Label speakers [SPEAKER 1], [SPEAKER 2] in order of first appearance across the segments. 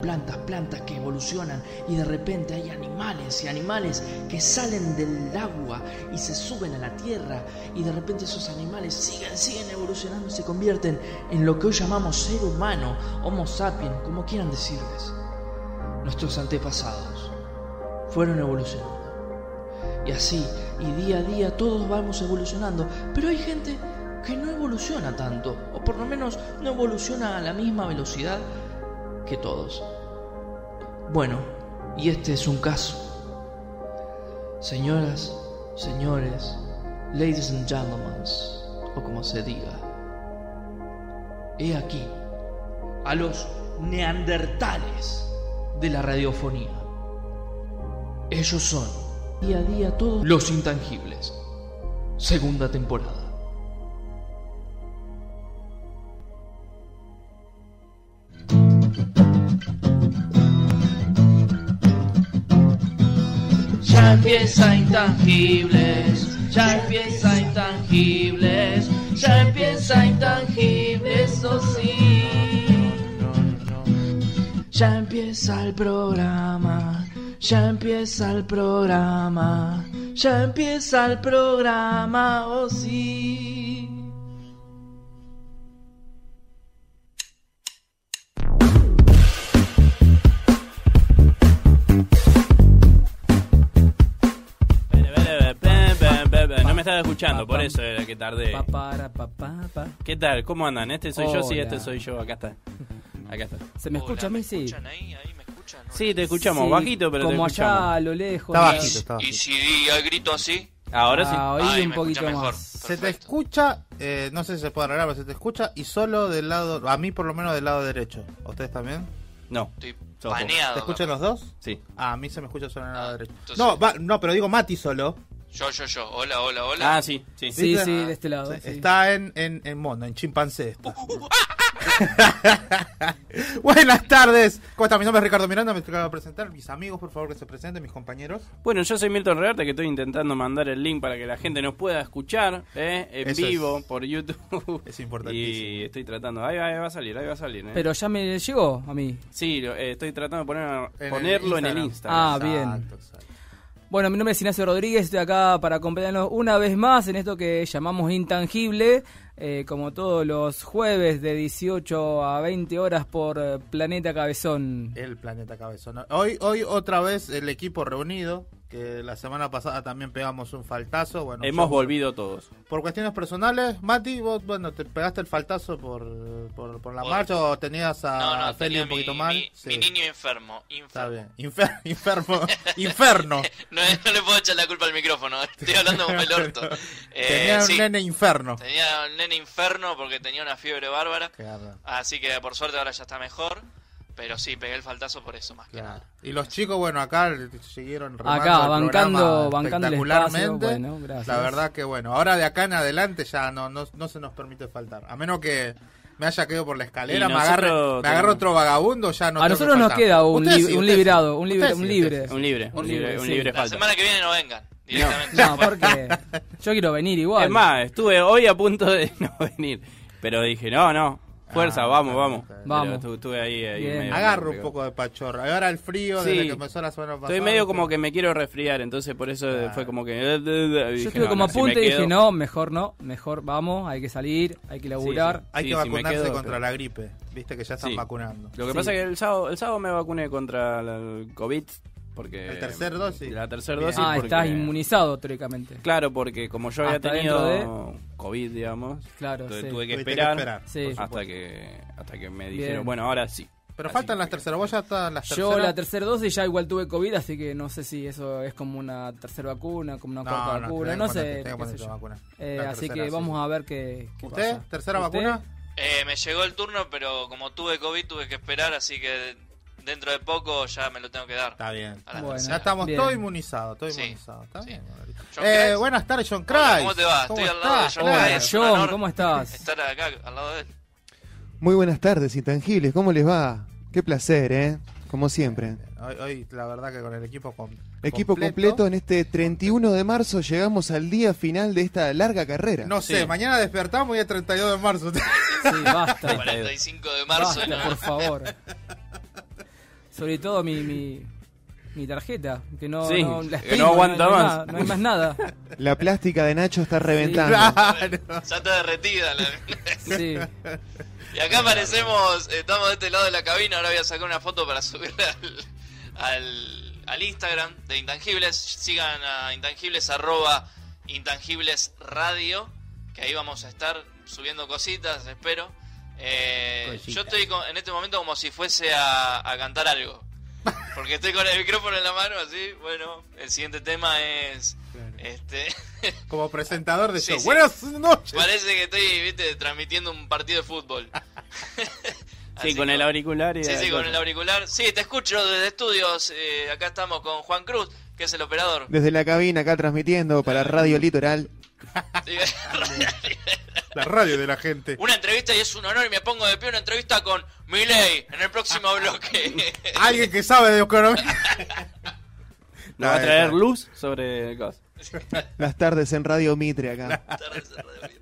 [SPEAKER 1] plantas, plantas que evolucionan y de repente hay animales y animales que salen del agua y se suben a la tierra y de repente esos animales siguen, siguen evolucionando y se convierten en lo que hoy llamamos ser humano, Homo sapiens, como quieran decirles. Nuestros antepasados fueron evolucionando. Y así, y día a día todos vamos evolucionando, pero hay gente que no evoluciona tanto, o por lo menos no evoluciona a la misma velocidad que todos. Bueno, y este es un caso. Señoras, señores, ladies and gentlemen, o como se diga, he aquí a los neandertales de la radiofonía. Ellos son, día a día, todos los intangibles. Segunda temporada.
[SPEAKER 2] Ya empieza intangibles, ya empieza intangibles, ya empieza intangibles, oh sí. Ya empieza el programa, ya empieza el programa, ya empieza el programa, oh sí.
[SPEAKER 3] No me estaba escuchando, por eso era que tardé.
[SPEAKER 4] Pa, para, pa, pa, pa.
[SPEAKER 3] ¿Qué tal? ¿Cómo andan? Este soy yo, sí,
[SPEAKER 4] Hola.
[SPEAKER 3] este soy yo. Acá está. Acá está.
[SPEAKER 4] ¿Se me escucha a mí? Sí.
[SPEAKER 1] ahí? ¿Ahí me escuchan?
[SPEAKER 3] Sí, te escuchamos.
[SPEAKER 4] Sí,
[SPEAKER 3] Bajito, pero
[SPEAKER 4] Como
[SPEAKER 3] te escuchamos.
[SPEAKER 4] allá a lo lejos.
[SPEAKER 5] Está
[SPEAKER 4] ¿no?
[SPEAKER 5] bajito, está
[SPEAKER 1] ¿Y
[SPEAKER 5] bajito.
[SPEAKER 1] si grito así?
[SPEAKER 3] Ahora sí.
[SPEAKER 4] Ah, oí
[SPEAKER 1] Ahí
[SPEAKER 4] un
[SPEAKER 1] me
[SPEAKER 4] poquito
[SPEAKER 1] escucha mejor.
[SPEAKER 4] más.
[SPEAKER 5] Se te escucha, eh, no sé si se puede arreglar, pero se te escucha y solo del lado, a mí por lo menos del lado derecho. ¿A ¿Ustedes también?
[SPEAKER 3] No.
[SPEAKER 1] Estoy
[SPEAKER 3] Sos vos.
[SPEAKER 1] paneado.
[SPEAKER 5] ¿Te escuchan los dos?
[SPEAKER 3] Sí.
[SPEAKER 5] Ah, a mí se me escucha solo en el lado
[SPEAKER 1] Ah,
[SPEAKER 5] derecho.
[SPEAKER 1] entonces-
[SPEAKER 5] No, va- no, pero digo Mati solo.
[SPEAKER 1] Yo, yo, yo. Hola, hola, hola.
[SPEAKER 3] Ah, sí, sí.
[SPEAKER 4] Sí,
[SPEAKER 5] ¿Viste?
[SPEAKER 4] sí, de este lado.
[SPEAKER 5] Sí,
[SPEAKER 4] sí.
[SPEAKER 5] Está en, en, en mono, en chimpancé. está. Buenas tardes. ¿Cómo están? Mi nombre es Ricardo Miranda, me acabo de presentar. Mis amigos, por favor, que se presenten, mis compañeros.
[SPEAKER 3] Bueno, yo soy Milton Reverte que estoy intentando mandar el link para que la gente nos pueda escuchar ¿eh? en
[SPEAKER 5] Eso
[SPEAKER 3] vivo
[SPEAKER 5] es-
[SPEAKER 3] por YouTube.
[SPEAKER 5] es importantísimo.
[SPEAKER 3] Y estoy tratando. Ahí va, ahí va a salir, ahí va a salir. ¿eh?
[SPEAKER 4] Pero ya me llegó a mí.
[SPEAKER 3] Sí, lo- eh, estoy tratando de poner-
[SPEAKER 5] En el
[SPEAKER 3] ponerlo en el
[SPEAKER 5] Instagram.
[SPEAKER 3] Instagram.
[SPEAKER 4] Ah, bien. Bueno, mi nombre es Ignacio Rodríguez, estoy acá para acompañarnos una vez más en esto que llamamos Intangible, eh, como todos los jueves de 18 a 20 horas por eh, Planeta Cabezón.
[SPEAKER 5] El planeta cabezón. Hoy, hoy otra vez el equipo reunido, que la semana pasada también pegamos un faltazo. Bueno,
[SPEAKER 3] Hemos
[SPEAKER 5] yo-
[SPEAKER 3] volvido todos.
[SPEAKER 5] Por cuestiones personales, Mati, vos, bueno, te pegaste el faltazo por, por, por la
[SPEAKER 6] Por-
[SPEAKER 5] marcha o tenías a Feli
[SPEAKER 6] tenía
[SPEAKER 5] un poquito
[SPEAKER 6] mi,
[SPEAKER 5] mal.
[SPEAKER 6] Mi,
[SPEAKER 5] Sí,
[SPEAKER 6] mi niño enfermo.
[SPEAKER 5] Está
[SPEAKER 6] enfermo.
[SPEAKER 5] bien. Infer- inferno. inferno.
[SPEAKER 6] No, no le puedo echar la culpa al micrófono. Estoy hablando como el orto. Eh,
[SPEAKER 5] Tenía
[SPEAKER 6] sí,
[SPEAKER 5] un nene inferno.
[SPEAKER 6] tenía un nene inferno porque tenía una fiebre bárbara.
[SPEAKER 5] Claro,
[SPEAKER 6] Así que por suerte ahora ya está mejor. Pero sí, pegué el faltazo por eso, más que
[SPEAKER 5] claro.
[SPEAKER 6] nada.
[SPEAKER 5] Y los chicos, bueno, acá le- siguieron remando
[SPEAKER 4] Acá,
[SPEAKER 5] el
[SPEAKER 4] bancando,
[SPEAKER 5] programa
[SPEAKER 4] bancando el espacio.
[SPEAKER 5] espectacularmente.
[SPEAKER 4] Bueno, gracias.
[SPEAKER 5] La verdad que bueno, ahora de acá en adelante ya no, no, no se nos permite faltar. A menos que me haya quedado por la escalera,
[SPEAKER 3] Y
[SPEAKER 5] me agarre,
[SPEAKER 3] nosotros
[SPEAKER 5] me agarre
[SPEAKER 3] tenemos-
[SPEAKER 5] otro vagabundo, ya no
[SPEAKER 4] a
[SPEAKER 5] tengo
[SPEAKER 4] nosotros
[SPEAKER 5] que
[SPEAKER 4] nos
[SPEAKER 5] faltar.
[SPEAKER 4] queda un,
[SPEAKER 5] Ustedes
[SPEAKER 4] lib-
[SPEAKER 5] sí,
[SPEAKER 4] un
[SPEAKER 5] ustedes
[SPEAKER 4] liberado,
[SPEAKER 5] sí.
[SPEAKER 4] un, libre,
[SPEAKER 5] Ustedes
[SPEAKER 4] un
[SPEAKER 5] sí,
[SPEAKER 4] libre.
[SPEAKER 3] Un libre,
[SPEAKER 4] Un
[SPEAKER 3] un libre,
[SPEAKER 4] libre,
[SPEAKER 3] un
[SPEAKER 4] sí.
[SPEAKER 3] libre
[SPEAKER 6] La
[SPEAKER 3] falta.
[SPEAKER 6] semana que viene no vengan. Directamente.
[SPEAKER 4] No, porque yo quiero venir igual.
[SPEAKER 3] Es más, estuve hoy a punto de no venir. Pero dije, no, no. Fuerza,
[SPEAKER 5] Ah,
[SPEAKER 3] vamos,
[SPEAKER 5] está bien,
[SPEAKER 3] vamos.
[SPEAKER 5] está bien.
[SPEAKER 3] Pero
[SPEAKER 4] Vamos.
[SPEAKER 3] estu- Estuve ahí. ahí
[SPEAKER 4] Bien.
[SPEAKER 3] medio-
[SPEAKER 5] Agarro un poco de pachorra. Ahora el frío
[SPEAKER 3] Sí.
[SPEAKER 5] desde que empezó la semana pasada.
[SPEAKER 3] Estoy medio como que me quiero resfriar, entonces por eso
[SPEAKER 5] Claro.
[SPEAKER 3] fue como que. eh,
[SPEAKER 4] Yo estuve como a punto y dije, no, mejor no, mejor vamos, hay que salir, hay que laburar.
[SPEAKER 5] Hay
[SPEAKER 3] Sí,
[SPEAKER 5] que
[SPEAKER 3] sí, me
[SPEAKER 5] vacunarse
[SPEAKER 3] quedo,
[SPEAKER 5] contra
[SPEAKER 3] pero-
[SPEAKER 5] la gripe. Viste que ya están
[SPEAKER 3] Sí.
[SPEAKER 5] vacunando.
[SPEAKER 3] Lo que
[SPEAKER 4] Sí.
[SPEAKER 3] pasa es que el sábado, el sábado me vacuné contra la- el COVID. Porque
[SPEAKER 5] El tercer dosis.
[SPEAKER 3] La tercera
[SPEAKER 5] Bien.
[SPEAKER 3] dosis.
[SPEAKER 4] ah,
[SPEAKER 3] porque-
[SPEAKER 4] estás inmunizado teóricamente.
[SPEAKER 3] Claro, porque como yo había
[SPEAKER 4] Hasta
[SPEAKER 3] tenido
[SPEAKER 4] dentro
[SPEAKER 3] COVID, digamos,
[SPEAKER 4] Claro,
[SPEAKER 3] tu-
[SPEAKER 4] sí.
[SPEAKER 3] tuve que
[SPEAKER 5] Tuviste
[SPEAKER 3] esperar,
[SPEAKER 4] Sí.
[SPEAKER 5] por supuesto.
[SPEAKER 3] hasta, que, hasta que me
[SPEAKER 4] Bien.
[SPEAKER 3] dijeron, bueno, ahora sí.
[SPEAKER 5] Pero
[SPEAKER 3] Así
[SPEAKER 5] faltan
[SPEAKER 3] que-
[SPEAKER 5] las terceras. Vos ya estás en las terceras.
[SPEAKER 4] Yo la tercera dosis ya igual tuve COVID, así que no sé si eso es como una tercera vacuna, como una cuarta vacuna, no sé. qué sé yo. Eh, así que vamos a ver qué, qué
[SPEAKER 5] ¿Usted?
[SPEAKER 4] pasa.
[SPEAKER 5] ¿Tercera
[SPEAKER 4] ¿Usted?
[SPEAKER 5] vacuna?
[SPEAKER 6] Eh, me llegó el turno, pero como tuve COVID tuve que esperar. Así que dentro de poco ya me lo tengo que dar.
[SPEAKER 5] Está bien.
[SPEAKER 6] A la
[SPEAKER 4] Bueno.
[SPEAKER 5] Ya
[SPEAKER 6] tercera.
[SPEAKER 5] estamos
[SPEAKER 4] Bien.
[SPEAKER 5] todos inmunizados. Todos
[SPEAKER 6] Sí.
[SPEAKER 5] inmunizados. Está
[SPEAKER 6] Sí.
[SPEAKER 5] bien, Margarita.
[SPEAKER 6] John
[SPEAKER 5] Eh,
[SPEAKER 6] Christ.
[SPEAKER 5] buenas tardes, John
[SPEAKER 6] Hola,
[SPEAKER 5] Christ.
[SPEAKER 6] ¿cómo te va? Estoy al lado de John
[SPEAKER 4] Hola,
[SPEAKER 6] Christ, un
[SPEAKER 4] John,
[SPEAKER 6] honor
[SPEAKER 4] ¿cómo estás?
[SPEAKER 6] Estar acá al lado de él.
[SPEAKER 7] Muy buenas tardes, intangibles. ¿Cómo les va? Qué placer, ¿eh? Como siempre.
[SPEAKER 5] Hoy, hoy, la verdad que con el equipo com-
[SPEAKER 7] Equipo completo en este 31 de marzo llegamos al día final de esta larga carrera.
[SPEAKER 5] No sé,
[SPEAKER 3] Sí.
[SPEAKER 5] mañana despertamos y es 32 de marzo.
[SPEAKER 4] Sí, basta.
[SPEAKER 6] 45 de marzo.
[SPEAKER 4] basta
[SPEAKER 6] ¿no?
[SPEAKER 4] por favor. Sobre todo mi, mi, mi tarjeta, que no,
[SPEAKER 3] Sí,
[SPEAKER 4] no- la
[SPEAKER 3] que
[SPEAKER 4] estoy-
[SPEAKER 3] no aguanta
[SPEAKER 4] hay
[SPEAKER 3] más.
[SPEAKER 4] nada, no hay más nada.
[SPEAKER 7] La plástica de Nacho está reventando.
[SPEAKER 5] Claro.
[SPEAKER 8] Ya está derretida. la-
[SPEAKER 4] Sí.
[SPEAKER 8] Y acá aparecemos, eh, estamos de este lado de la cabina, ahora voy a sacar una foto para subirla al, al, al Instagram de Intangibles. Sigan a intangibles arroba intangibles radio, que ahí vamos a estar subiendo cositas, espero. Eh,
[SPEAKER 5] Cositas.
[SPEAKER 8] yo estoy con- en este momento como si fuese a, a cantar algo. Porque estoy con el micrófono en la mano, así. Bueno, el siguiente tema es... Este,
[SPEAKER 5] Como presentador de
[SPEAKER 8] Sí,
[SPEAKER 5] show.
[SPEAKER 8] sí.
[SPEAKER 5] Buenas noches.
[SPEAKER 8] parece que estoy, viste, transmitiendo un partido de fútbol.
[SPEAKER 3] Sí,
[SPEAKER 8] Así
[SPEAKER 3] con el
[SPEAKER 8] que-
[SPEAKER 3] auricular. y
[SPEAKER 8] Sí,
[SPEAKER 3] la
[SPEAKER 8] sí, con
[SPEAKER 3] cosa.
[SPEAKER 8] el auricular. Sí, te escucho desde estudios. eh, acá estamos con Juan Cruz, que es el operador.
[SPEAKER 7] Desde la cabina acá transmitiendo para Radio Litoral.
[SPEAKER 8] Sí.
[SPEAKER 5] La radio de la gente.
[SPEAKER 8] una entrevista y es un honor y me pongo de pie una entrevista con Miley en el próximo bloque.
[SPEAKER 5] Alguien que sabe de economía.
[SPEAKER 3] Nos va a
[SPEAKER 5] Ah,
[SPEAKER 3] traer
[SPEAKER 5] está.
[SPEAKER 3] luz sobre el coso.
[SPEAKER 7] Las tardes en Radio Mitre acá.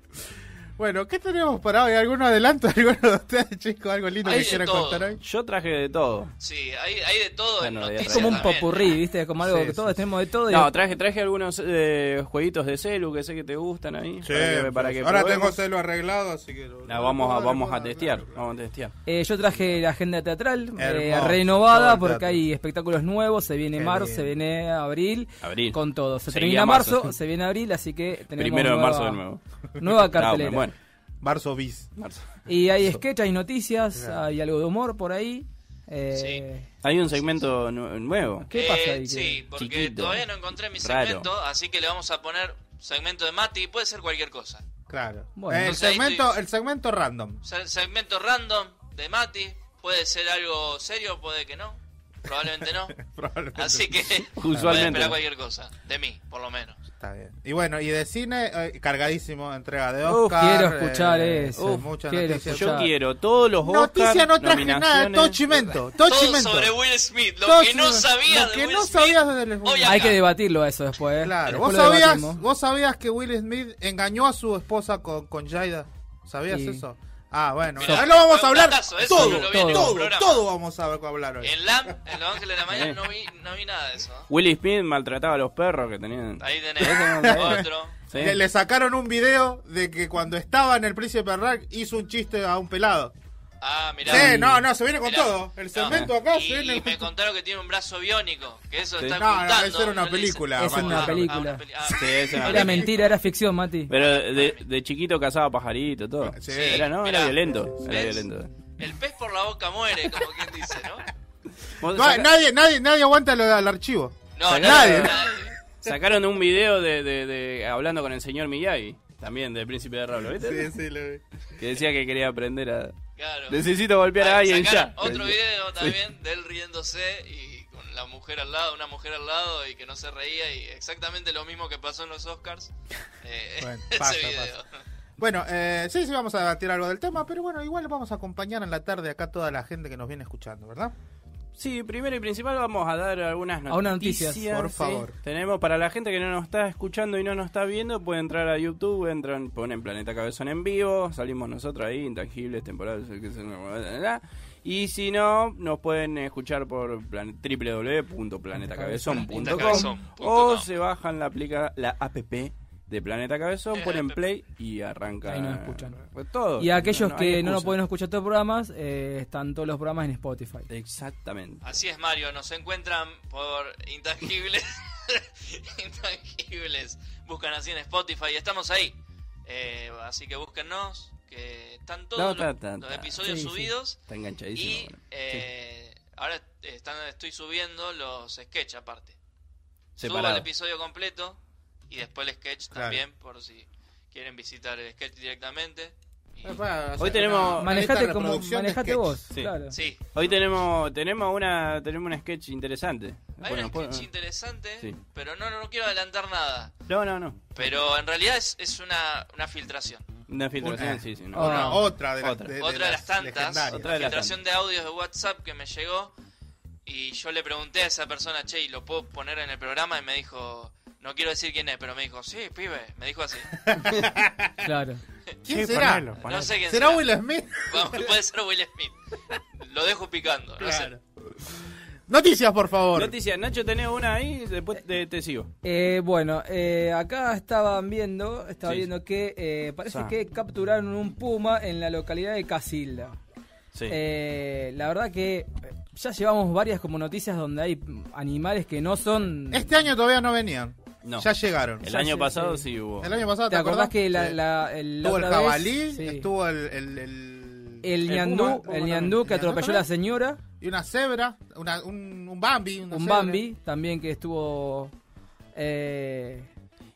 [SPEAKER 5] Bueno, ¿qué tenemos para hoy? ¿Algún adelanto? ¿Alguno de ustedes, chicos? ¿Algo lindo
[SPEAKER 8] Hay
[SPEAKER 5] que
[SPEAKER 8] de
[SPEAKER 5] quieran
[SPEAKER 8] todo.
[SPEAKER 5] contar hoy?
[SPEAKER 3] Yo traje de todo.
[SPEAKER 8] sí, hay, hay de todo en
[SPEAKER 3] Bueno, de
[SPEAKER 8] noticias
[SPEAKER 4] Es como un
[SPEAKER 8] también.
[SPEAKER 4] popurrí, ¿viste? Es como algo
[SPEAKER 5] Sí,
[SPEAKER 4] que
[SPEAKER 5] sí,
[SPEAKER 4] todos tenemos de todo. y-
[SPEAKER 3] No, traje, traje algunos eh, jueguitos de celu que sé que te gustan ahí. para que, para que
[SPEAKER 5] pues, ahora tengo
[SPEAKER 3] probemos.
[SPEAKER 5] celo arreglado, así que... lo-
[SPEAKER 3] La vamos a,
[SPEAKER 5] lo-
[SPEAKER 3] vamos
[SPEAKER 5] lo-
[SPEAKER 3] a testear.
[SPEAKER 5] lo-
[SPEAKER 3] Vamos a testear.
[SPEAKER 4] Eh, yo traje la agenda teatral, eh,
[SPEAKER 5] Hermoso, todo
[SPEAKER 4] renovada,
[SPEAKER 5] el
[SPEAKER 4] porque
[SPEAKER 5] teatro.
[SPEAKER 4] hay espectáculos nuevos, se viene
[SPEAKER 5] Qué
[SPEAKER 4] marzo,
[SPEAKER 5] bien.
[SPEAKER 4] se viene abril,
[SPEAKER 3] Abril.
[SPEAKER 4] con todo. Se
[SPEAKER 3] Seguía
[SPEAKER 4] termina marzo,
[SPEAKER 3] marzo.
[SPEAKER 4] se viene abril, así que tenemos
[SPEAKER 3] Primero de
[SPEAKER 4] nueva-
[SPEAKER 3] marzo de nuevo.
[SPEAKER 4] Nueva
[SPEAKER 3] No,
[SPEAKER 4] cartelera.
[SPEAKER 3] bueno,
[SPEAKER 5] Marzo bis.
[SPEAKER 3] marzo.
[SPEAKER 4] Y hay sketch, hay noticias, hay algo de humor por ahí. Eh,
[SPEAKER 3] Hay un segmento nu- nuevo.
[SPEAKER 4] ¿Qué
[SPEAKER 8] Eh,
[SPEAKER 4] pasa ahí?
[SPEAKER 8] Sí, porque
[SPEAKER 3] Chiquito. eh?
[SPEAKER 8] todavía no encontré mi
[SPEAKER 3] Raro.
[SPEAKER 8] segmento, así que le vamos a poner segmento de Mati, puede ser cualquier cosa.
[SPEAKER 5] Claro.
[SPEAKER 4] Bueno.
[SPEAKER 5] el,
[SPEAKER 8] Entonces ahí
[SPEAKER 5] segmento,
[SPEAKER 8] estoy-
[SPEAKER 5] el segmento random.
[SPEAKER 8] Se- Segmento random de Mati, puede ser algo serio, puede que no, probablemente no.
[SPEAKER 5] Probablemente.
[SPEAKER 8] Así que
[SPEAKER 3] Usualmente.
[SPEAKER 8] pueden esperar cualquier cosa, de mí, por lo menos.
[SPEAKER 5] Está bien. Y bueno, y de cine, eh, cargadísimo, entrega de
[SPEAKER 4] Uf,
[SPEAKER 5] Oscar. eh,
[SPEAKER 4] quiero escuchar eso.
[SPEAKER 5] uf, mucha
[SPEAKER 4] Quiero
[SPEAKER 5] noticia.
[SPEAKER 3] Yo
[SPEAKER 4] escuchar.
[SPEAKER 3] quiero todos los
[SPEAKER 5] Noticia
[SPEAKER 3] Oscar,
[SPEAKER 5] no traje nada,
[SPEAKER 3] nominaciones.
[SPEAKER 5] todo chimento, todo
[SPEAKER 8] Todo
[SPEAKER 5] chimento.
[SPEAKER 8] sobre Will Smith, lo
[SPEAKER 5] Todo
[SPEAKER 8] que no
[SPEAKER 5] chimento.
[SPEAKER 8] sabía
[SPEAKER 5] Lo
[SPEAKER 8] de
[SPEAKER 5] que
[SPEAKER 8] Will
[SPEAKER 5] no
[SPEAKER 8] Smith.
[SPEAKER 5] sabías de Will Smith.
[SPEAKER 8] hoy
[SPEAKER 4] Hay
[SPEAKER 8] acá.
[SPEAKER 4] que debatirlo eso después. ¿eh?
[SPEAKER 5] Claro,
[SPEAKER 4] Después
[SPEAKER 5] ¿Vos
[SPEAKER 4] lo
[SPEAKER 5] sabías,
[SPEAKER 4] debatimos.
[SPEAKER 5] vos sabías que Will Smith engañó a su esposa con, con Jaida. ¿Sabías
[SPEAKER 4] Sí.
[SPEAKER 5] eso? Ah, bueno,
[SPEAKER 8] Mirá,
[SPEAKER 5] ahí lo vamos a
[SPEAKER 8] fue un
[SPEAKER 5] hablar.
[SPEAKER 8] datazo, eso
[SPEAKER 5] todo,
[SPEAKER 8] no lo vi
[SPEAKER 4] en
[SPEAKER 5] todo,
[SPEAKER 4] ningún
[SPEAKER 5] todo,
[SPEAKER 8] programa.
[SPEAKER 5] vamos a hablar hoy.
[SPEAKER 8] En LAM, en Los Ángeles de la Mañana, no vi, no vi nada de eso. ¿no?
[SPEAKER 3] Will Smith maltrataba a los perros que tenían.
[SPEAKER 8] Ahí tenés otro.
[SPEAKER 3] Sí.
[SPEAKER 5] Le, le sacaron un video de que cuando estaba en el Príncipe Rack hizo un chiste a un pelado.
[SPEAKER 8] Ah, mirá.
[SPEAKER 5] Sí, no, no, se viene con
[SPEAKER 8] Mirá.
[SPEAKER 5] todo. El
[SPEAKER 8] No.
[SPEAKER 5] segmento acá
[SPEAKER 8] y,
[SPEAKER 5] se viene.
[SPEAKER 8] y me contaron que tiene un brazo biónico, que eso
[SPEAKER 3] Sí.
[SPEAKER 8] está
[SPEAKER 5] No, no,
[SPEAKER 8] ocultando.
[SPEAKER 5] eso era una
[SPEAKER 8] le dicen.
[SPEAKER 5] película,
[SPEAKER 4] Es Mati. una
[SPEAKER 8] Ah,
[SPEAKER 4] película.
[SPEAKER 8] ah, una peli- ah.
[SPEAKER 3] Sí, es una
[SPEAKER 4] Era
[SPEAKER 3] peli-
[SPEAKER 4] mentira, era ficción, Mati.
[SPEAKER 3] Pero de, de chiquito cazaba pajarito, todo.
[SPEAKER 5] Sí.
[SPEAKER 3] Era, no,
[SPEAKER 8] Mirá.
[SPEAKER 3] era violento. Era
[SPEAKER 8] ¿Ves?
[SPEAKER 3] violento.
[SPEAKER 8] El pez por la boca muere, como quien dice, ¿no?
[SPEAKER 3] Vos
[SPEAKER 5] No,
[SPEAKER 3] saca-
[SPEAKER 5] nadie, nadie, nadie aguanta lo del archivo.
[SPEAKER 8] No,
[SPEAKER 5] Nadie.
[SPEAKER 3] Sacaron un video de, de- de- hablando con el señor Miyagi, también del príncipe de Rablo, ¿viste?
[SPEAKER 5] sí, lo vi.
[SPEAKER 3] Que decía que quería aprender a.
[SPEAKER 8] Claro.
[SPEAKER 3] Necesito golpear a alguien ya.
[SPEAKER 8] Sacaron Otro video también de él riéndose y con la mujer al lado, una mujer al lado y que no se reía y exactamente lo mismo que pasó en los Oscars. Eh,
[SPEAKER 5] Bueno,
[SPEAKER 8] ese
[SPEAKER 5] pasa,
[SPEAKER 8] video.
[SPEAKER 5] Bueno, eh, sí, sí, vamos a debatir algo del tema, pero bueno, igual vamos a acompañar en la tarde acá toda la gente que nos viene escuchando, ¿verdad?
[SPEAKER 3] Sí, primero y principal vamos a dar algunas noticias.
[SPEAKER 4] Algunas noticias.
[SPEAKER 5] Por
[SPEAKER 3] sí.
[SPEAKER 5] favor.
[SPEAKER 3] Tenemos para la gente que no nos está escuchando y no nos está viendo, puede entrar a YouTube, entran, ponen Planeta Cabezón en vivo, salimos nosotros ahí, intangibles, temporales, el que se- y si no, nos pueden escuchar por plan- www.planetacabezón.com o se bajan la aplica la app de Planeta Cabezón,
[SPEAKER 8] Eh,
[SPEAKER 3] ponen
[SPEAKER 8] app.
[SPEAKER 3] play y arranca.
[SPEAKER 4] Ahí nos escuchan.
[SPEAKER 3] Todo.
[SPEAKER 4] Y aquellos que no nos
[SPEAKER 3] excusa.
[SPEAKER 4] pueden escuchar todos los programas, eh, están todos los programas en Spotify.
[SPEAKER 3] Exactamente.
[SPEAKER 8] Así es, Mario. Nos encuentran por Intangibles. intangibles. Buscan así en Spotify. Estamos ahí. Eh, así que búsquennos. Que están todos
[SPEAKER 3] No,
[SPEAKER 8] los,
[SPEAKER 3] ta, ta,
[SPEAKER 8] los
[SPEAKER 3] ta.
[SPEAKER 8] episodios
[SPEAKER 4] Sí, sí.
[SPEAKER 8] subidos.
[SPEAKER 3] Está enganchadísimo.
[SPEAKER 8] Y
[SPEAKER 3] bueno.
[SPEAKER 8] eh, ahora están, estoy subiendo los sketch aparte. Subo el
[SPEAKER 3] Separado.
[SPEAKER 8] episodio completo y después el sketch
[SPEAKER 5] Claro.
[SPEAKER 8] también por si quieren visitar el sketch directamente.
[SPEAKER 5] Eh,
[SPEAKER 8] Y-
[SPEAKER 3] Hoy tenemos-
[SPEAKER 4] Manejate como manejate vos,
[SPEAKER 3] Sí.
[SPEAKER 4] claro.
[SPEAKER 8] sí,
[SPEAKER 3] Hoy tenemos tenemos una tenemos un sketch interesante.
[SPEAKER 8] hay
[SPEAKER 3] Bueno, pues,
[SPEAKER 8] un
[SPEAKER 3] puedo-
[SPEAKER 8] sketch interesante,
[SPEAKER 3] Sí.
[SPEAKER 8] pero no, no, no quiero adelantar nada.
[SPEAKER 3] No, no, no.
[SPEAKER 8] Pero en realidad es, es una, una filtración.
[SPEAKER 3] Una filtración,
[SPEAKER 5] Una-
[SPEAKER 3] sí, sí. no.
[SPEAKER 4] Ah.
[SPEAKER 5] Una, otra de, las-
[SPEAKER 3] Otra.
[SPEAKER 5] de- de
[SPEAKER 8] Otra de las tantas,
[SPEAKER 5] legendarias.
[SPEAKER 3] Otra de las
[SPEAKER 8] filtración de audios de WhatsApp que me llegó. Y yo le pregunté a esa persona, che, ¿y lo puedo poner en el programa? Y me dijo, no quiero decir quién es, pero me dijo, sí, pibe. Me dijo así.
[SPEAKER 4] Claro.
[SPEAKER 5] ¿Quién será?
[SPEAKER 8] No sé quién
[SPEAKER 5] ¿Será
[SPEAKER 8] será.
[SPEAKER 5] Will Smith?
[SPEAKER 8] Puede ser Will Smith. Lo dejo picando, no sé.
[SPEAKER 5] Claro. Noticias, por favor.
[SPEAKER 3] Noticias, Nacho, tenés una ahí, después te, te sigo.
[SPEAKER 4] Eh, bueno, eh, acá estaban viendo, estaba
[SPEAKER 3] Sí.
[SPEAKER 4] viendo que eh, parece
[SPEAKER 3] Sa.
[SPEAKER 4] que capturaron un puma en la localidad de Casilda.
[SPEAKER 3] Sí.
[SPEAKER 4] Eh, la verdad que eh, ya llevamos varias como noticias donde hay mm, animales que no son...
[SPEAKER 5] Este año todavía no venían.
[SPEAKER 3] No.
[SPEAKER 5] Ya llegaron.
[SPEAKER 3] el
[SPEAKER 4] ya
[SPEAKER 3] año
[SPEAKER 4] sé,
[SPEAKER 3] pasado
[SPEAKER 4] sí.
[SPEAKER 3] sí, hubo.
[SPEAKER 5] El año pasado,
[SPEAKER 4] ¿Te acordás que la,
[SPEAKER 5] Sí.
[SPEAKER 4] la- el, la
[SPEAKER 5] estuvo el
[SPEAKER 4] otra vez-
[SPEAKER 5] jabalí,
[SPEAKER 4] sí.
[SPEAKER 5] estuvo el... el, el-
[SPEAKER 4] el
[SPEAKER 5] el
[SPEAKER 4] ñandú,
[SPEAKER 5] puma.
[SPEAKER 4] el ñandú
[SPEAKER 5] ¿El ñandú
[SPEAKER 4] que atropelló a la
[SPEAKER 5] también?
[SPEAKER 4] señora,
[SPEAKER 5] Y una cebra, una- un, un bambi. una
[SPEAKER 4] un
[SPEAKER 5] cebra.
[SPEAKER 4] Bambi también que estuvo eh,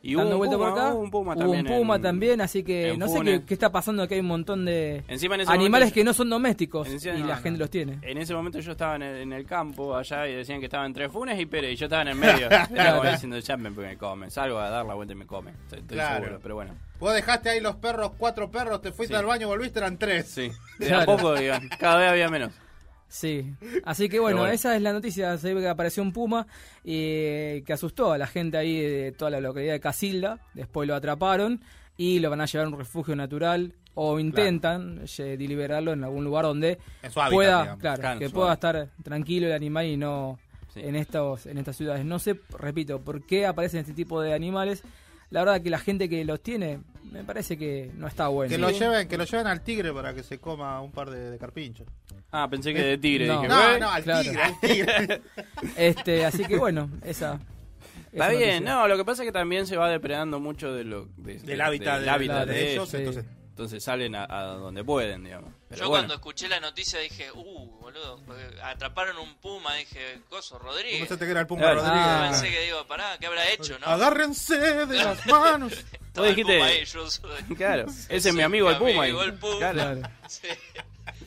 [SPEAKER 3] Y hubo
[SPEAKER 4] dando
[SPEAKER 3] un,
[SPEAKER 4] vuelta
[SPEAKER 3] puma,
[SPEAKER 4] por acá,
[SPEAKER 3] hubo un puma
[SPEAKER 4] Hubo
[SPEAKER 3] también.
[SPEAKER 4] un puma
[SPEAKER 3] en-
[SPEAKER 4] también, así que
[SPEAKER 3] en
[SPEAKER 4] no sé
[SPEAKER 3] Funes.
[SPEAKER 4] qué, qué está pasando, que hay un montón de
[SPEAKER 3] Encima en ese
[SPEAKER 4] animales
[SPEAKER 3] momento-
[SPEAKER 4] que no son domésticos
[SPEAKER 3] En ese- no,
[SPEAKER 4] y la
[SPEAKER 3] no. Eh.
[SPEAKER 4] gente los tiene.
[SPEAKER 3] En ese momento yo estaba en el, en el campo allá y decían que estaba entre Funes y Pérez y yo estaba en el medio. Era como diciendo, ya me, me comen, salgo a dar la vuelta y me comen. Estoy, estoy
[SPEAKER 5] Claro.
[SPEAKER 3] seguro, pero bueno.
[SPEAKER 5] Vos dejaste ahí los perros, cuatro perros, te fuiste
[SPEAKER 3] Sí.
[SPEAKER 5] al baño, volviste, eran tres.
[SPEAKER 3] Sí, de a
[SPEAKER 4] Claro.
[SPEAKER 3] poco, digan, cada vez había menos.
[SPEAKER 4] Sí, así que bueno,
[SPEAKER 3] bueno.
[SPEAKER 4] esa es la noticia, se ve que apareció un puma y que asustó a la gente ahí de toda la localidad de Casilda, después lo atraparon y lo van a llevar a un refugio natural o intentan eh, liberarlo en algún lugar donde
[SPEAKER 5] En su hábitat,
[SPEAKER 4] pueda,
[SPEAKER 5] digamos.
[SPEAKER 4] claro,
[SPEAKER 3] Claro,
[SPEAKER 4] que
[SPEAKER 3] en su
[SPEAKER 4] pueda estar tranquilo el animal y no
[SPEAKER 3] Sí.
[SPEAKER 4] en estos en estas ciudades. No sé, repito, por qué aparecen este tipo de animales. La verdad que la gente que los tiene me parece que no está bueno.
[SPEAKER 5] Que lo lleven, que lo lleven al tigre para que se coma un par de, de carpinchos.
[SPEAKER 3] Ah, pensé que de tigre.
[SPEAKER 4] No.
[SPEAKER 3] dije,
[SPEAKER 5] No,
[SPEAKER 3] "Güey".
[SPEAKER 5] no, al
[SPEAKER 4] Claro.
[SPEAKER 5] tigre, al tigre.
[SPEAKER 4] Este, así que bueno, esa
[SPEAKER 3] Está
[SPEAKER 4] esa
[SPEAKER 3] bien,
[SPEAKER 4] noticia.
[SPEAKER 3] no, lo que pasa es que también se va depredando mucho de lo, de- de-
[SPEAKER 5] del hábitat
[SPEAKER 3] del
[SPEAKER 5] de,
[SPEAKER 3] hábitat
[SPEAKER 5] de
[SPEAKER 3] de
[SPEAKER 5] ellos,
[SPEAKER 4] sí.
[SPEAKER 5] entonces.
[SPEAKER 3] Entonces salen a, a donde pueden, digamos. Pero
[SPEAKER 8] Yo
[SPEAKER 3] bueno.
[SPEAKER 8] cuando escuché la noticia dije, uh, boludo, atraparon un puma, dije, coso, Rodríguez.
[SPEAKER 5] Pensaste que era el Puma
[SPEAKER 3] Claro.
[SPEAKER 5] Rodríguez.
[SPEAKER 4] Ah.
[SPEAKER 8] Pensé que digo, pará, ¿qué habrá hecho, no?
[SPEAKER 5] Agárrense de las manos.
[SPEAKER 8] Estaba
[SPEAKER 3] Vos
[SPEAKER 8] el
[SPEAKER 3] dijiste-
[SPEAKER 8] Puma ahí, yo soy-
[SPEAKER 3] Claro, ese
[SPEAKER 8] Sí,
[SPEAKER 3] es mi amigo el
[SPEAKER 8] mi
[SPEAKER 3] Puma.
[SPEAKER 8] amigo
[SPEAKER 3] y-
[SPEAKER 8] el Puma.
[SPEAKER 3] Claro.
[SPEAKER 4] Claro.
[SPEAKER 8] Sí.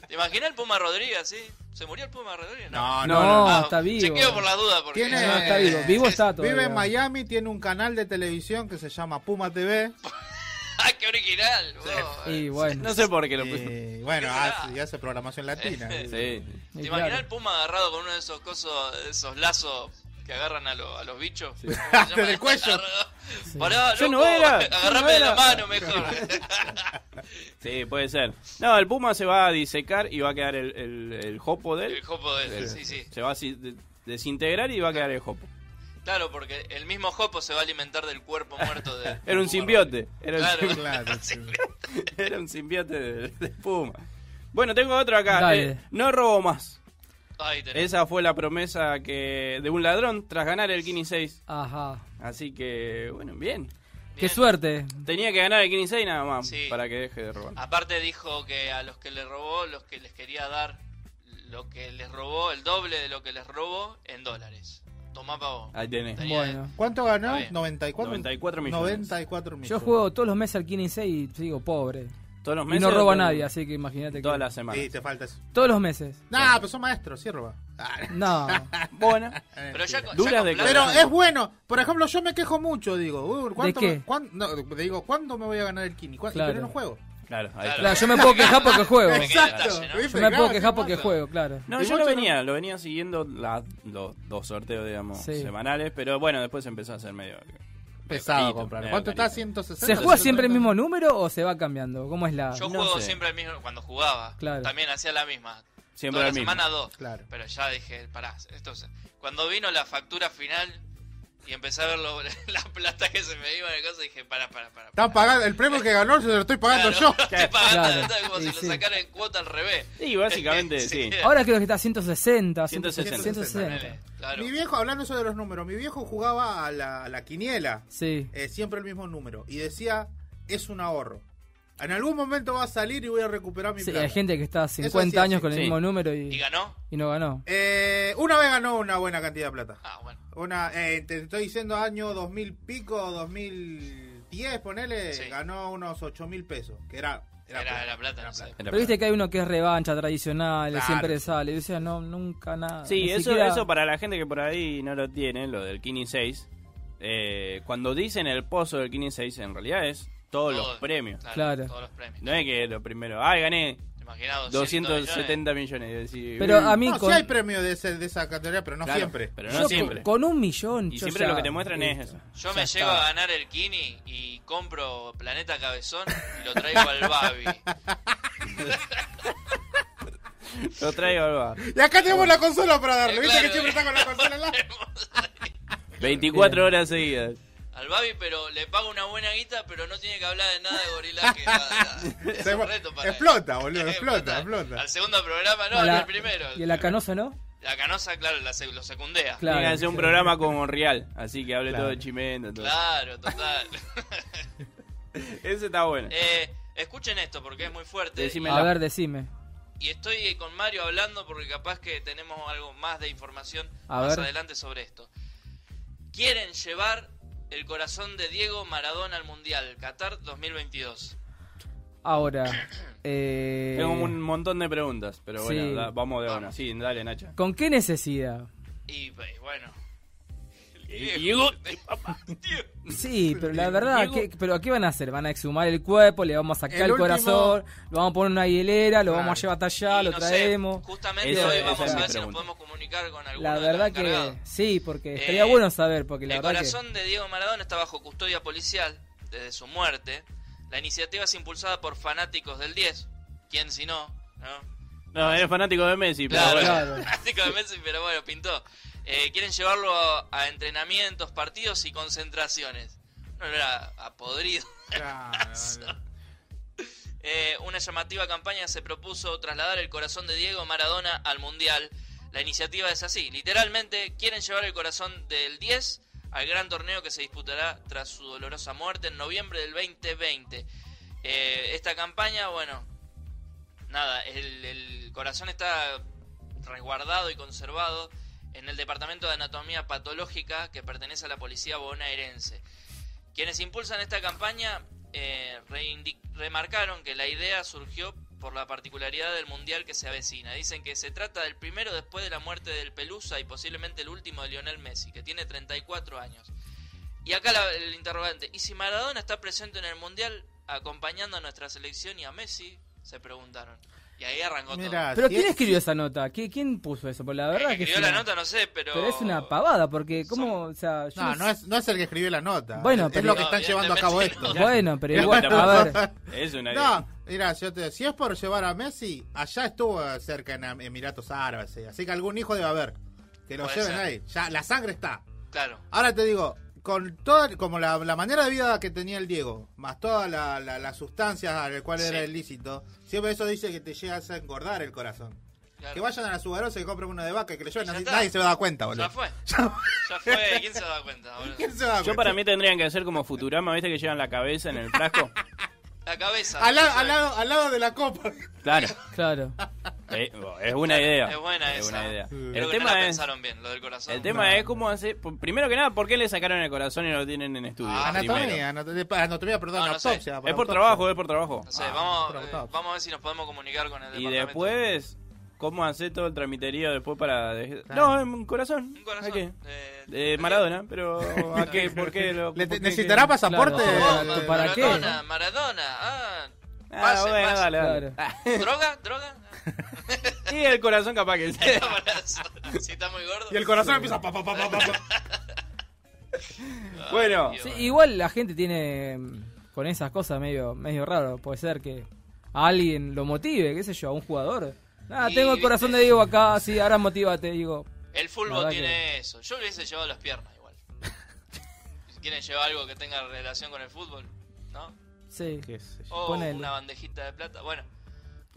[SPEAKER 8] ¿Te imaginas el Puma Rodríguez, sí? ¿Se murió el Puma Rodríguez?
[SPEAKER 5] No,
[SPEAKER 4] No,
[SPEAKER 5] no, no.
[SPEAKER 8] Ah,
[SPEAKER 4] está vivo.
[SPEAKER 8] Chequeo por la duda, porque...
[SPEAKER 5] Tiene-
[SPEAKER 4] No, está vivo. Vivo está todavía.
[SPEAKER 5] Vive en Miami, tiene un canal de televisión que se llama Puma TV.
[SPEAKER 8] ¡Ah, qué original! wow.
[SPEAKER 4] Y bueno.
[SPEAKER 3] No sé por qué lo puse.
[SPEAKER 5] Y Eh, bueno, ah,
[SPEAKER 8] ¿Qué será?
[SPEAKER 5] hace, y hace programación latina.
[SPEAKER 8] Eh,
[SPEAKER 3] Sí.
[SPEAKER 8] ¿Te
[SPEAKER 4] y
[SPEAKER 8] imaginas
[SPEAKER 4] claro.
[SPEAKER 8] el Puma agarrado con uno de esos cosos, de esos lazos que agarran a, lo- a los bichos? ¿Cómo se llama? este
[SPEAKER 5] Desde el cuello.
[SPEAKER 8] Pará,
[SPEAKER 3] Yo no
[SPEAKER 8] loco,
[SPEAKER 3] era, yo no
[SPEAKER 8] Agarrame de la
[SPEAKER 3] era.
[SPEAKER 8] mano mejor.
[SPEAKER 3] Sí, puede ser. No, el puma se va a disecar y va a quedar el, el, el jopo de él.
[SPEAKER 8] el jopo de él, sí, sí.
[SPEAKER 3] Se va a si- de- desintegrar y va a quedar el jopo.
[SPEAKER 8] Claro, porque el mismo jopo se va a alimentar del cuerpo muerto de...
[SPEAKER 3] Era un simbiote. Era un,
[SPEAKER 8] Claro.
[SPEAKER 5] Claro, sí.
[SPEAKER 3] simbi- era un simbiote de, de puma. Bueno, tengo otro acá.
[SPEAKER 4] Dale.
[SPEAKER 3] Eh, no robo más.
[SPEAKER 8] Ahí tenés.
[SPEAKER 3] Esa fue la promesa que de un ladrón tras ganar el Kini 6.
[SPEAKER 4] Ajá.
[SPEAKER 3] Así que, bueno, bien.
[SPEAKER 4] Qué suerte.
[SPEAKER 3] Tenía que ganar el Kini 6 nada más
[SPEAKER 8] Sí.
[SPEAKER 3] para que deje de robar.
[SPEAKER 8] Aparte dijo que a los que le robó, los que les quería dar lo que les robó, el doble de lo que les robó en dólares. Tomá pa' vos.
[SPEAKER 3] Ahí tenés.
[SPEAKER 8] Tenía-
[SPEAKER 4] Bueno.
[SPEAKER 5] ¿Cuánto
[SPEAKER 8] Está
[SPEAKER 5] ganó?
[SPEAKER 8] bien.
[SPEAKER 5] 94,
[SPEAKER 3] 94 millones.
[SPEAKER 5] 94 millones.
[SPEAKER 4] Yo juego todos los meses al Kini 6 y sigo pobre.
[SPEAKER 3] Todos los
[SPEAKER 4] Y
[SPEAKER 3] meses.
[SPEAKER 4] no robo a
[SPEAKER 3] todas-
[SPEAKER 4] nadie, así que imagínate que.
[SPEAKER 3] Todas las semanas.
[SPEAKER 5] Sí, te falta eso.
[SPEAKER 4] Todos los meses.
[SPEAKER 5] Nah, pero son maestros, sí roba. Ah,
[SPEAKER 4] No.
[SPEAKER 3] Bueno.
[SPEAKER 5] eh,
[SPEAKER 8] Pero ya,
[SPEAKER 5] sí.
[SPEAKER 8] con- ya
[SPEAKER 3] Duras
[SPEAKER 8] con plata-
[SPEAKER 5] Pero es bueno. Por ejemplo, yo me quejo mucho, digo. uh, ¿cuánto
[SPEAKER 4] ¿De qué?
[SPEAKER 5] me- cuán- no, digo, ¿cuándo me voy a ganar el Kini? ¿Cuándo?
[SPEAKER 4] Claro.
[SPEAKER 5] Pero no juego.
[SPEAKER 3] Claro, ahí está.
[SPEAKER 4] Claro, yo me puedo quejar porque juego.
[SPEAKER 8] Pequeño
[SPEAKER 5] Exacto.
[SPEAKER 8] detalle, ¿no?
[SPEAKER 5] ¿viste?
[SPEAKER 4] Yo me puedo
[SPEAKER 5] Claro,
[SPEAKER 4] quejar
[SPEAKER 5] sí
[SPEAKER 4] porque
[SPEAKER 5] pasa.
[SPEAKER 4] juego, claro.
[SPEAKER 3] No,
[SPEAKER 5] Y
[SPEAKER 3] yo
[SPEAKER 5] mucho
[SPEAKER 3] lo venía, lo venía siguiendo la- los dos sorteos, digamos,
[SPEAKER 4] Sí.
[SPEAKER 3] semanales, pero bueno, después empezó a ser medio...
[SPEAKER 5] Pesado
[SPEAKER 3] Poquito,
[SPEAKER 5] comprar.
[SPEAKER 3] medio
[SPEAKER 5] ¿Cuánto está?
[SPEAKER 3] carito.
[SPEAKER 5] 160.
[SPEAKER 4] ¿Se juega
[SPEAKER 5] 130.
[SPEAKER 4] siempre el mismo número o se va cambiando? ¿Cómo es la.?
[SPEAKER 8] Yo
[SPEAKER 3] No
[SPEAKER 8] juego
[SPEAKER 3] sé.
[SPEAKER 8] siempre el mismo cuando jugaba.
[SPEAKER 4] Claro.
[SPEAKER 8] También hacía la misma.
[SPEAKER 3] Siempre
[SPEAKER 8] Toda
[SPEAKER 3] el
[SPEAKER 8] la
[SPEAKER 3] mismo.
[SPEAKER 8] semana dos.
[SPEAKER 5] Claro.
[SPEAKER 8] Pero ya dije, pará, esto se- Cuando vino la factura final y empecé a ver lo- la plata que se me iba de cosa, dije, pará, pará, pará. pará.
[SPEAKER 5] Están pagando, el premio que ganó se lo estoy pagando
[SPEAKER 8] Claro,
[SPEAKER 5] yo.
[SPEAKER 8] estoy pagando,
[SPEAKER 4] Claro.
[SPEAKER 8] ¿verdad? como
[SPEAKER 4] Y
[SPEAKER 8] si
[SPEAKER 4] sí.
[SPEAKER 8] lo sacara en cuota al revés.
[SPEAKER 3] Sí, básicamente, sí.
[SPEAKER 4] Ahora creo que está a 160.
[SPEAKER 3] 160.
[SPEAKER 4] 160.
[SPEAKER 8] Claro.
[SPEAKER 5] Mi viejo, hablando eso de los números, mi viejo jugaba a la, a la quiniela,
[SPEAKER 4] Sí.
[SPEAKER 5] eh, siempre el mismo número, y decía, es un ahorro. En algún momento va a salir y voy a recuperar mi
[SPEAKER 4] Sí,
[SPEAKER 5] plata.
[SPEAKER 4] hay gente que está a
[SPEAKER 5] sí,
[SPEAKER 4] 50 años
[SPEAKER 5] sí,
[SPEAKER 4] con el
[SPEAKER 3] sí.
[SPEAKER 4] mismo número
[SPEAKER 8] ¿Y
[SPEAKER 4] y,
[SPEAKER 8] ganó?
[SPEAKER 4] y no ganó.
[SPEAKER 5] Eh, una vez ganó una buena cantidad de plata.
[SPEAKER 8] Ah, bueno.
[SPEAKER 5] Una, eh, te estoy diciendo año 2000 pico, 2010, ponele,
[SPEAKER 8] Sí.
[SPEAKER 5] ganó unos 8 mil pesos, que era...
[SPEAKER 8] Era la plata, no sé.
[SPEAKER 3] Era
[SPEAKER 4] Pero viste que hay uno que es revancha tradicional,
[SPEAKER 5] Claro.
[SPEAKER 4] siempre sale. Y dice, no, nunca nada.
[SPEAKER 3] Sí,
[SPEAKER 4] Ah, Ni
[SPEAKER 3] eso,
[SPEAKER 4] siquiera-
[SPEAKER 3] eso para la gente que por ahí no lo tiene, lo del Kini 6, eh, cuando dicen el pozo del Kini 6, en realidad es todos los
[SPEAKER 8] Todo,
[SPEAKER 3] premios.
[SPEAKER 4] Claro.
[SPEAKER 8] Todos los premios.
[SPEAKER 3] No es que lo primero, ay, gané
[SPEAKER 8] Imaginaos.
[SPEAKER 3] 270 millones. y decís,
[SPEAKER 4] Pero
[SPEAKER 3] "Uy".
[SPEAKER 4] a mí
[SPEAKER 5] No,
[SPEAKER 4] con,
[SPEAKER 5] sí hay premio de, ese- de esa categoría, pero no
[SPEAKER 3] Claro,
[SPEAKER 5] siempre.
[SPEAKER 3] Pero
[SPEAKER 4] yo
[SPEAKER 3] no
[SPEAKER 4] con-
[SPEAKER 3] siempre.
[SPEAKER 4] con un millón.
[SPEAKER 3] Y
[SPEAKER 4] yo
[SPEAKER 3] siempre
[SPEAKER 4] ya-
[SPEAKER 3] lo que te muestran es
[SPEAKER 4] listo.
[SPEAKER 3] eso.
[SPEAKER 8] Yo
[SPEAKER 4] Ya
[SPEAKER 8] me
[SPEAKER 4] está.
[SPEAKER 8] llego a ganar el Kini y compro Planeta Cabezón y lo traigo al Babi.
[SPEAKER 3] Lo traigo al bar.
[SPEAKER 5] Y acá tenemos la consola para darle.
[SPEAKER 8] Eh,
[SPEAKER 5] ¿Viste
[SPEAKER 8] claro,
[SPEAKER 5] que siempre está con la consola en la...
[SPEAKER 8] ponemos ahí
[SPEAKER 3] 24 horas seguidas.
[SPEAKER 8] Al Babi, pero le pago una buena guita, pero no tiene que hablar de nada de gorilaje. nada, nada. Es
[SPEAKER 5] Se-
[SPEAKER 8] un reto para él.
[SPEAKER 5] explota, boludo, explota, explota.
[SPEAKER 8] Al segundo programa, no,
[SPEAKER 4] A la-
[SPEAKER 8] al primero.
[SPEAKER 4] Y a la canosa, ¿no?
[SPEAKER 8] La canosa, claro, la se- lo secundea.
[SPEAKER 4] Claro.
[SPEAKER 3] Tiene que hacer un
[SPEAKER 4] sí.
[SPEAKER 3] programa con Real, así que hable
[SPEAKER 5] Claro.
[SPEAKER 3] todo de chimento. todo.
[SPEAKER 8] Claro, total.
[SPEAKER 3] Ese está bueno.
[SPEAKER 8] Eh, escuchen esto porque es muy fuerte.
[SPEAKER 3] Decime.
[SPEAKER 4] A ver, decime.
[SPEAKER 8] Y estoy con Mario hablando porque capaz que tenemos algo más de información
[SPEAKER 4] A
[SPEAKER 8] más
[SPEAKER 4] ver.
[SPEAKER 8] adelante sobre esto. Quieren llevar el corazón de Diego Maradona al Mundial, Qatar 2022.
[SPEAKER 4] Ahora, eh,
[SPEAKER 3] Tengo un montón de preguntas, pero bueno,
[SPEAKER 4] Sí.
[SPEAKER 3] da- vamos de
[SPEAKER 8] Vamos.
[SPEAKER 3] una. Sí, dale, Nacha.
[SPEAKER 4] ¿con qué necesidad?
[SPEAKER 8] Y pues, bueno.
[SPEAKER 3] Y-
[SPEAKER 8] Diego,
[SPEAKER 4] Sí, pero la verdad, ¿qué, ¿pero qué van a hacer? ¿Van a exhumar el cuerpo? ¿Le vamos a sacar el,
[SPEAKER 5] El último-
[SPEAKER 4] corazón? ¿Lo vamos a poner en una hielera? ¿Lo
[SPEAKER 5] Claro.
[SPEAKER 4] vamos a llevar hasta allá?
[SPEAKER 8] Y
[SPEAKER 4] ¿Lo
[SPEAKER 8] no sé,
[SPEAKER 4] traemos?
[SPEAKER 8] justamente
[SPEAKER 3] Esa-
[SPEAKER 8] hoy
[SPEAKER 3] esa
[SPEAKER 8] vamos
[SPEAKER 3] es
[SPEAKER 8] a
[SPEAKER 3] mi
[SPEAKER 8] ver si nos
[SPEAKER 3] pregunta.
[SPEAKER 8] podemos comunicar con alguno
[SPEAKER 4] La
[SPEAKER 8] de los
[SPEAKER 4] verdad
[SPEAKER 8] encargados.
[SPEAKER 4] que sí, porque estaría
[SPEAKER 8] Eh,
[SPEAKER 4] bueno saber, porque la
[SPEAKER 8] El
[SPEAKER 4] verdad
[SPEAKER 8] corazón de Diego Maradona está bajo custodia policial desde su muerte. La iniciativa es impulsada por fanáticos del 10. ¿Quién si no? ¿No?
[SPEAKER 3] No, eres fanático de Messi, pero
[SPEAKER 8] Claro,
[SPEAKER 3] bueno.
[SPEAKER 4] claro.
[SPEAKER 8] fanático de Messi, pero bueno, pintó. Eh, quieren llevarlo a, a entrenamientos, partidos y concentraciones. No era a podrido. Eh, una llamativa campaña se propuso trasladar el corazón de Diego Maradona al Mundial. La iniciativa es así, literalmente quieren llevar el corazón del 10 al gran torneo que se disputará tras su dolorosa muerte en noviembre del 2020. Eh, esta campaña, bueno, nada, el, el corazón está resguardado y conservado en el Departamento de Anatomía Patológica que pertenece a la policía bonaerense. Quienes impulsan esta campaña eh, reindi- remarcaron que la idea surgió por la particularidad del mundial que se avecina. Dicen que se trata del primero después de la muerte del Pelusa y posiblemente el último de Lionel Messi, que tiene 34 años. Y acá la- el interrogante, ¿y si Maradona está presente en el mundial acompañando a nuestra selección y a Messi? Se preguntaron. Y ahí arrancó
[SPEAKER 5] Mira,
[SPEAKER 4] que... ¿Pero
[SPEAKER 5] si
[SPEAKER 4] quién
[SPEAKER 5] es-
[SPEAKER 4] escribió esa nota? ¿Qui- ¿Quién puso eso? Porque la
[SPEAKER 8] todo.
[SPEAKER 4] verdad
[SPEAKER 8] El que
[SPEAKER 4] que es
[SPEAKER 8] escribió Eh, la
[SPEAKER 4] una-
[SPEAKER 8] nota no sé, pero...
[SPEAKER 4] Pero es una pavada, porque ¿cómo? O sea, yo
[SPEAKER 5] No,
[SPEAKER 4] sé-
[SPEAKER 5] no es, no es el que escribió la nota.
[SPEAKER 4] Bueno,
[SPEAKER 5] es
[SPEAKER 4] pero-
[SPEAKER 5] lo que están
[SPEAKER 8] No,
[SPEAKER 5] llevando a cabo
[SPEAKER 8] evidentemente
[SPEAKER 5] esto.
[SPEAKER 8] no.
[SPEAKER 4] Bueno, pero
[SPEAKER 3] Ya
[SPEAKER 4] igual,
[SPEAKER 3] está.
[SPEAKER 4] a ver.
[SPEAKER 3] Es una
[SPEAKER 5] No, mira, yo te, si es por llevar a Messi, allá estuvo cerca en Am- Emiratos Árabes, eh, así que algún hijo debe haber. Que lo
[SPEAKER 8] Puede
[SPEAKER 5] lleven
[SPEAKER 8] ser.
[SPEAKER 5] ahí. Ya, la sangre está.
[SPEAKER 8] Claro.
[SPEAKER 5] Ahora te digo, con toda, como la, la manera de vida que tenía el Diego, más todas la- la- las sustancias a las cuales
[SPEAKER 8] Sí.
[SPEAKER 5] era ilícito, siempre eso dice que te llegas a engordar el corazón.
[SPEAKER 8] claro.
[SPEAKER 5] Que vayan a la subarosa y compren uno de vaca y que le lleven
[SPEAKER 8] Ya
[SPEAKER 5] así,
[SPEAKER 8] está.
[SPEAKER 5] nadie se va a dar cuenta, boludo.
[SPEAKER 8] Ya fue. Ya fue. ¿Quién se da cuenta? boludo?
[SPEAKER 5] ¿Quién se va a dar
[SPEAKER 3] Yo
[SPEAKER 5] cuenta?
[SPEAKER 3] para mí tendrían que hacer como Futurama, ¿viste que llevan la cabeza en el frasco?
[SPEAKER 8] La cabeza.
[SPEAKER 5] Al, la-
[SPEAKER 8] no sé.
[SPEAKER 5] al lado, al lado de la copa.
[SPEAKER 3] Claro.
[SPEAKER 4] Claro.
[SPEAKER 3] Eh, es una idea.
[SPEAKER 8] Es buena esa.
[SPEAKER 3] una idea.
[SPEAKER 5] Creo
[SPEAKER 8] Creo
[SPEAKER 3] El
[SPEAKER 8] que no la
[SPEAKER 3] tema es
[SPEAKER 8] pensaron bien, lo del corazón.
[SPEAKER 3] el tema es cómo hace, primero que nada, ¿por qué le sacaron el corazón y no lo tienen en estudio?
[SPEAKER 8] Ah,
[SPEAKER 3] Primero.
[SPEAKER 5] Anatomía, anatomía, anatomía, perdón,
[SPEAKER 8] No, no sé.
[SPEAKER 5] autopsia. para
[SPEAKER 3] Es por
[SPEAKER 5] autopsia.
[SPEAKER 3] trabajo, es por trabajo.
[SPEAKER 8] No sé,
[SPEAKER 5] Ah,
[SPEAKER 8] vamos,
[SPEAKER 5] pero
[SPEAKER 8] eh,
[SPEAKER 5] está.
[SPEAKER 8] vamos a ver si nos podemos comunicar con el
[SPEAKER 3] Y
[SPEAKER 8] departamento.
[SPEAKER 3] después, ¿cómo hace todo el tramiterío después para.? de-
[SPEAKER 5] Claro.
[SPEAKER 3] No, un corazón.
[SPEAKER 8] Un corazón.
[SPEAKER 3] ¿A qué?
[SPEAKER 8] eh,
[SPEAKER 3] De Maradona, pero ¿a qué? ¿Por qué? Lo,
[SPEAKER 5] Le-
[SPEAKER 3] por qué-
[SPEAKER 5] ¿Necesitará pasaporte?
[SPEAKER 4] Claro,
[SPEAKER 8] Oh,
[SPEAKER 4] Eh,
[SPEAKER 8] ma-
[SPEAKER 4] ¿para qué?
[SPEAKER 8] Maradona, Maradona. Ah,
[SPEAKER 3] Ah,
[SPEAKER 8] Pase,
[SPEAKER 3] bueno,
[SPEAKER 8] pase.
[SPEAKER 3] dale, dale.
[SPEAKER 8] ¿Droga? ¿Droga?
[SPEAKER 3] Ah, Y el corazón capaz que sea.
[SPEAKER 8] si está muy gordo.
[SPEAKER 5] Y el corazón empieza pa, pa, pa, pa, pa, pa.
[SPEAKER 8] Ay,
[SPEAKER 3] Bueno.
[SPEAKER 8] Dios.
[SPEAKER 4] Sí, igual la gente tiene mm, con esas cosas medio, medio raro. Puede ser que a alguien lo motive, qué sé yo, a un jugador. Ah,
[SPEAKER 8] Y,
[SPEAKER 4] tengo el corazón
[SPEAKER 8] viste.
[SPEAKER 4] de Diego acá, sí, ahora motivate, digo.
[SPEAKER 8] El
[SPEAKER 4] La
[SPEAKER 8] fútbol
[SPEAKER 4] verdad
[SPEAKER 8] tiene eso. Yo le hubiese llevado las piernas igual. Si quieren llevar algo que tenga relación con el fútbol, ¿no?
[SPEAKER 4] Sí.
[SPEAKER 5] Qué sé yo.
[SPEAKER 8] O
[SPEAKER 4] Ponele.
[SPEAKER 8] una bandejita de plata. Bueno,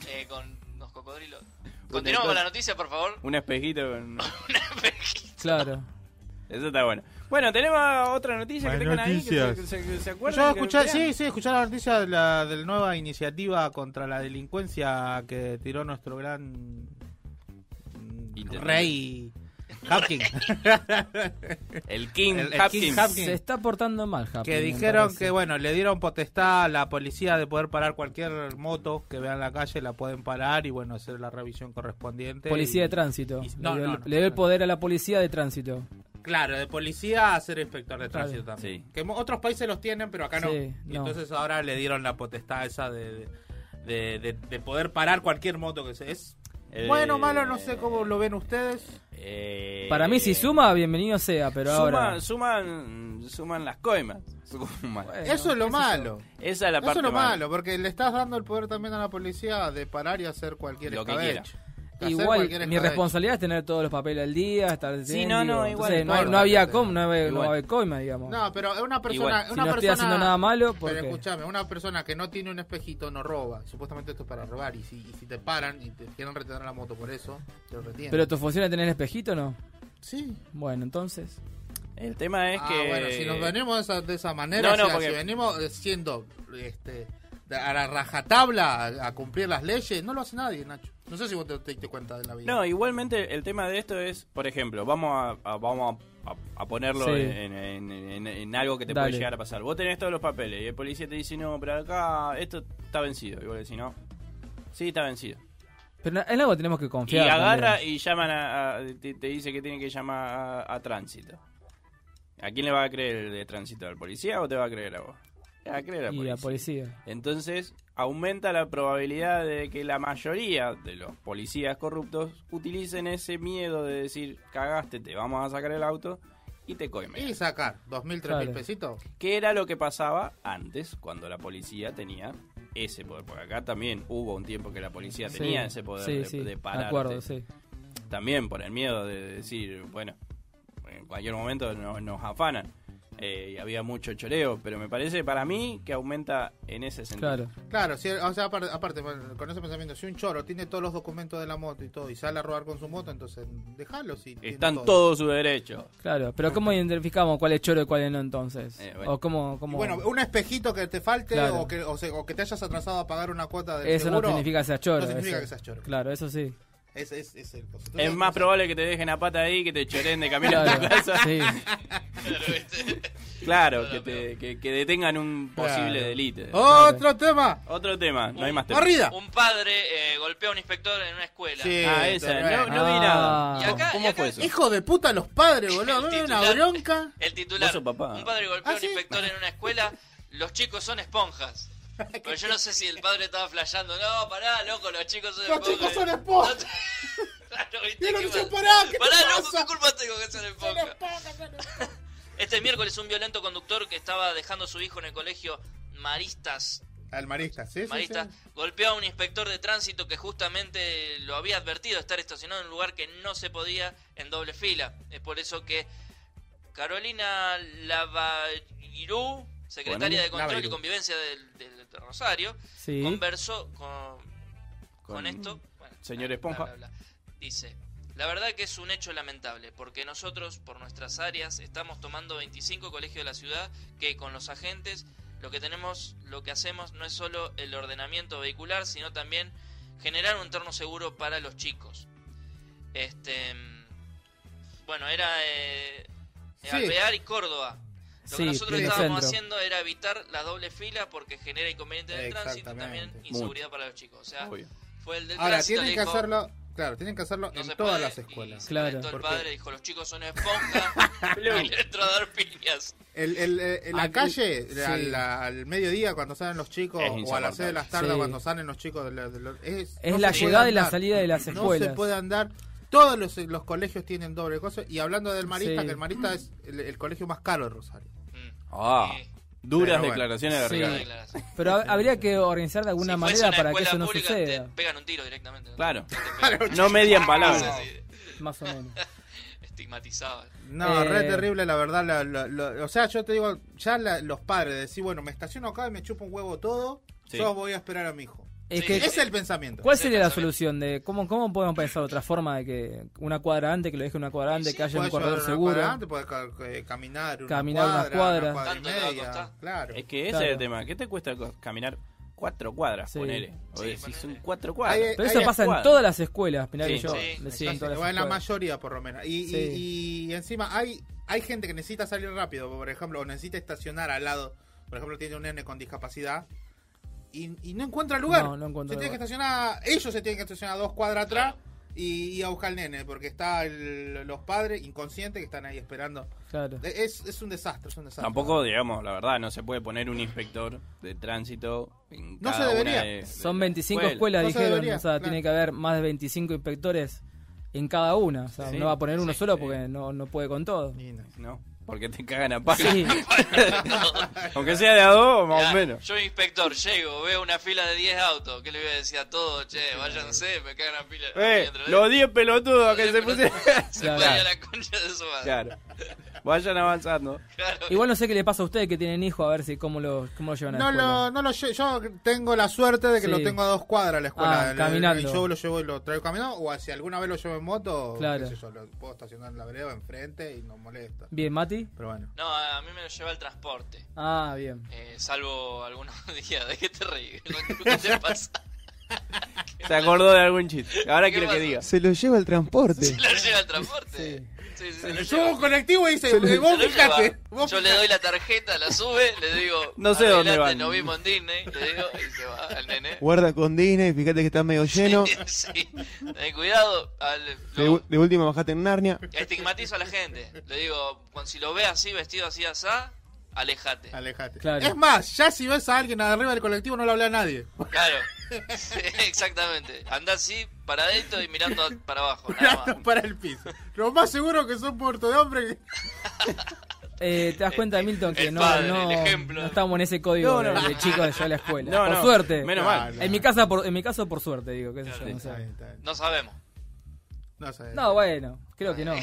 [SPEAKER 8] eh, con los cocodrilos. Continuamos con la noticia, por favor.
[SPEAKER 3] Un espejito con.
[SPEAKER 4] Claro.
[SPEAKER 3] Eso está bueno. Bueno, tenemos otra noticia que
[SPEAKER 5] Más
[SPEAKER 3] tengan ahí. Que se,
[SPEAKER 5] noticias.
[SPEAKER 3] que se, que se acuerden
[SPEAKER 5] Yo
[SPEAKER 3] que
[SPEAKER 5] escuché,
[SPEAKER 3] vean.
[SPEAKER 5] sí, sí, escuché la noticia de la, de la nueva iniciativa contra la delincuencia que tiró nuestro gran mm,
[SPEAKER 3] Intendente.
[SPEAKER 5] rey Hopkins.
[SPEAKER 3] El King
[SPEAKER 5] El- el
[SPEAKER 3] Hopkins.
[SPEAKER 5] King Hopkins.
[SPEAKER 4] Se está portando mal, Happy,
[SPEAKER 5] que
[SPEAKER 4] me
[SPEAKER 5] dijeron
[SPEAKER 4] parece.
[SPEAKER 5] que, bueno, le dieron potestad a la policía de poder parar cualquier moto que vean en la calle, la pueden parar y, bueno, hacer la revisión correspondiente.
[SPEAKER 4] Policía
[SPEAKER 5] y-
[SPEAKER 4] de tránsito.
[SPEAKER 5] y- no,
[SPEAKER 4] le, dio,
[SPEAKER 5] no, no.
[SPEAKER 4] le dio el poder a la policía de tránsito.
[SPEAKER 5] Claro, de policía a ser inspector de
[SPEAKER 4] Claro.
[SPEAKER 5] tránsito también.
[SPEAKER 3] Sí.
[SPEAKER 5] Que mo- otros países los tienen, pero acá no.
[SPEAKER 4] Sí,
[SPEAKER 5] Y
[SPEAKER 4] no.
[SPEAKER 5] Entonces ahora le dieron la potestad esa de, de, de- de poder parar cualquier moto que se es.
[SPEAKER 3] Eh,
[SPEAKER 5] Bueno, malo, no sé cómo lo ven ustedes.
[SPEAKER 3] Eh,
[SPEAKER 4] Para mí, si suma, bienvenido sea, pero
[SPEAKER 3] suma-
[SPEAKER 4] ahora.
[SPEAKER 3] Suman, suman las coimas. Suman.
[SPEAKER 4] Bueno,
[SPEAKER 5] Eso es lo
[SPEAKER 4] qué sé yo.
[SPEAKER 5] malo.
[SPEAKER 3] Esa es la
[SPEAKER 5] Eso
[SPEAKER 3] parte
[SPEAKER 5] es lo
[SPEAKER 3] mala.
[SPEAKER 5] malo, porque le estás dando el poder también a la policía de parar y hacer cualquier
[SPEAKER 3] Lo que
[SPEAKER 5] escabeche. Hacer
[SPEAKER 4] Igual,
[SPEAKER 5] cualquier
[SPEAKER 4] mi
[SPEAKER 5] escala.
[SPEAKER 4] responsabilidad es tener todos los papeles al día, estar
[SPEAKER 3] Sí, no, no,
[SPEAKER 4] digo,
[SPEAKER 3] igual,
[SPEAKER 4] entonces, no, hay-
[SPEAKER 5] igual,
[SPEAKER 4] no había
[SPEAKER 3] igual.
[SPEAKER 4] com, no había, no
[SPEAKER 3] Igual.
[SPEAKER 4] había coima, digamos.
[SPEAKER 5] No, pero una persona.
[SPEAKER 3] Igual,
[SPEAKER 4] si
[SPEAKER 5] una
[SPEAKER 4] no estoy
[SPEAKER 5] persona-
[SPEAKER 4] haciendo nada malo, ¿por
[SPEAKER 5] Pero
[SPEAKER 4] qué?
[SPEAKER 5] escúchame, una persona que no tiene un espejito no roba. Supuestamente esto es para robar. Y si, y si te paran y te quieren retener la moto por eso, te lo retienen.
[SPEAKER 4] Pero tu función es tener espejito, ¿no?
[SPEAKER 5] Sí.
[SPEAKER 4] Bueno, entonces.
[SPEAKER 3] El tema es
[SPEAKER 5] ah,
[SPEAKER 3] que.
[SPEAKER 5] bueno, si nos venimos de esa, de esa manera,
[SPEAKER 3] No,
[SPEAKER 5] o
[SPEAKER 3] no,
[SPEAKER 5] sea,
[SPEAKER 3] porque-
[SPEAKER 5] si venimos eh, siendo este, de- a la rajatabla a, a cumplir las leyes, no lo hace nadie, Nacho. No sé si vos te, te diste cuenta de la vida.
[SPEAKER 3] No, igualmente el tema de esto es, por ejemplo, vamos a, a- vamos a, a- a ponerlo
[SPEAKER 4] Sí.
[SPEAKER 3] en, en- en- en algo que te
[SPEAKER 4] Dale.
[SPEAKER 3] puede llegar a pasar. Vos tenés todos los papeles y el policía te dice, no, pero acá esto está vencido. Y vos decís, no. Sí, está vencido.
[SPEAKER 4] Pero en algo tenemos que
[SPEAKER 3] Y
[SPEAKER 4] confiar.
[SPEAKER 3] agarra
[SPEAKER 4] también.
[SPEAKER 3] y llaman a, a- te, te dice que tiene que llamar a, a tránsito. ¿A quién le va a creer el de tránsito? ¿Al policía o te va a creer a vos? Le va a creer al
[SPEAKER 4] y la
[SPEAKER 3] policía.
[SPEAKER 4] policía.
[SPEAKER 3] Entonces aumenta la probabilidad de que la mayoría de los policías corruptos utilicen ese miedo de decir, cagaste, te vamos a sacar el auto y te coimen.
[SPEAKER 5] Y sacar dos mil, tres
[SPEAKER 4] Claro.
[SPEAKER 5] mil pesitos.
[SPEAKER 3] Que era lo que pasaba antes cuando la policía tenía ese poder. Porque acá también hubo un tiempo que la policía
[SPEAKER 4] Sí,
[SPEAKER 3] tenía ese poder
[SPEAKER 4] sí,
[SPEAKER 3] de,
[SPEAKER 4] sí,
[SPEAKER 3] de pararte.
[SPEAKER 4] acuerdo, sí.
[SPEAKER 3] También por el miedo de decir, bueno, en cualquier momento no- nos afanan. Eh, y había mucho choreo, pero me parece para mí que aumenta en ese sentido.
[SPEAKER 4] Claro.
[SPEAKER 5] Claro, si, o sea, aparte, aparte, bueno, con ese pensamiento, si un choro tiene todos los documentos de la moto y todo y sale a robar con su moto, entonces déjalo. Si tiene
[SPEAKER 3] Están
[SPEAKER 5] todo.
[SPEAKER 3] todos sus derechos.
[SPEAKER 4] Claro, pero ¿cómo identificamos cuál es choro y cuál es no entonces?
[SPEAKER 3] Eh, bueno.
[SPEAKER 4] O cómo,
[SPEAKER 5] Y
[SPEAKER 4] cómo...
[SPEAKER 5] Bueno, un espejito que te falte
[SPEAKER 4] Claro.
[SPEAKER 5] o, que, o, se- o que te hayas atrasado a pagar una cuota de
[SPEAKER 4] eso no significa que seas choro.
[SPEAKER 5] no significa
[SPEAKER 4] eso.
[SPEAKER 5] que seas choro.
[SPEAKER 4] Claro, eso sí.
[SPEAKER 5] Es, es, es el coso. Entonces,
[SPEAKER 3] Es más
[SPEAKER 5] no sé.
[SPEAKER 3] probable que te dejen a pata ahí que te choren de camino a tu
[SPEAKER 4] Claro,
[SPEAKER 3] casa.
[SPEAKER 4] sí.
[SPEAKER 8] Claro, este, ¿viste?
[SPEAKER 3] Claro, que, te, que, que detengan un posible
[SPEAKER 5] Claro. Oh.
[SPEAKER 3] delito.
[SPEAKER 5] ¡Otro tema!
[SPEAKER 3] Otro tema, no hay más tema.
[SPEAKER 5] ¡Barrida!
[SPEAKER 8] Un padre eh, golpeó a un inspector en una escuela.
[SPEAKER 3] Ah,
[SPEAKER 5] Sí,
[SPEAKER 3] esa,
[SPEAKER 5] tremendo.
[SPEAKER 3] no, no vi nada.
[SPEAKER 4] Ah.
[SPEAKER 8] Y acá-
[SPEAKER 3] ¿Cómo
[SPEAKER 8] y acá-
[SPEAKER 3] fue eso?
[SPEAKER 5] Hijo de puta los padres, boludo. ¿No hay una
[SPEAKER 8] titular-
[SPEAKER 5] bronca?
[SPEAKER 8] El titular.
[SPEAKER 3] Vos sos papá.
[SPEAKER 8] Un padre golpeó
[SPEAKER 5] Ah,
[SPEAKER 8] a un
[SPEAKER 5] ¿sí?
[SPEAKER 8] inspector en una escuela. Los chicos son esponjas. Pero yo no sé si el padre estaba flasheando. No, pará, loco, los chicos son
[SPEAKER 5] Los
[SPEAKER 8] esponjas.
[SPEAKER 5] chicos son esponjas.
[SPEAKER 8] No te- Claro, ¿viste?
[SPEAKER 5] Y uno
[SPEAKER 8] ¿Qué
[SPEAKER 5] dice,
[SPEAKER 8] pasa?
[SPEAKER 5] pará, ¿qué te
[SPEAKER 8] Pará, loco,
[SPEAKER 5] pasa?
[SPEAKER 8] ¿qué culpa tengo que ser esponja? Este miércoles un violento conductor que estaba dejando a su hijo en el colegio Maristas
[SPEAKER 5] Al marista, sí, sí,
[SPEAKER 8] Marista
[SPEAKER 5] sí.
[SPEAKER 8] golpeó a un inspector de tránsito que justamente lo había advertido de estar estacionado en un lugar que no se podía en doble fila. Es por eso que Carolina Lavairu, secretaria
[SPEAKER 3] Ponele.
[SPEAKER 8] de Control
[SPEAKER 5] Lavairu.
[SPEAKER 8] y Convivencia del, del- de Rosario,
[SPEAKER 4] Sí.
[SPEAKER 8] conversó con, con,
[SPEAKER 3] Con
[SPEAKER 8] esto. Bueno,
[SPEAKER 3] señor
[SPEAKER 8] bla,
[SPEAKER 3] Esponja.
[SPEAKER 8] bla, bla, bla. Dice, la verdad que es un hecho lamentable, porque nosotros, por nuestras áreas, estamos tomando 25 colegios de la ciudad que con los agentes lo que tenemos, lo que hacemos no es solo el ordenamiento vehicular, sino también generar un entorno seguro para los chicos. Este, mm, bueno, era eh,
[SPEAKER 5] Sí.
[SPEAKER 8] Alvear y Córdoba. Lo
[SPEAKER 4] Sí,
[SPEAKER 8] que nosotros
[SPEAKER 4] pleno
[SPEAKER 8] estábamos
[SPEAKER 4] centro.
[SPEAKER 8] haciendo era evitar las dobles filas porque genera inconvenientes en el tránsito y también
[SPEAKER 5] Exactamente.
[SPEAKER 8] inseguridad para los chicos. O sea,
[SPEAKER 3] Obvio.
[SPEAKER 8] fue el de
[SPEAKER 5] Ahora,
[SPEAKER 8] tránsito,
[SPEAKER 5] tienen
[SPEAKER 8] le
[SPEAKER 5] que
[SPEAKER 8] dijo,
[SPEAKER 5] hacerlo. Claro, tienen que hacerlo
[SPEAKER 8] "No se
[SPEAKER 5] en todas
[SPEAKER 8] puede",
[SPEAKER 5] las
[SPEAKER 8] Y
[SPEAKER 5] escuelas.
[SPEAKER 8] se
[SPEAKER 4] Claro.
[SPEAKER 8] calentó el
[SPEAKER 5] Porque-
[SPEAKER 8] padre dijo, los chicos son esponjas, y le entró a dar piñas.
[SPEAKER 5] El, el, eh, la
[SPEAKER 8] Ah,
[SPEAKER 4] Aquí-
[SPEAKER 5] calle,
[SPEAKER 4] sí.
[SPEAKER 5] al, al mediodía, cuando salen los chicos,
[SPEAKER 3] Es
[SPEAKER 5] o a las
[SPEAKER 3] insoportable.
[SPEAKER 5] 6 de la tarde,
[SPEAKER 4] Sí.
[SPEAKER 5] cuando salen los chicos. de la- de los- es
[SPEAKER 4] Es
[SPEAKER 5] no
[SPEAKER 4] la
[SPEAKER 5] se puede
[SPEAKER 4] llegada y la
[SPEAKER 5] andar.
[SPEAKER 4] salida de las
[SPEAKER 5] No
[SPEAKER 4] escuelas.
[SPEAKER 5] se puede andar. Todos los, los colegios tienen doble cosa. Y hablando del Marista,
[SPEAKER 4] Sí.
[SPEAKER 5] que el Marista es el, el colegio más caro de Rosario.
[SPEAKER 8] Mm,
[SPEAKER 3] Ah,
[SPEAKER 8] sí,
[SPEAKER 3] duras
[SPEAKER 5] Pero bueno.
[SPEAKER 3] declaraciones de
[SPEAKER 4] Sí.
[SPEAKER 8] una
[SPEAKER 3] Ricardo.
[SPEAKER 8] declaración.
[SPEAKER 4] Pero hab- habría que organizar de alguna
[SPEAKER 8] Si fuese
[SPEAKER 4] manera
[SPEAKER 8] una
[SPEAKER 4] para que
[SPEAKER 8] escuela
[SPEAKER 4] eso no
[SPEAKER 8] pública,
[SPEAKER 4] suceda.
[SPEAKER 8] Te pegan un tiro directamente. ¿no?
[SPEAKER 3] Claro.
[SPEAKER 8] Te pegan.
[SPEAKER 3] No median
[SPEAKER 8] No
[SPEAKER 3] palabras.
[SPEAKER 8] sé si
[SPEAKER 4] Más o menos.
[SPEAKER 8] Estigmatizado.
[SPEAKER 5] No,
[SPEAKER 4] Eh.
[SPEAKER 5] re terrible, la verdad. la- la- la- o sea, yo te digo, ya la- los padres decir, bueno, me estaciono acá y me chupo un huevo todo,
[SPEAKER 3] Sí.
[SPEAKER 5] yo voy a esperar a mi hijo.
[SPEAKER 4] Es
[SPEAKER 8] Sí.
[SPEAKER 4] que,
[SPEAKER 5] Ese es el pensamiento.
[SPEAKER 4] ¿Cuál sería la solución? de cómo, ¿Cómo podemos pensar otra forma de que una cuadra antes, que lo deje una cuadra antes,
[SPEAKER 8] Sí,
[SPEAKER 4] que haya un
[SPEAKER 5] Podés
[SPEAKER 4] corredor
[SPEAKER 5] llevar una
[SPEAKER 4] seguro?
[SPEAKER 5] cuadra antes, podés ca- eh, caminar una
[SPEAKER 4] Caminar unas
[SPEAKER 5] cuadra,
[SPEAKER 4] cuadras.
[SPEAKER 5] una
[SPEAKER 8] Tanto
[SPEAKER 5] cuadra
[SPEAKER 8] te va a
[SPEAKER 5] y media.
[SPEAKER 8] costar.
[SPEAKER 5] Claro.
[SPEAKER 3] Es que ese
[SPEAKER 4] Claro.
[SPEAKER 3] es el tema. ¿Qué te cuesta co- caminar cuatro cuadras?
[SPEAKER 4] Sí.
[SPEAKER 3] Ponele. O
[SPEAKER 8] Sí,
[SPEAKER 3] decís,
[SPEAKER 8] ponele.
[SPEAKER 3] son cuatro cuadras.
[SPEAKER 5] Ahí-
[SPEAKER 4] Pero eso
[SPEAKER 5] hay
[SPEAKER 4] pasa en
[SPEAKER 3] escuadra.
[SPEAKER 4] todas las escuelas, mirá que
[SPEAKER 3] Sí,
[SPEAKER 4] yo.
[SPEAKER 8] sí,
[SPEAKER 4] le-
[SPEAKER 5] Entonces,
[SPEAKER 4] en todas las
[SPEAKER 5] va en la
[SPEAKER 4] escuelas.
[SPEAKER 5] mayoría, por lo menos. Y, y-
[SPEAKER 4] Sí.
[SPEAKER 5] y encima hay, hay gente que necesita salir rápido, por ejemplo, o necesita estacionar al lado. Por ejemplo, tiene un nene con discapacidad y, y no encuentra lugar.
[SPEAKER 4] No, no encuentra
[SPEAKER 5] se tiene que
[SPEAKER 4] lugar.
[SPEAKER 5] estacionar, ellos se tienen que estacionar dos cuadras atrás y, y a buscar al nene, porque está el- los padres inconscientes que están ahí esperando.
[SPEAKER 4] Claro.
[SPEAKER 5] Es, es un desastre, es un desastre.
[SPEAKER 3] Tampoco, digamos, la verdad, no se puede poner un inspector de tránsito en
[SPEAKER 5] No se
[SPEAKER 3] cada una
[SPEAKER 5] debería.
[SPEAKER 3] de- de
[SPEAKER 4] Son
[SPEAKER 3] las
[SPEAKER 4] 25
[SPEAKER 3] escuelas.
[SPEAKER 4] escuelas,
[SPEAKER 5] No se
[SPEAKER 4] dijeron.
[SPEAKER 5] debería,
[SPEAKER 4] o sea,
[SPEAKER 5] claro.
[SPEAKER 4] tiene que haber más de 25 inspectores en cada una. O sea,
[SPEAKER 3] Sí,
[SPEAKER 4] no va a poner uno
[SPEAKER 3] sí,
[SPEAKER 4] solo
[SPEAKER 3] sí.
[SPEAKER 4] porque no, no puede con todo.
[SPEAKER 5] Y no.
[SPEAKER 3] No. Porque te cagan a paja.
[SPEAKER 4] Sí.
[SPEAKER 3] Aunque sea de a dos, más
[SPEAKER 8] Mirá,
[SPEAKER 3] o menos.
[SPEAKER 8] Yo, inspector, llego, veo una fila de 10 autos. ¿Qué le voy a decir a todos? Che, váyanse, me cagan a pila.
[SPEAKER 3] Eh,
[SPEAKER 8] Mientras-
[SPEAKER 3] los 10 pelotudos que se
[SPEAKER 8] Pero-
[SPEAKER 3] pusieron.
[SPEAKER 8] se
[SPEAKER 4] Claro.
[SPEAKER 8] vaya a la concha de su madre.
[SPEAKER 3] Claro. Vayan avanzando.
[SPEAKER 8] Claro.
[SPEAKER 4] Igual no sé qué le pasa a ustedes que tienen hijos, a ver si cómo lo, cómo lo llevan a la
[SPEAKER 5] No
[SPEAKER 4] escuela.
[SPEAKER 5] lo, no lo lle- yo tengo la suerte de que
[SPEAKER 4] Sí.
[SPEAKER 5] lo tengo a dos cuadras la
[SPEAKER 4] Ah,
[SPEAKER 5] escuela. Le-
[SPEAKER 4] caminando.
[SPEAKER 5] Y yo lo llevo y lo traigo caminando. O si alguna vez lo llevo en moto,
[SPEAKER 4] Claro.
[SPEAKER 5] qué sé yo, lo puedo estacionar en la vereda enfrente y no molesta.
[SPEAKER 4] Bien, Mati.
[SPEAKER 5] Pero bueno.
[SPEAKER 8] No, a mí me lo lleva el transporte.
[SPEAKER 4] Ah, bien.
[SPEAKER 8] Eh, salvo algunos días. ¿De qué te reís? ¿Qué te pasa?
[SPEAKER 3] Se acordó de algún chiste. Ahora
[SPEAKER 8] ¿Qué
[SPEAKER 3] quiero que
[SPEAKER 8] pasó?
[SPEAKER 3] diga.
[SPEAKER 7] Se lo lleva el transporte.
[SPEAKER 8] ¿Lo lleva el transporte? Sí, sí, sí, lo
[SPEAKER 5] Yo
[SPEAKER 8] lleva.
[SPEAKER 5] un colectivo y dice, "Eh,
[SPEAKER 8] Se
[SPEAKER 5] vos
[SPEAKER 8] lo lleva.
[SPEAKER 5] fijate. vos
[SPEAKER 8] Yo le
[SPEAKER 5] fijate.
[SPEAKER 8] doy la tarjeta, la sube, le digo.
[SPEAKER 3] No sé dónde
[SPEAKER 8] "Adelante,
[SPEAKER 3] van".
[SPEAKER 8] Nos vimos en Disney, le digo, y se va al nene.
[SPEAKER 7] Guarda con Disney, fíjate que está medio lleno.
[SPEAKER 8] Sí, ten cuidado. al-
[SPEAKER 7] De,
[SPEAKER 8] lo-
[SPEAKER 7] u- de última bajate en Narnia.
[SPEAKER 8] estigmatizo a la gente. Le digo, cuando si lo ve así, vestido así, asá, alejate.
[SPEAKER 5] Alejate.
[SPEAKER 4] Claro.
[SPEAKER 5] Es más, ya si ves a alguien arriba del colectivo no le habla a nadie.
[SPEAKER 8] Claro, Sí, exactamente. Anda así, paradito y mirando a- para abajo. nada más.
[SPEAKER 5] Mirando para el piso. Lo más seguro que son muertos de hombre. que-
[SPEAKER 4] Eh, te das cuenta, Milton, que
[SPEAKER 8] el
[SPEAKER 4] no,
[SPEAKER 8] padre,
[SPEAKER 4] no,
[SPEAKER 8] el ejemplo.
[SPEAKER 4] no estamos en ese código
[SPEAKER 3] No, no.
[SPEAKER 4] de, de chicos de yo a la escuela.
[SPEAKER 3] No,
[SPEAKER 4] por
[SPEAKER 3] no,
[SPEAKER 4] suerte.
[SPEAKER 3] Menos
[SPEAKER 5] No,
[SPEAKER 3] mal.
[SPEAKER 5] no.
[SPEAKER 4] En mi casa, por, en mi caso, por suerte, digo, qué sé yo, no sé.
[SPEAKER 5] Está bien, está bien.
[SPEAKER 8] No sabemos.
[SPEAKER 5] No sé.
[SPEAKER 4] No, bueno, creo que no.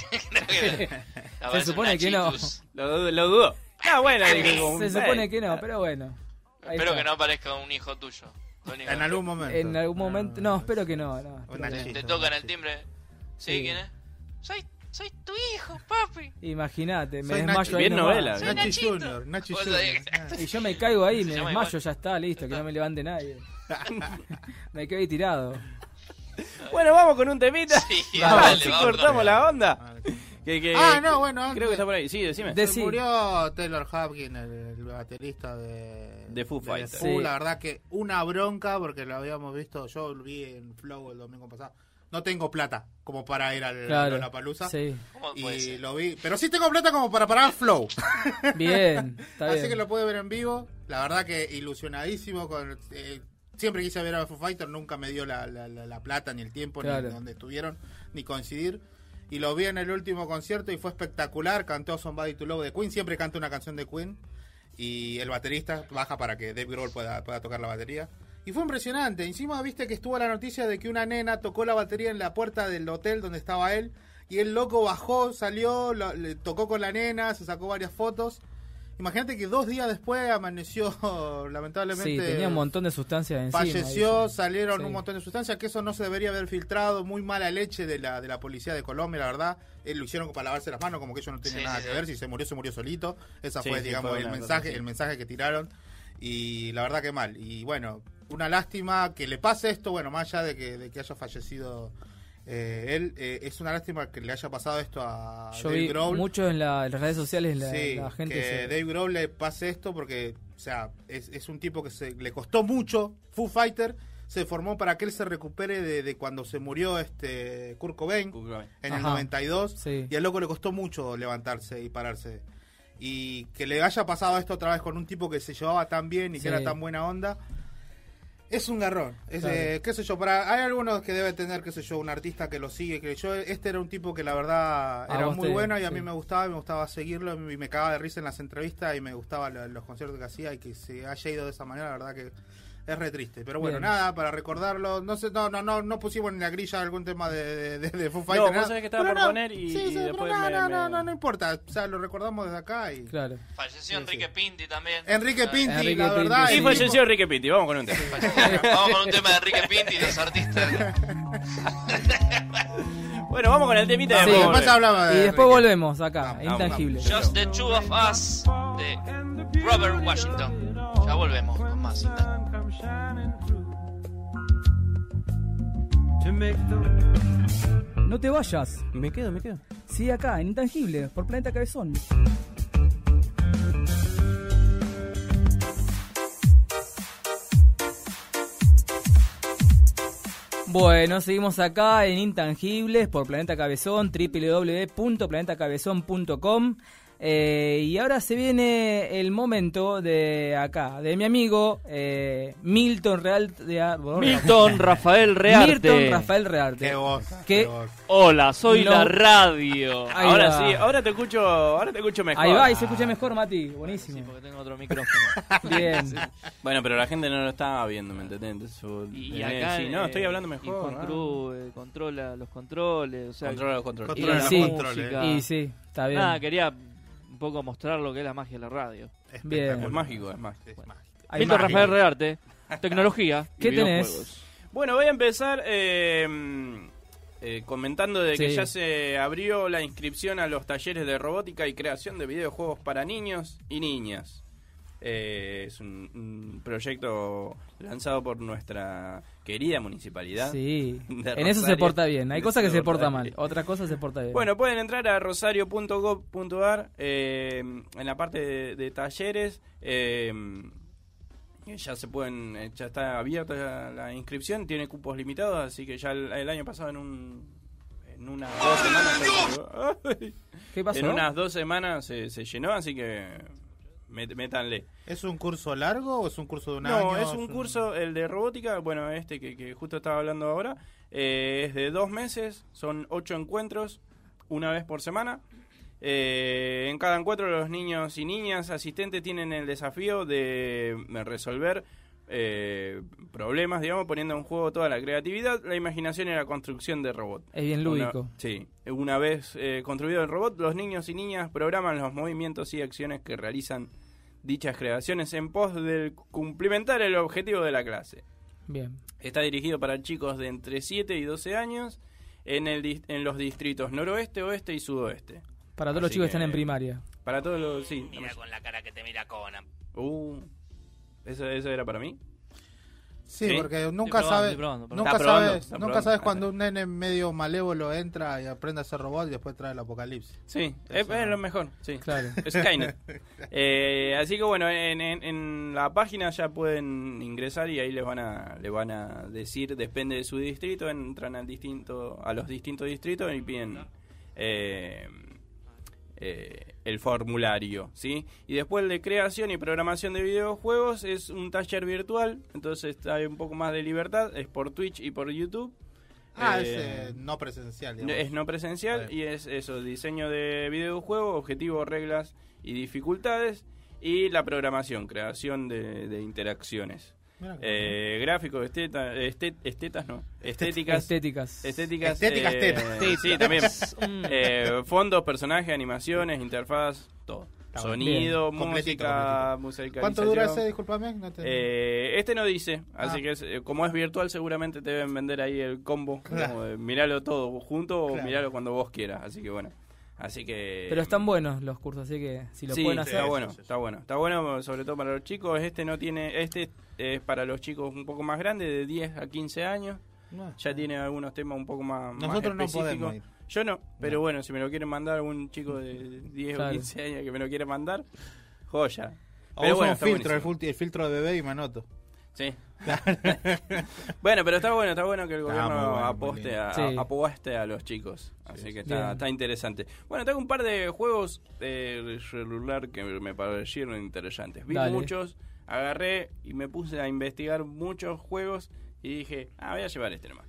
[SPEAKER 8] Aparece
[SPEAKER 4] supone
[SPEAKER 8] una
[SPEAKER 4] que no.
[SPEAKER 8] chitus.
[SPEAKER 3] Lo, dudo- lo dudó. Ah, bueno, digo, como-
[SPEAKER 4] Se supone que no, pero bueno. Ahí
[SPEAKER 8] Espero
[SPEAKER 4] está.
[SPEAKER 8] que no aparezca un hijo tuyo. Lo único
[SPEAKER 5] En
[SPEAKER 8] que-
[SPEAKER 5] algún momento.
[SPEAKER 4] En algún momento. No, espero que no. no.
[SPEAKER 5] Una
[SPEAKER 8] Te, te
[SPEAKER 5] chista,
[SPEAKER 8] tocan
[SPEAKER 5] una
[SPEAKER 8] el
[SPEAKER 5] chista.
[SPEAKER 8] timbre. ¿Sí?
[SPEAKER 4] Sí.
[SPEAKER 8] ¿Quién es? Soy, soy tu hijo, papi.
[SPEAKER 4] Imagínate, me
[SPEAKER 5] Soy
[SPEAKER 4] desmayo
[SPEAKER 5] Nacho.
[SPEAKER 4] ahí
[SPEAKER 3] Bien
[SPEAKER 4] nomás.
[SPEAKER 3] novela,
[SPEAKER 8] Soy
[SPEAKER 3] bien.
[SPEAKER 5] Nachi
[SPEAKER 8] Nachito.
[SPEAKER 5] Junior, Nachi
[SPEAKER 8] Vos
[SPEAKER 5] Junior.
[SPEAKER 8] sabés
[SPEAKER 4] Y yo me caigo ahí, me
[SPEAKER 8] llama
[SPEAKER 4] desmayo,
[SPEAKER 8] igual.
[SPEAKER 4] ya está, listo, que no me levante nadie. Me quedé ahí tirado.
[SPEAKER 3] Bueno, vamos con un temita.
[SPEAKER 8] Sí,
[SPEAKER 3] vamos,
[SPEAKER 8] dale,
[SPEAKER 3] si
[SPEAKER 8] vamos,
[SPEAKER 3] cortamos
[SPEAKER 8] dale.
[SPEAKER 3] la onda. Que, que-
[SPEAKER 5] Ah, no, bueno, antes-
[SPEAKER 3] Eh, Creo que está por ahí. Sí, decime.
[SPEAKER 4] De-
[SPEAKER 5] Se
[SPEAKER 4] Sí.
[SPEAKER 5] murió Taylor Hopkins, el, el baterista de,
[SPEAKER 3] De Foo
[SPEAKER 5] de
[SPEAKER 3] Fighters.
[SPEAKER 5] Foo.
[SPEAKER 4] Sí.
[SPEAKER 5] La verdad que una bronca, porque lo habíamos visto, yo lo vi en Flow el domingo pasado. No tengo plata como para ir al,
[SPEAKER 4] Claro.
[SPEAKER 5] a la palusa.
[SPEAKER 4] Sí.
[SPEAKER 8] ¿Cómo puede
[SPEAKER 5] Y
[SPEAKER 8] ser?
[SPEAKER 5] lo vi, pero sí tengo plata como para parar Flow.
[SPEAKER 4] Bien, está
[SPEAKER 5] Así
[SPEAKER 4] bien.
[SPEAKER 5] que lo pude ver en vivo. La verdad que ilusionadísimo. Con, eh, siempre quise ver a Foo Fighter, nunca me dio la, la- la- la plata, ni el tiempo,
[SPEAKER 4] Claro.
[SPEAKER 5] ni donde estuvieron, ni coincidir. Y lo vi en el último concierto y fue espectacular. Cantó Somebody to Love de Queen. Siempre canta una canción de Queen. Y el baterista baja para que Dave Grohl pueda, pueda tocar la batería. Y fue impresionante. Encima viste que estuvo la noticia de que una nena tocó la batería en la puerta del hotel donde estaba él. Y el loco bajó, salió, lo- le tocó con la nena, se sacó varias fotos. Imagínate que dos días después amaneció,
[SPEAKER 4] Sí,
[SPEAKER 5] lamentablemente.
[SPEAKER 4] tenía un montón de sustancias encima.
[SPEAKER 5] Falleció,
[SPEAKER 4] dice.
[SPEAKER 5] salieron
[SPEAKER 4] Sí.
[SPEAKER 5] un montón de sustancias, que eso no se debería haber filtrado, muy mala leche de la, de la policía de Colombia, la verdad. Eh, lo hicieron para lavarse las manos, como que ellos no tenían
[SPEAKER 8] Sí,
[SPEAKER 5] nada
[SPEAKER 8] sí,
[SPEAKER 5] que
[SPEAKER 8] sí.
[SPEAKER 5] ver, si se murió, se murió solito. Esa
[SPEAKER 3] Sí,
[SPEAKER 5] fue,
[SPEAKER 3] sí,
[SPEAKER 5] digamos,
[SPEAKER 3] fue
[SPEAKER 5] el
[SPEAKER 3] una cosa
[SPEAKER 5] mensaje,
[SPEAKER 3] así.
[SPEAKER 5] el mensaje que tiraron. Y la verdad que mal. Y bueno, una lástima que le pase esto, bueno, más allá de que, de que haya fallecido eh, él, eh, es una lástima que le haya pasado esto a
[SPEAKER 4] Yo
[SPEAKER 5] Dave
[SPEAKER 4] vi
[SPEAKER 5] Grohl.
[SPEAKER 4] mucho en, la- en las redes sociales la,
[SPEAKER 5] Sí,
[SPEAKER 4] la gente
[SPEAKER 5] que
[SPEAKER 4] se-
[SPEAKER 5] Dave Grohl le pase esto porque, o sea, es, es un tipo que se, le costó mucho. Foo Fighter se formó para que él se recupere de, de cuando se murió este Kurt Cobain en el
[SPEAKER 4] Ajá.
[SPEAKER 5] 92.
[SPEAKER 4] Sí.
[SPEAKER 5] Y al loco le costó mucho levantarse y pararse. Y que le haya pasado esto otra vez con un tipo que se llevaba tan bien y
[SPEAKER 4] Sí.
[SPEAKER 5] que era tan buena onda. Es un garrón. Es,
[SPEAKER 4] Claro.
[SPEAKER 5] eh, qué sé yo, para, hay algunos que debe tener, qué sé yo, un artista que lo sigue, que yo, este era un tipo que la verdad
[SPEAKER 4] A
[SPEAKER 5] era
[SPEAKER 4] vos
[SPEAKER 5] muy
[SPEAKER 4] te-
[SPEAKER 5] bueno y a
[SPEAKER 4] sí.
[SPEAKER 5] mí me gustaba, me gustaba seguirlo y me cagaba de risa en las entrevistas y me gustaban lo- los conciertos que hacía y que se haya ido de esa manera, la verdad que es re triste. Pero bueno,
[SPEAKER 4] Bien.
[SPEAKER 5] nada, para recordarlo, no sé, no, no, no, no pusimos en la grilla algún tema de, de, de- de Foo Fighters.
[SPEAKER 3] vos
[SPEAKER 5] nada.
[SPEAKER 3] sabés que estaba
[SPEAKER 5] Pero
[SPEAKER 3] por poner y- y
[SPEAKER 5] pero
[SPEAKER 3] después
[SPEAKER 5] no,
[SPEAKER 3] me-
[SPEAKER 5] no,
[SPEAKER 3] me-
[SPEAKER 5] no, no, no importa, o sea, lo recordamos desde acá y...
[SPEAKER 4] Claro.
[SPEAKER 8] Falleció Enrique Pinti también.
[SPEAKER 5] Enrique
[SPEAKER 3] Ah,
[SPEAKER 8] Pinti.
[SPEAKER 5] Pinti,
[SPEAKER 4] Enrique
[SPEAKER 5] la
[SPEAKER 4] Pinti,
[SPEAKER 5] verdad.
[SPEAKER 4] sí.
[SPEAKER 3] Y
[SPEAKER 5] el tipo-
[SPEAKER 3] falleció Enrique Pitti. Vamos con un tema.
[SPEAKER 8] Vamos con un tema de Enrique Pinti y los artistas.
[SPEAKER 3] Bueno, vamos con el temita
[SPEAKER 4] Sí.
[SPEAKER 3] de
[SPEAKER 5] Después
[SPEAKER 3] Pobre.
[SPEAKER 5] hablamos de
[SPEAKER 4] Y después
[SPEAKER 5] Enrique.
[SPEAKER 4] volvemos acá,
[SPEAKER 5] Ah, Vamos,
[SPEAKER 4] intangible.
[SPEAKER 8] Just the Two of Us de Robert Washington. Ya volvemos con más.
[SPEAKER 4] No te vayas.
[SPEAKER 3] Me quedo, me quedo.
[SPEAKER 4] Sigue acá, en intangible, por Planeta Cabezón. Bueno, seguimos acá en Intangibles por Planeta Cabezón, www.planetacabezón.com. Eh, y ahora se viene el momento de acá, de mi amigo eh, Milton Real. de-
[SPEAKER 8] Milton Rafael Rearte.
[SPEAKER 4] Milton Rafael Rearte.
[SPEAKER 5] Qué voz.
[SPEAKER 4] ¿Qué?
[SPEAKER 5] qué voz.
[SPEAKER 8] Hola, soy
[SPEAKER 4] No.
[SPEAKER 8] la radio. Ah,
[SPEAKER 4] Ahí
[SPEAKER 3] Ahora
[SPEAKER 4] va.
[SPEAKER 3] sí, ahora te escucho, ahora te escucho mejor.
[SPEAKER 4] Ahí va, y se escucha mejor, Mati. Buenísimo.
[SPEAKER 8] porque tengo otro micrófono.
[SPEAKER 4] Bien.
[SPEAKER 3] Bueno, pero la gente no lo está viendo, ¿me entendés? Entonces, yo-
[SPEAKER 8] Y, y
[SPEAKER 3] eh,
[SPEAKER 8] acá.
[SPEAKER 3] sí, no,
[SPEAKER 8] eh,
[SPEAKER 3] estoy hablando
[SPEAKER 8] Y
[SPEAKER 3] mejor.
[SPEAKER 8] Juan
[SPEAKER 3] ¿no?
[SPEAKER 8] Cruz, eh, controla los controles. O sea,
[SPEAKER 3] Controla los controles.
[SPEAKER 8] y
[SPEAKER 5] Controla
[SPEAKER 4] los
[SPEAKER 8] la
[SPEAKER 5] controles.
[SPEAKER 8] música.
[SPEAKER 4] Y sí, está bien.
[SPEAKER 3] Ah,
[SPEAKER 8] Nada, quería un poco mostrar lo que es la magia de la radio.
[SPEAKER 4] Bien.
[SPEAKER 3] Es mágico, es mágico.
[SPEAKER 5] Es mágico.
[SPEAKER 4] Hay
[SPEAKER 8] Milton
[SPEAKER 4] más.
[SPEAKER 8] Rafael Rearte, tecnología. y
[SPEAKER 4] ¿Qué tenés?
[SPEAKER 8] videojuegos.
[SPEAKER 3] Bueno, voy a empezar eh, eh, comentando de que
[SPEAKER 4] Sí.
[SPEAKER 3] ya se abrió la inscripción a los talleres de robótica y creación de videojuegos para niños y niñas. Eh, es un, un proyecto lanzado por nuestra querida municipalidad.
[SPEAKER 4] Sí.
[SPEAKER 3] De
[SPEAKER 4] En eso se
[SPEAKER 3] Rosario.
[SPEAKER 4] porta bien. Hay
[SPEAKER 3] En
[SPEAKER 4] cosas
[SPEAKER 3] eso
[SPEAKER 4] que se
[SPEAKER 3] se porta
[SPEAKER 4] porta mal,
[SPEAKER 3] bien.
[SPEAKER 4] otras cosas se porta bien.
[SPEAKER 3] Bueno, pueden entrar a rosario.gov.ar eh, en la parte de, de talleres. eh, que ya se pueden, eh, ya está abierta la, la inscripción, tiene cupos limitados, así que ya el, el año pasado en un en unas dos semanas
[SPEAKER 4] ¿qué pasó?
[SPEAKER 3] en unas dos semanas se, se llenó, así que met- métanle.
[SPEAKER 5] ¿Es un curso largo o es un curso de un año?
[SPEAKER 3] No, es un curso, el de robótica, bueno, este que, que justo estaba hablando ahora, eh, es de dos meses, son ocho encuentros, una vez por semana. Eh, en cada encuentro los niños y niñas asistentes tienen el desafío de resolver eh, problemas, digamos, poniendo en juego toda la creatividad, la imaginación y la construcción de robot.
[SPEAKER 4] Es bien lúdico.
[SPEAKER 3] Una- sí, una vez eh, construido el robot, los niños y niñas programan los movimientos y acciones que realizan dichas creaciones en pos de cumplimentar el objetivo de la clase.
[SPEAKER 4] Bien.
[SPEAKER 3] Está dirigido para chicos de entre 7 y 12 años en, el, dis- en los distritos noroeste, oeste y sudoeste.
[SPEAKER 4] Para todos los
[SPEAKER 3] Así
[SPEAKER 4] chicos que están
[SPEAKER 3] que-
[SPEAKER 4] en primaria.
[SPEAKER 3] Para todos los... Sí,
[SPEAKER 6] Mira con la cara que te mira Conan.
[SPEAKER 3] uh, ¿eso, ¿Eso era para mí?
[SPEAKER 5] Sí,
[SPEAKER 3] Sí.
[SPEAKER 5] porque nunca
[SPEAKER 8] Estoy probando,
[SPEAKER 5] sabes
[SPEAKER 8] estoy probando, perdón.
[SPEAKER 5] nunca
[SPEAKER 3] Está probando,
[SPEAKER 5] sabes,
[SPEAKER 3] está
[SPEAKER 5] nunca
[SPEAKER 3] probando.
[SPEAKER 5] sabes cuando un nene medio malévolo entra y aprende a ser robot y después trae el apocalipsis.
[SPEAKER 3] Sí, es, es lo mejor, sí.
[SPEAKER 4] Claro.
[SPEAKER 3] Skynet. Eh, así que bueno, en, en- en la página ya pueden ingresar y ahí les van a les van a decir, depende de su distrito, entran al distinto a los distintos distritos y piden eh, eh, el formulario, ¿sí? Y después el de creación y programación de videojuegos es un taller virtual, entonces hay un poco más de libertad, es por Twitch y por YouTube.
[SPEAKER 5] Ah,
[SPEAKER 3] Eh,
[SPEAKER 5] es eh, no presencial.
[SPEAKER 3] no-
[SPEAKER 5] digamos.
[SPEAKER 3] es no presencial
[SPEAKER 5] Vale.
[SPEAKER 3] y es eso, diseño de videojuego, objetivos, reglas y dificultades y la programación, creación de, de interacciones.
[SPEAKER 5] Mirá que-
[SPEAKER 3] Eh, gráficos, esteta- este- estetas, no, estéticas.
[SPEAKER 4] Estéticas.
[SPEAKER 3] Estéticas,
[SPEAKER 5] Estéticas, Mm.
[SPEAKER 3] eh,
[SPEAKER 5] tetas.
[SPEAKER 3] sí, también. Eh, fondos, personajes, animaciones, interfaz, todo.
[SPEAKER 5] Está bien.
[SPEAKER 3] Sonido,
[SPEAKER 5] Bien. Completito,
[SPEAKER 3] música,
[SPEAKER 5] ¿Cuánto dura ese?
[SPEAKER 3] musicalización.
[SPEAKER 5] Disculpame. No te...
[SPEAKER 3] Eh, este no dice, así
[SPEAKER 5] Ah.
[SPEAKER 3] que es- eh, como es virtual seguramente te deben vender ahí el combo.
[SPEAKER 5] Claro.
[SPEAKER 3] como de miralo todo junto o
[SPEAKER 5] Claro.
[SPEAKER 3] miralo cuando vos quieras. Así que bueno. Así que...
[SPEAKER 4] Pero están buenos los cursos, así que si lo
[SPEAKER 3] Sí,
[SPEAKER 4] pueden
[SPEAKER 3] Está
[SPEAKER 4] hacer.
[SPEAKER 3] bueno,
[SPEAKER 5] Sí, sí, sí.
[SPEAKER 3] está bueno. Está bueno sobre todo para los chicos. Este no tiene... Este es para los chicos un poco más grandes, de 10 a 15 años.
[SPEAKER 5] No.
[SPEAKER 3] Ya tiene algunos temas un poco más, más
[SPEAKER 5] Ah. Nosotros no
[SPEAKER 3] específicos.
[SPEAKER 5] podemos ir.
[SPEAKER 3] Yo no, pero
[SPEAKER 5] No.
[SPEAKER 3] bueno, si me lo quieren mandar un chico de 10
[SPEAKER 4] Claro.
[SPEAKER 3] o 15 años que me lo quiere mandar, joya.
[SPEAKER 5] O
[SPEAKER 3] Pero
[SPEAKER 5] usa
[SPEAKER 3] bueno,
[SPEAKER 5] un
[SPEAKER 3] está
[SPEAKER 5] filtro, el,
[SPEAKER 3] buenísimo.
[SPEAKER 5] ful- el filtro de bebé y manoto.
[SPEAKER 3] Sí. bueno, pero está bueno, está bueno que el
[SPEAKER 5] Está
[SPEAKER 3] gobierno
[SPEAKER 5] Ah, muy bueno, muy
[SPEAKER 3] aposte
[SPEAKER 5] lindo.
[SPEAKER 3] a,
[SPEAKER 4] Sí.
[SPEAKER 3] apueste a los chicos. Así que
[SPEAKER 4] Bien.
[SPEAKER 3] está, está interesante. Bueno, tengo un par de juegos eh, de celular que me parecieron interesantes. Vi
[SPEAKER 4] Dale.
[SPEAKER 3] muchos, agarré y me puse a investigar muchos juegos y dije, ah, voy a llevar este nomás.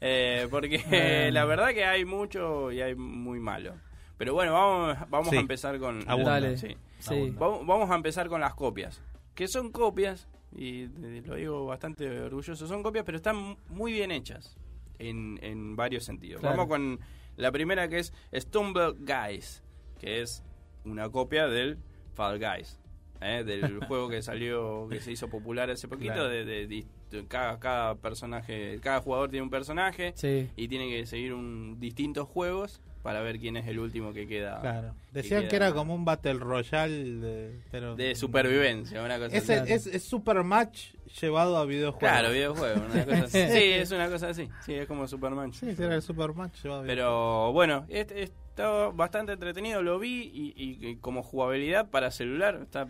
[SPEAKER 3] Eh, porque
[SPEAKER 4] Bien.
[SPEAKER 3] la verdad que hay mucho y hay muy malo. Pero bueno, vamos, vamos
[SPEAKER 5] Sí.
[SPEAKER 3] a empezar con...
[SPEAKER 5] Abunda.
[SPEAKER 4] Dale.
[SPEAKER 3] Sí.
[SPEAKER 4] Sí.
[SPEAKER 3] Vamos, vamos a empezar con las copias. Que son copias, y eh, lo digo bastante orgulloso, son copias, pero están muy bien hechas en, en varios sentidos.
[SPEAKER 4] Claro.
[SPEAKER 3] Vamos con la primera que es Stumble Guys, que es una copia del Fall Guys. ¿eh? del juego que salió, que se hizo popular hace poquito,
[SPEAKER 5] Claro.
[SPEAKER 3] de, de- de- cada, cada personaje, cada jugador tiene un personaje
[SPEAKER 4] Sí.
[SPEAKER 3] y tiene que seguir un distintos juegos para ver quién es el último que queda
[SPEAKER 5] Claro. Decían
[SPEAKER 3] queda-
[SPEAKER 5] que era como un Battle Royale de, pero-
[SPEAKER 3] de supervivencia, una cosa
[SPEAKER 5] Es,
[SPEAKER 3] así.
[SPEAKER 5] el- es, es Super Match llevado a videojuegos.
[SPEAKER 3] Claro, videojuego, una cosa así. Sí, es una cosa así. Sí, es como Superman.
[SPEAKER 5] Sí, era el Super Match llevado a videojuegos.
[SPEAKER 3] Pero bueno, est- está bastante entretenido, lo vi y, y- y como jugabilidad para celular está,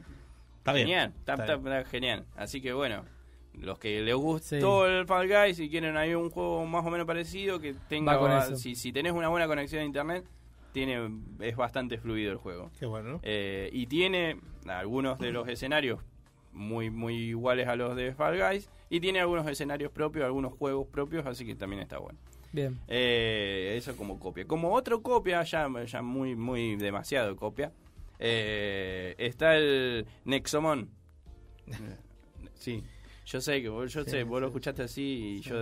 [SPEAKER 5] Está bien.
[SPEAKER 3] genial. Está,
[SPEAKER 5] Está
[SPEAKER 3] está- está genial. Así que bueno, los que les gustó el Fall Guys y quieren ahí un juego más o menos parecido que tenga
[SPEAKER 4] Va con eso.
[SPEAKER 3] si, si tenés una buena conexión a internet tiene es bastante fluido el juego.
[SPEAKER 5] Qué bueno, ¿no?
[SPEAKER 3] Eh, y tiene algunos de los escenarios muy, muy iguales a los de Fall Guys. Y tiene algunos escenarios propios, algunos juegos propios, así que también está bueno.
[SPEAKER 4] Bien.
[SPEAKER 3] Eh, eso como copia. Como otro copia, ya, ya muy, muy demasiado copia, eh, está el Nexomon. Sí, yo sé que vos, yo
[SPEAKER 5] Sí,
[SPEAKER 3] sé, vos lo
[SPEAKER 5] sí.
[SPEAKER 3] escuchaste así y
[SPEAKER 5] Sí,
[SPEAKER 3] yo,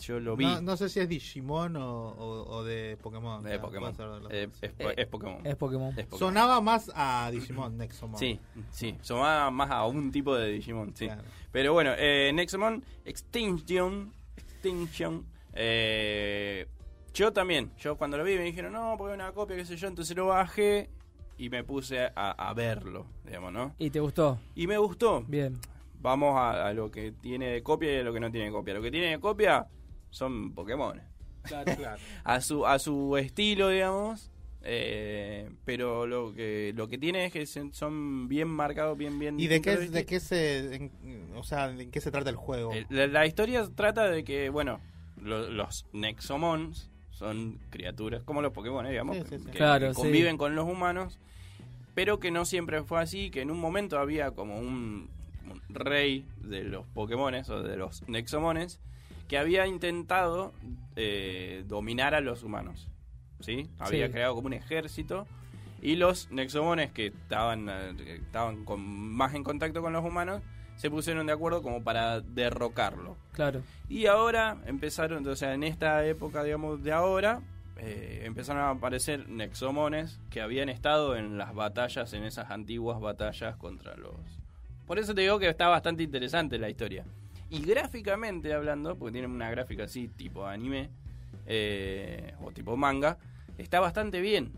[SPEAKER 3] yo lo vi.
[SPEAKER 5] No, no sé si es Digimon o, o- o de Pokémon.
[SPEAKER 3] de
[SPEAKER 5] Claro,
[SPEAKER 3] Pokémon.
[SPEAKER 5] puede ser de los
[SPEAKER 3] Eh,
[SPEAKER 5] dos.
[SPEAKER 3] es, po-
[SPEAKER 4] Eh,
[SPEAKER 3] es Pokémon.
[SPEAKER 4] Es Pokémon.
[SPEAKER 3] Es Pokémon.
[SPEAKER 5] Sonaba más a Digimon, Nexomon.
[SPEAKER 3] Sí, sí, sonaba más a un tipo de Digimon, sí.
[SPEAKER 5] Claro.
[SPEAKER 3] Pero bueno, eh, Nexomon Extinction. Extinction. eh, yo también. Yo cuando lo vi me dijeron, no, porque es una copia, qué sé yo. Entonces lo bajé y me puse a, a verlo, digamos, ¿no?
[SPEAKER 4] Y te gustó.
[SPEAKER 3] Y me gustó.
[SPEAKER 4] Bien.
[SPEAKER 3] Vamos a, a lo que tiene de copia y a lo que no tiene de copia. Lo que tiene de copia son Pokémon.
[SPEAKER 5] Claro.
[SPEAKER 3] A su, a su estilo, digamos. eh, pero lo que lo que tiene es que se- son bien marcados, bien, bien.
[SPEAKER 5] ¿Y de qué,
[SPEAKER 3] distintos los
[SPEAKER 5] es- de
[SPEAKER 3] estilos.
[SPEAKER 5] qué se, en- o sea, de qué se trata el juego?
[SPEAKER 3] Eh, La, la historia trata de que, bueno, lo- los Nexomons son criaturas como los Pokémon, eh, digamos,
[SPEAKER 5] Sí, sí, sí.
[SPEAKER 3] que- que,
[SPEAKER 4] Claro, sí.
[SPEAKER 3] conviven con los humanos, pero que no siempre fue así, que en un momento había como un, un rey de los Pokémones o de los Nexomones que había intentado eh, dominar a los humanos, ¿sí? Había
[SPEAKER 4] Sí.
[SPEAKER 3] creado como un ejército y los Nexomones que estaban, eh, que estaban con, más en contacto con los humanos se pusieron de acuerdo como para derrocarlo.
[SPEAKER 4] Claro.
[SPEAKER 3] Y ahora empezaron, o sea, en esta época, digamos, de ahora, eh, empezaron a aparecer nexomones que habían estado en las batallas, en esas antiguas batallas contra los... Por eso te digo que está bastante interesante la historia. Y gráficamente hablando, porque tienen una gráfica así, tipo anime, eh, o tipo manga, está bastante bien.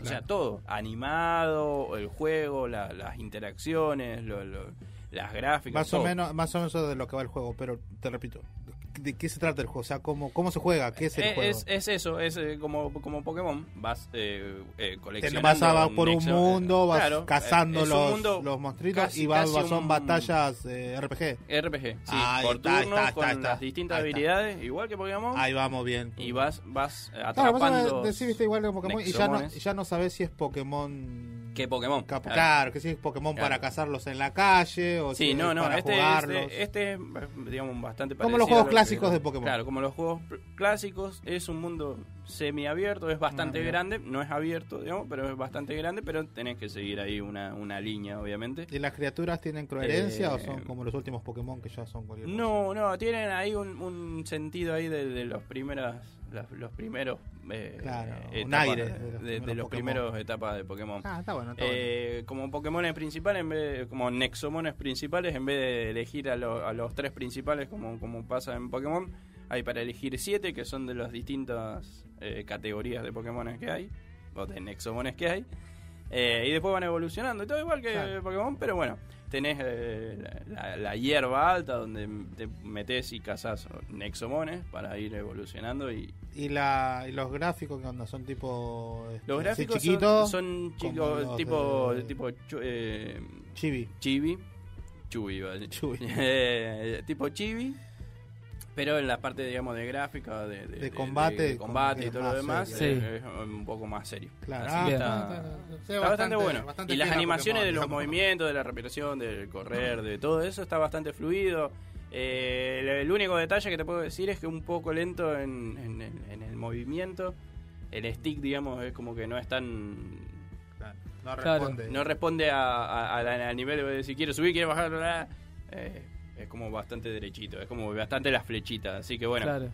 [SPEAKER 3] O sea, todo. Animado, el juego, la- las interacciones, lo- lo- las gráficas.
[SPEAKER 5] Más o,
[SPEAKER 3] todo.
[SPEAKER 5] menos, más o menos eso de lo que va el juego, pero te repito, ¿de qué se trata el juego? O sea, ¿cómo, cómo se juega? ¿Qué es el
[SPEAKER 3] Eh,
[SPEAKER 5] juego?
[SPEAKER 3] es, es eso, es eh, como, como Pokémon, vas eh, eh,
[SPEAKER 5] Te
[SPEAKER 3] coleccionando.
[SPEAKER 5] vas a- por un
[SPEAKER 3] nexo- eh,
[SPEAKER 5] mundo, vas
[SPEAKER 3] Claro,
[SPEAKER 5] cazando
[SPEAKER 3] eh, es un
[SPEAKER 5] los,
[SPEAKER 3] mundo
[SPEAKER 5] los monstruitos
[SPEAKER 3] casi-
[SPEAKER 5] y vas,
[SPEAKER 3] casi
[SPEAKER 5] vas- son
[SPEAKER 3] un-
[SPEAKER 5] batallas eh, RPG.
[SPEAKER 3] RPG, sí,
[SPEAKER 5] Ahí
[SPEAKER 3] por
[SPEAKER 5] está,
[SPEAKER 3] turnos,
[SPEAKER 5] está, está,
[SPEAKER 3] con
[SPEAKER 5] está.
[SPEAKER 3] las distintas
[SPEAKER 5] Ahí está.
[SPEAKER 3] habilidades, igual que Pokémon,
[SPEAKER 5] Ahí vamos bien.
[SPEAKER 3] y vas, vas eh,
[SPEAKER 5] Claro, vas a
[SPEAKER 3] atrapando
[SPEAKER 5] decir, viste, igual que Pokémon y ya no,
[SPEAKER 3] Nexomones.
[SPEAKER 5] ya no sabes si es Pokémon...
[SPEAKER 3] que Pokémon. Ah,
[SPEAKER 5] Capo-
[SPEAKER 3] Claro.
[SPEAKER 5] Claro, que si es Pokémon
[SPEAKER 3] Claro.
[SPEAKER 5] para cazarlos en la calle o si
[SPEAKER 3] Sí,
[SPEAKER 5] es
[SPEAKER 3] no, no,
[SPEAKER 5] para
[SPEAKER 3] este,
[SPEAKER 5] jugarlos.
[SPEAKER 3] este, este es, eh, digamos, bastante parecido.
[SPEAKER 5] Como los
[SPEAKER 3] a
[SPEAKER 5] juegos
[SPEAKER 3] lo que-
[SPEAKER 5] clásicos de Pokémon.
[SPEAKER 3] Claro, como los juegos pr- clásicos, es un mundo semiabierto, es bastante
[SPEAKER 5] Ah, mira.
[SPEAKER 3] grande, no es abierto, digamos, pero es bastante grande, pero tenés que seguir ahí una, una línea, obviamente.
[SPEAKER 5] ¿Y las criaturas tienen coherencia o son
[SPEAKER 3] Eh,
[SPEAKER 5] como los últimos Pokémon que ya son cualquier cosa?
[SPEAKER 3] No, no, tienen ahí un, un sentido ahí de, de los primeras las- los primeros eh,
[SPEAKER 5] Claro,
[SPEAKER 3] etapas,
[SPEAKER 5] un aire
[SPEAKER 3] de,
[SPEAKER 5] de los
[SPEAKER 3] de- de
[SPEAKER 5] primeros
[SPEAKER 3] los
[SPEAKER 5] Pokémon.
[SPEAKER 3] primeros etapas de Pokémon.
[SPEAKER 5] Ah, está bueno, está
[SPEAKER 3] Eh, como Pokémones principales, en vez, como Nexomones principales, en vez de elegir a, lo- a los tres principales como, como pasa en Pokémon, hay para elegir siete que son de las distintas eh, categorías de Pokémones que hay, o de Nexomones que hay. Eh, y después van evolucionando, y todo igual que
[SPEAKER 5] Claro.
[SPEAKER 3] Pokémon, pero bueno, tenés eh, la, la- la hierba alta donde te metes y cazás Nexomones para ir evolucionando y,
[SPEAKER 5] bueno. ¿Y, la, y los gráficos que onda? ¿Son tipo este,
[SPEAKER 3] los
[SPEAKER 5] así
[SPEAKER 3] gráficos son-
[SPEAKER 5] chiquitos?
[SPEAKER 3] son,
[SPEAKER 5] como
[SPEAKER 3] chicos
[SPEAKER 5] los
[SPEAKER 3] tipo
[SPEAKER 5] de-
[SPEAKER 3] tipo chu- eh,
[SPEAKER 5] chibi.
[SPEAKER 3] chibi. Chubi, iba a decir.
[SPEAKER 5] Chubi.
[SPEAKER 3] Eh, tipo chibi. Pero en la parte, digamos, de gráfica, de,
[SPEAKER 5] De combate,
[SPEAKER 3] de combate
[SPEAKER 5] como
[SPEAKER 3] y
[SPEAKER 5] que
[SPEAKER 3] todo
[SPEAKER 5] es
[SPEAKER 3] lo demás,
[SPEAKER 5] más
[SPEAKER 4] serio.
[SPEAKER 3] eh, es un poco más serio.
[SPEAKER 5] Claro.
[SPEAKER 3] Así
[SPEAKER 5] Ah,
[SPEAKER 3] que
[SPEAKER 4] bien.
[SPEAKER 3] está,
[SPEAKER 5] Sí,
[SPEAKER 3] está bastante, bueno.
[SPEAKER 5] bastante
[SPEAKER 3] y las
[SPEAKER 5] fiel a
[SPEAKER 3] animaciones
[SPEAKER 5] Pokémon,
[SPEAKER 3] de los
[SPEAKER 5] digamos.
[SPEAKER 3] movimientos, de la respiración, del correr, de todo eso, está bastante fluido. Eh, el, el único detalle que te puedo decir es que un poco lento en, en- en- en el movimiento. El stick, digamos, es como que no es tan
[SPEAKER 5] Claro, No
[SPEAKER 4] Claro.
[SPEAKER 5] responde.
[SPEAKER 3] no responde a, a- a la- al nivel de si quiero subir, quiero bajar. bla, bla. Eh, es como bastante derechito, es como bastante las flechitas. Así que bueno,
[SPEAKER 4] Claro.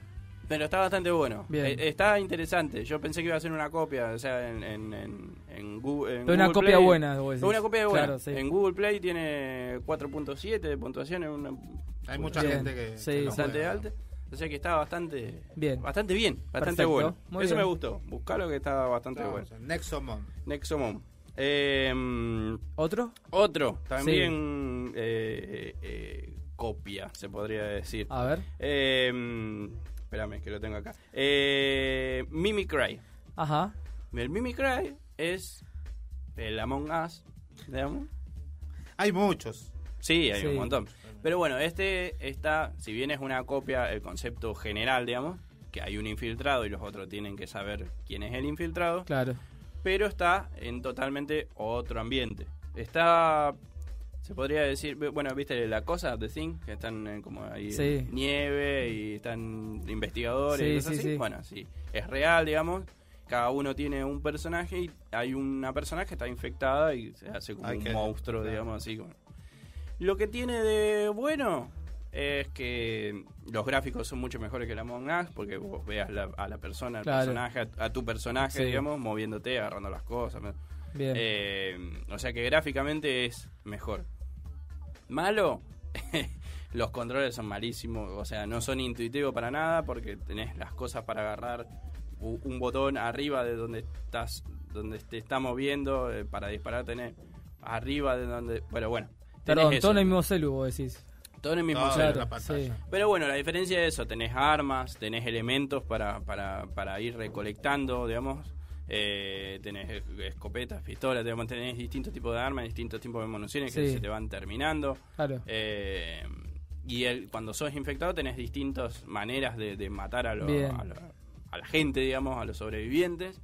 [SPEAKER 3] pero está bastante bueno.
[SPEAKER 4] Bien.
[SPEAKER 3] Eh, está interesante. Yo pensé que iba a ser una copia, o sea, en, en, en, en Gu- en Google.
[SPEAKER 4] Pero una copia
[SPEAKER 3] Play-
[SPEAKER 4] buena, vos decís.
[SPEAKER 3] Una copia buena.
[SPEAKER 4] Claro, sí.
[SPEAKER 3] En Google Play tiene 4.7 de puntuaciones, una
[SPEAKER 5] Hay mucha
[SPEAKER 4] Bien.
[SPEAKER 5] gente que.
[SPEAKER 4] Sí,
[SPEAKER 5] que lo
[SPEAKER 3] bastante
[SPEAKER 5] juega.
[SPEAKER 3] alta. O sea que está bastante
[SPEAKER 4] Bien.
[SPEAKER 3] bastante bien, bastante
[SPEAKER 4] Perfecto.
[SPEAKER 3] bueno.
[SPEAKER 4] Muy
[SPEAKER 3] Eso
[SPEAKER 4] bien.
[SPEAKER 3] me gustó. Buscalo que está bastante
[SPEAKER 5] Claro,
[SPEAKER 3] bueno.
[SPEAKER 5] o sea, Nexomon.
[SPEAKER 3] Nexomon. Eh,
[SPEAKER 4] ¿Otro?
[SPEAKER 3] Otro, también eh, eh, copia, se podría decir.
[SPEAKER 4] A ver.
[SPEAKER 3] Eh, espérame, que lo tengo acá. Eh, Mimicry.
[SPEAKER 4] Ajá.
[SPEAKER 3] El Mimicry es el Among Us, digamos.
[SPEAKER 5] Hay muchos.
[SPEAKER 3] Sí, hay
[SPEAKER 4] Sí.
[SPEAKER 3] un montón. Pero bueno, este está, si bien es una copia, el concepto general, digamos, que hay un infiltrado y los otros tienen que saber quién es el infiltrado.
[SPEAKER 4] Claro.
[SPEAKER 3] pero está en totalmente otro ambiente. Está, se podría decir, bueno, viste la cosa, The Thing, que están eh, como ahí
[SPEAKER 4] Sí.
[SPEAKER 3] en nieve y están investigadores
[SPEAKER 4] Sí,
[SPEAKER 3] y cosas
[SPEAKER 4] sí,
[SPEAKER 3] así.
[SPEAKER 4] sí.
[SPEAKER 3] Bueno, sí, es real, digamos. Cada uno tiene un personaje y hay una persona que está infectada y se hace como
[SPEAKER 5] Ay,
[SPEAKER 3] un
[SPEAKER 5] qué-
[SPEAKER 3] monstruo,
[SPEAKER 5] claro.
[SPEAKER 3] digamos así. como- Lo que tiene de bueno es que los gráficos son mucho mejores que la Among Us porque vos veas la- a la persona, al
[SPEAKER 4] Claro.
[SPEAKER 3] personaje, a, a tu personaje,
[SPEAKER 4] Sí.
[SPEAKER 3] digamos, moviéndote, agarrando las cosas. ¿no?
[SPEAKER 4] Bien.
[SPEAKER 3] Eh, o sea que gráficamente es mejor. Malo, los controles son malísimos, o sea, no son intuitivos para nada porque tenés las cosas para agarrar u- un botón arriba de donde estás, donde te está moviendo, eh, para disparar tenés arriba de donde... Bueno, bueno. tenés
[SPEAKER 4] Perdón,
[SPEAKER 3] eso.
[SPEAKER 4] todo en el mismo Ah, celu, vos decís.
[SPEAKER 3] Todo en el mismo
[SPEAKER 5] Todo en
[SPEAKER 3] celular.
[SPEAKER 5] la pantalla.
[SPEAKER 4] sí.
[SPEAKER 3] Pero bueno, la diferencia es eso, tenés armas, tenés elementos para, para, para ir recolectando, digamos, eh, tenés es- escopetas, pistolas, digamos, tenés distintos tipos de armas, distintos tipos de municiones que
[SPEAKER 4] Sí.
[SPEAKER 3] se te van terminando.
[SPEAKER 4] Claro.
[SPEAKER 3] Eh, y el- cuando sos infectado tenés distintas maneras de, de matar a, lo-
[SPEAKER 4] Bien.
[SPEAKER 3] a lo- a la gente, digamos, a los sobrevivientes.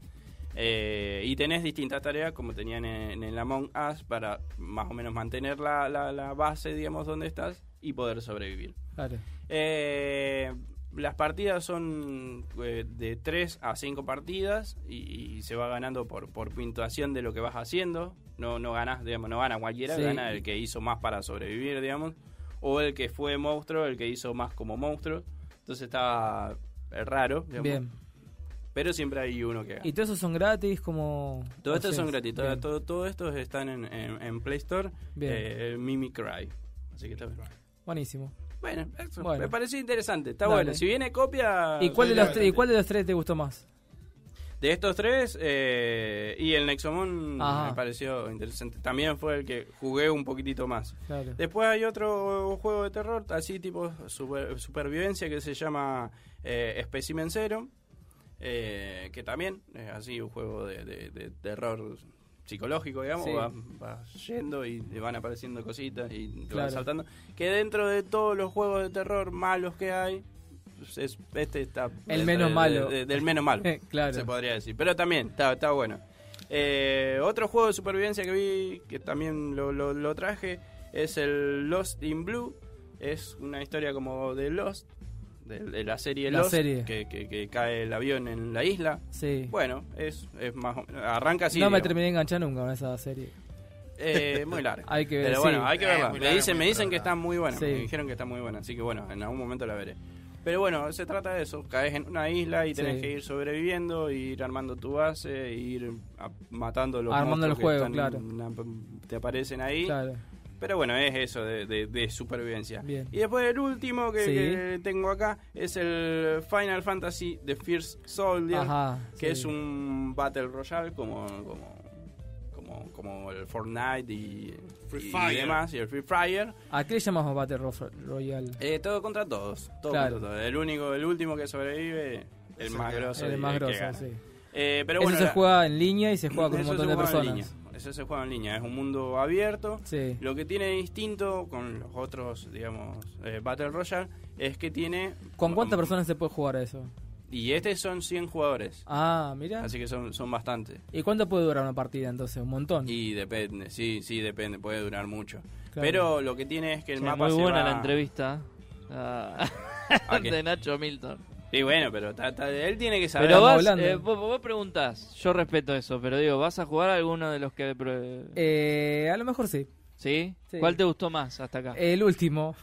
[SPEAKER 3] Eh, y tenés distintas tareas como tenían en, en el Among Us para más o menos mantener la, la- la base, digamos, donde estás y poder sobrevivir.
[SPEAKER 4] Claro.
[SPEAKER 3] Eh, las partidas son eh, de 3 a 5 partidas y, y se va ganando por, por puntuación de lo que vas haciendo. No, no ganas, digamos, no gana cualquiera,
[SPEAKER 4] Sí.
[SPEAKER 3] gana el que hizo más para sobrevivir, digamos, o el que fue monstruo, el que hizo más como monstruo. Entonces está eh, raro, digamos.
[SPEAKER 4] Bien.
[SPEAKER 3] Pero siempre hay uno que gana.
[SPEAKER 4] ¿Y todos esos son gratis? Como...
[SPEAKER 3] Todo
[SPEAKER 4] o
[SPEAKER 3] esto
[SPEAKER 4] sea,
[SPEAKER 3] son gratis, todo,
[SPEAKER 4] bien.
[SPEAKER 3] todo, todo estos están en, en- en Play Store,
[SPEAKER 4] Bien.
[SPEAKER 3] eh, Mimicry. Así que está bien.
[SPEAKER 4] Buenísimo.
[SPEAKER 3] Bueno, eso
[SPEAKER 4] Bueno.
[SPEAKER 3] me pareció interesante, está
[SPEAKER 4] Dale.
[SPEAKER 3] bueno. Si viene copia...
[SPEAKER 4] ¿Y cuál, de los tres,
[SPEAKER 3] interesante.
[SPEAKER 4] ¿Y cuál de los tres te gustó más?
[SPEAKER 3] De estos tres, eh, y el Nexomon
[SPEAKER 4] Ajá.
[SPEAKER 3] me pareció interesante. También fue el que jugué un poquitito más.
[SPEAKER 4] Claro.
[SPEAKER 3] Después hay otro juego de terror, así tipo super- supervivencia, que se llama eh, Specimen Zero, eh, que también es así un juego de, de- de terror psicológico, digamos,
[SPEAKER 4] Sí.
[SPEAKER 3] vas vas yendo y te van apareciendo cositas y te
[SPEAKER 4] Claro.
[SPEAKER 3] van saltando. Que dentro de todos los juegos de terror malos que hay, es- este está... dentro
[SPEAKER 4] El menos
[SPEAKER 3] de-
[SPEAKER 4] malo.
[SPEAKER 3] de- de- del menos malo.
[SPEAKER 4] Eh, claro.
[SPEAKER 3] Se podría decir. Pero también, está, está bueno. Eh, otro juego de supervivencia que vi, que también lo, lo- lo traje, es el Lost in Blue. Es una historia como de Lost, de, de la serie
[SPEAKER 4] La
[SPEAKER 3] Lost,
[SPEAKER 4] serie.
[SPEAKER 3] Que, que- que cae el avión en la isla.
[SPEAKER 4] Sí.
[SPEAKER 3] Bueno, es, es más o- arranca así.
[SPEAKER 4] no me
[SPEAKER 3] digamos.
[SPEAKER 4] terminé de enganchar nunca con esa serie.
[SPEAKER 3] Eh, muy larga.
[SPEAKER 4] Hay que ver,
[SPEAKER 3] Pero
[SPEAKER 4] sí.
[SPEAKER 3] bueno, hay que
[SPEAKER 5] Eh,
[SPEAKER 3] verla.
[SPEAKER 5] muy
[SPEAKER 3] me
[SPEAKER 5] larga,
[SPEAKER 3] dicen,
[SPEAKER 5] muy
[SPEAKER 3] me dicen que
[SPEAKER 5] larga.
[SPEAKER 3] está muy buena. Me
[SPEAKER 4] Sí.
[SPEAKER 3] dijeron que está muy buena. Así que bueno, en algún momento la veré. Pero bueno, se trata de eso. Caes en una isla y tenés
[SPEAKER 4] Sí.
[SPEAKER 3] que ir sobreviviendo, ir armando tu base, ir a- matando los
[SPEAKER 4] Armando
[SPEAKER 3] monstruos
[SPEAKER 4] los juegos,
[SPEAKER 3] que están en- te aparecen ahí.
[SPEAKER 4] Claro.
[SPEAKER 3] Pero bueno, es eso de, de- de supervivencia.
[SPEAKER 4] Bien.
[SPEAKER 3] Y después el último que,
[SPEAKER 4] Sí.
[SPEAKER 3] que tengo acá es el Final Fantasy The First Soldier
[SPEAKER 4] Ajá.
[SPEAKER 3] que
[SPEAKER 4] sí.
[SPEAKER 3] es un Battle Royale como como como, como el Fortnite y,
[SPEAKER 5] Free
[SPEAKER 3] y
[SPEAKER 5] Fire.
[SPEAKER 3] demás y el Free Fire
[SPEAKER 4] ¿A qué le llamamos Battle Ro- Royale?
[SPEAKER 3] Eh, todo contra todos todo
[SPEAKER 4] Claro.
[SPEAKER 3] contra todos. el único el último que sobrevive el
[SPEAKER 5] Es
[SPEAKER 3] más
[SPEAKER 5] el que-
[SPEAKER 3] grosso y
[SPEAKER 4] el más
[SPEAKER 3] que
[SPEAKER 4] grosso,
[SPEAKER 3] gana.
[SPEAKER 4] sí.
[SPEAKER 3] Eh, pero
[SPEAKER 4] Eso
[SPEAKER 3] bueno
[SPEAKER 4] se
[SPEAKER 3] la-
[SPEAKER 4] juega en línea y se juega con un
[SPEAKER 3] eso
[SPEAKER 4] montón
[SPEAKER 3] se
[SPEAKER 4] de
[SPEAKER 3] juega en
[SPEAKER 4] personas.
[SPEAKER 3] línea. eso se juega en línea es un mundo abierto
[SPEAKER 4] Sí.
[SPEAKER 3] lo que tiene distinto con los otros digamos eh, Battle Royale es que tiene um,
[SPEAKER 4] ¿Con cuántas personas se puede jugar eso?
[SPEAKER 3] y este son 100 jugadores
[SPEAKER 4] Ah, mira.
[SPEAKER 3] así que son son bastantes
[SPEAKER 4] ¿Y cuánto puede durar una partida entonces? Un montón.
[SPEAKER 3] Y depende, sí, sí, depende, puede durar mucho.
[SPEAKER 4] Claro.
[SPEAKER 3] Pero lo que tiene es que el
[SPEAKER 8] Che,
[SPEAKER 3] mapa
[SPEAKER 8] muy
[SPEAKER 3] se
[SPEAKER 8] buena
[SPEAKER 3] va-
[SPEAKER 8] la entrevista ah,
[SPEAKER 3] ¿A qué?
[SPEAKER 8] de Nacho Milton.
[SPEAKER 3] Y bueno, pero ta- ta- él tiene que saber.
[SPEAKER 8] Pero vas,
[SPEAKER 4] hablando.
[SPEAKER 8] eh, vos, vos preguntás, yo respeto eso, pero digo, ¿vas a jugar alguno de los que... pro-
[SPEAKER 4] Eh, a lo mejor sí.
[SPEAKER 8] ¿Sí?
[SPEAKER 4] sí. Eh,
[SPEAKER 8] ¿Cuál te gustó más hasta acá?
[SPEAKER 4] El último.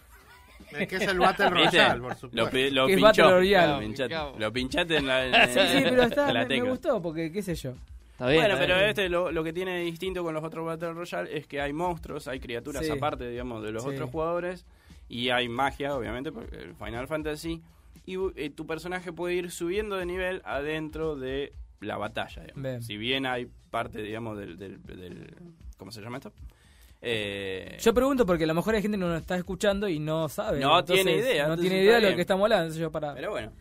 [SPEAKER 5] El que es el Battle
[SPEAKER 3] ¿Viste?
[SPEAKER 5] Royale, por
[SPEAKER 3] Lo,
[SPEAKER 5] supuesto.
[SPEAKER 3] pi- lo
[SPEAKER 4] Que es
[SPEAKER 3] pinchó.
[SPEAKER 4] Battle Royale.
[SPEAKER 3] Lo pinchaste,
[SPEAKER 8] Cabo.
[SPEAKER 3] lo pinchaste en la. en-
[SPEAKER 4] Sí, sí, pero está,
[SPEAKER 3] en la
[SPEAKER 4] me, me
[SPEAKER 3] tecla.
[SPEAKER 4] gustó porque qué sé yo.
[SPEAKER 8] Está bien,
[SPEAKER 3] bueno,
[SPEAKER 8] está
[SPEAKER 3] pero
[SPEAKER 8] bien.
[SPEAKER 3] este lo, lo que tiene de distinto con los otros Battle Royale es que hay monstruos, hay criaturas
[SPEAKER 4] Sí.
[SPEAKER 3] aparte, digamos, de los
[SPEAKER 4] Sí.
[SPEAKER 3] otros jugadores y hay magia, obviamente, porque el Final Fantasy y eh, tu personaje puede ir subiendo de nivel adentro de la batalla. digamos.
[SPEAKER 4] Bien.
[SPEAKER 3] Si bien hay parte, digamos, del, del- del- ¿cómo se llama esto? Eh,
[SPEAKER 4] Yo pregunto porque a lo mejor hay gente que no nos está escuchando y no sabe.
[SPEAKER 3] No
[SPEAKER 4] Entonces,
[SPEAKER 3] tiene idea,
[SPEAKER 4] No
[SPEAKER 3] entonces
[SPEAKER 4] tiene
[SPEAKER 3] está
[SPEAKER 4] idea de lo
[SPEAKER 3] bien.
[SPEAKER 4] que estamos hablando. Entonces yo para,
[SPEAKER 3] pero bueno,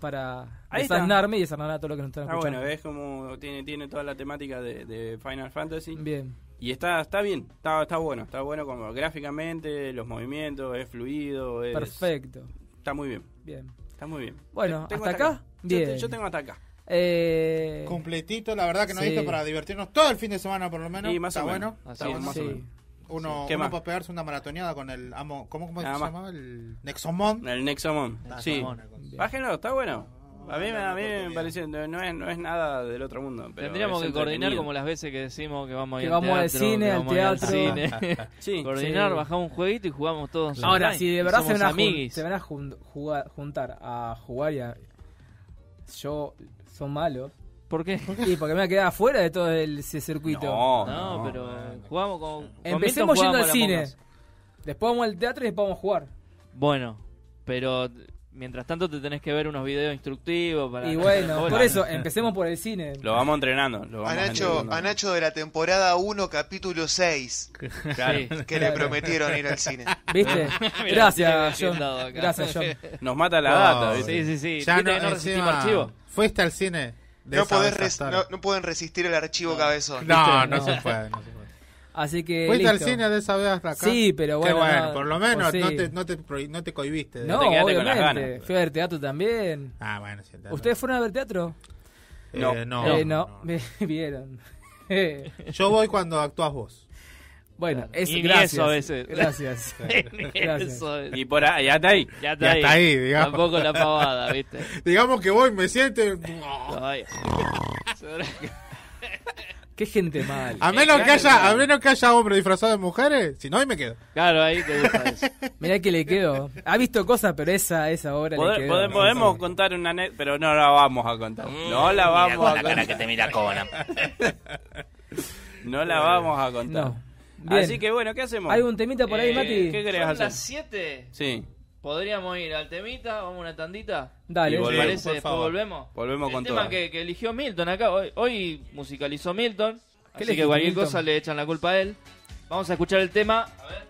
[SPEAKER 4] para
[SPEAKER 3] Ahí está.
[SPEAKER 4] desarnarme y desarnar a todo lo que nos están
[SPEAKER 3] está
[SPEAKER 4] escuchando.
[SPEAKER 3] bueno, es como tiene tiene toda la temática de, de Final Fantasy.
[SPEAKER 4] Bien.
[SPEAKER 3] Y está, está bien, está, está bueno, está bueno como gráficamente, los movimientos, es fluido, es,
[SPEAKER 4] Perfecto.
[SPEAKER 3] está muy bien,
[SPEAKER 4] Bien.
[SPEAKER 3] está muy bien.
[SPEAKER 4] Bueno,
[SPEAKER 3] Tengo
[SPEAKER 4] ¿hasta acá?
[SPEAKER 3] Yo te-
[SPEAKER 4] Bien.
[SPEAKER 3] Yo, tengo hasta acá.
[SPEAKER 4] Eh,
[SPEAKER 5] Completito, la verdad que nos
[SPEAKER 4] Sí.
[SPEAKER 5] diste para divertirnos todo el fin de semana por lo menos.
[SPEAKER 3] Y más
[SPEAKER 5] Está
[SPEAKER 3] o menos.
[SPEAKER 5] bueno.
[SPEAKER 8] Así
[SPEAKER 5] Está
[SPEAKER 8] es,
[SPEAKER 5] bueno.
[SPEAKER 8] más o
[SPEAKER 4] sí.
[SPEAKER 8] menos.
[SPEAKER 5] Uno,
[SPEAKER 3] ¿Qué
[SPEAKER 5] uno
[SPEAKER 3] más?
[SPEAKER 5] para pegarse una maratoneada con el amo, ¿cómo, cómo
[SPEAKER 3] Nada
[SPEAKER 5] se
[SPEAKER 3] más.
[SPEAKER 5] llamaba? El Nexomon.
[SPEAKER 3] El Nexomon.
[SPEAKER 5] Ah,
[SPEAKER 3] Sí.
[SPEAKER 5] Nexomon, una cosa.
[SPEAKER 3] Bájenlo, está bueno. A mí, me- a mí me
[SPEAKER 5] Oportunidad.
[SPEAKER 3] pareció, no, no es, no es nada del otro mundo. pero
[SPEAKER 8] Tendríamos
[SPEAKER 3] es
[SPEAKER 8] que coordinar
[SPEAKER 3] entretenido.
[SPEAKER 8] como las veces que decimos que vamos a ir
[SPEAKER 4] Que vamos al
[SPEAKER 8] teatro,
[SPEAKER 4] cine,
[SPEAKER 8] que
[SPEAKER 4] al
[SPEAKER 8] vamos a ir
[SPEAKER 4] teatro.
[SPEAKER 8] cine.
[SPEAKER 3] Sí.
[SPEAKER 8] coordinar,
[SPEAKER 4] Sí.
[SPEAKER 8] bajamos un jueguito y jugamos todos.
[SPEAKER 4] Ahora,
[SPEAKER 8] online.
[SPEAKER 4] si de
[SPEAKER 8] Y
[SPEAKER 4] verdad se
[SPEAKER 8] somos
[SPEAKER 4] van, a jun-
[SPEAKER 8] amiguis.
[SPEAKER 4] se van a jun- jugar- juntar a jugar y a. Yo. Son malos.
[SPEAKER 8] ¿Por qué?
[SPEAKER 4] Y porque me voy a quedar afuera de todo el, ese circuito.
[SPEAKER 3] No,
[SPEAKER 8] No,
[SPEAKER 3] no.
[SPEAKER 8] pero jugamos con. con Milton
[SPEAKER 4] Empecemos yendo al
[SPEAKER 8] jugamos a la
[SPEAKER 4] cine.
[SPEAKER 8] Among Us.
[SPEAKER 4] Después vamos al teatro y después vamos a jugar.
[SPEAKER 8] Bueno, pero mientras tanto te tenés que ver unos videos instructivos para.
[SPEAKER 4] y bueno,
[SPEAKER 8] Hola.
[SPEAKER 4] por eso, empecemos por el cine.
[SPEAKER 3] Lo vamos entrenando. Lo vamos
[SPEAKER 7] A Nacho,
[SPEAKER 3] entrenando.
[SPEAKER 7] a Nacho de la temporada 1, capítulo 6,
[SPEAKER 3] Claro.
[SPEAKER 8] Sí.
[SPEAKER 7] que le prometieron ir al cine.
[SPEAKER 4] ¿Viste?
[SPEAKER 8] Mira,
[SPEAKER 4] Gracias,
[SPEAKER 8] sí, bien
[SPEAKER 4] John.
[SPEAKER 8] dado acá.
[SPEAKER 4] Gracias, John.
[SPEAKER 3] Nos mata la
[SPEAKER 5] Wow.
[SPEAKER 3] data. ¿viste?
[SPEAKER 8] Sí, sí, sí.
[SPEAKER 5] Ya
[SPEAKER 8] ¿Viste que
[SPEAKER 5] no,
[SPEAKER 8] resistimos
[SPEAKER 5] encima,
[SPEAKER 8] archivo?
[SPEAKER 5] Fuiste al cine. de
[SPEAKER 7] No,
[SPEAKER 5] esa
[SPEAKER 7] podés
[SPEAKER 5] vez
[SPEAKER 7] res-
[SPEAKER 5] hasta
[SPEAKER 7] no,
[SPEAKER 5] ahora.
[SPEAKER 7] no pueden resistir el archivo cabezón.
[SPEAKER 5] no,
[SPEAKER 4] ¿Viste?
[SPEAKER 5] no se
[SPEAKER 4] No.
[SPEAKER 5] puede. No se puede.
[SPEAKER 4] Así que.
[SPEAKER 5] Fuiste al
[SPEAKER 4] listo.
[SPEAKER 5] cine de esa vez hasta acá.
[SPEAKER 4] Sí, pero
[SPEAKER 5] Qué
[SPEAKER 4] bueno, no,
[SPEAKER 5] por lo menos
[SPEAKER 4] pues
[SPEAKER 5] no,
[SPEAKER 4] sí.
[SPEAKER 5] te, no, te, prohi- no te cohibiste. de-
[SPEAKER 4] No,
[SPEAKER 3] te quedaste con las
[SPEAKER 4] obviamente.
[SPEAKER 3] ganas.
[SPEAKER 4] Fui a ver teatro también.
[SPEAKER 5] Ah, bueno, sí, está
[SPEAKER 4] ¿Ustedes fueron a ver teatro?
[SPEAKER 5] bien.
[SPEAKER 3] No.
[SPEAKER 5] Eh, no,
[SPEAKER 4] Eh,
[SPEAKER 5] no,
[SPEAKER 4] no, me vieron. Eh,
[SPEAKER 5] no. Yo voy cuando actúas vos.
[SPEAKER 4] bueno, es,
[SPEAKER 8] Y ni
[SPEAKER 4] gracias.
[SPEAKER 8] eso a veces.
[SPEAKER 4] Gracias. Gracias.
[SPEAKER 8] Eso es.
[SPEAKER 3] Y por ahí, ya está ahí.
[SPEAKER 8] Ya
[SPEAKER 5] Ya
[SPEAKER 8] está
[SPEAKER 5] está ahí,
[SPEAKER 8] ahí.
[SPEAKER 5] digamos.
[SPEAKER 8] Tampoco la pavada, ¿viste?
[SPEAKER 5] Digamos que voy, me siento.
[SPEAKER 8] Todavía.
[SPEAKER 4] Qué gente mal.
[SPEAKER 5] A menos, que haya, a menos que haya hombre disfrazado de mujeres, si no, ahí me quedo.
[SPEAKER 8] Claro, ahí te gusta eso.
[SPEAKER 4] Mirá que le quedó. Ha visto cosas, pero esa, esa obra
[SPEAKER 3] Pode-
[SPEAKER 4] le quedó.
[SPEAKER 3] pode- podemos contar una anécdota, pero no la vamos a contar. No Mm. la vamos a contar.
[SPEAKER 9] mira Conan.
[SPEAKER 3] No la vamos a contar.
[SPEAKER 4] No. Bien.
[SPEAKER 3] Así que bueno, ¿qué hacemos?
[SPEAKER 4] Hay un temita por ahí,
[SPEAKER 8] Eh,
[SPEAKER 4] Mati.
[SPEAKER 3] ¿Qué querés
[SPEAKER 8] Son
[SPEAKER 3] hacer?
[SPEAKER 8] las 7.
[SPEAKER 3] Sí,
[SPEAKER 8] Podríamos ir al temita, vamos a una tandita.
[SPEAKER 4] Dale.
[SPEAKER 3] Y
[SPEAKER 8] ¿Te
[SPEAKER 3] volvemos.
[SPEAKER 8] parece?
[SPEAKER 5] Por
[SPEAKER 8] Después
[SPEAKER 5] favor.
[SPEAKER 8] volvemos.
[SPEAKER 3] Volvemos
[SPEAKER 8] El
[SPEAKER 3] con
[SPEAKER 8] tema
[SPEAKER 3] todo.
[SPEAKER 8] que, que eligió Milton acá. Hoy, hoy musicalizó Milton.
[SPEAKER 4] ¿Qué
[SPEAKER 8] Así que
[SPEAKER 4] elegiste,
[SPEAKER 8] cualquier
[SPEAKER 4] Milton?
[SPEAKER 8] cosa le echan la culpa a él. Vamos a escuchar el tema. A ver.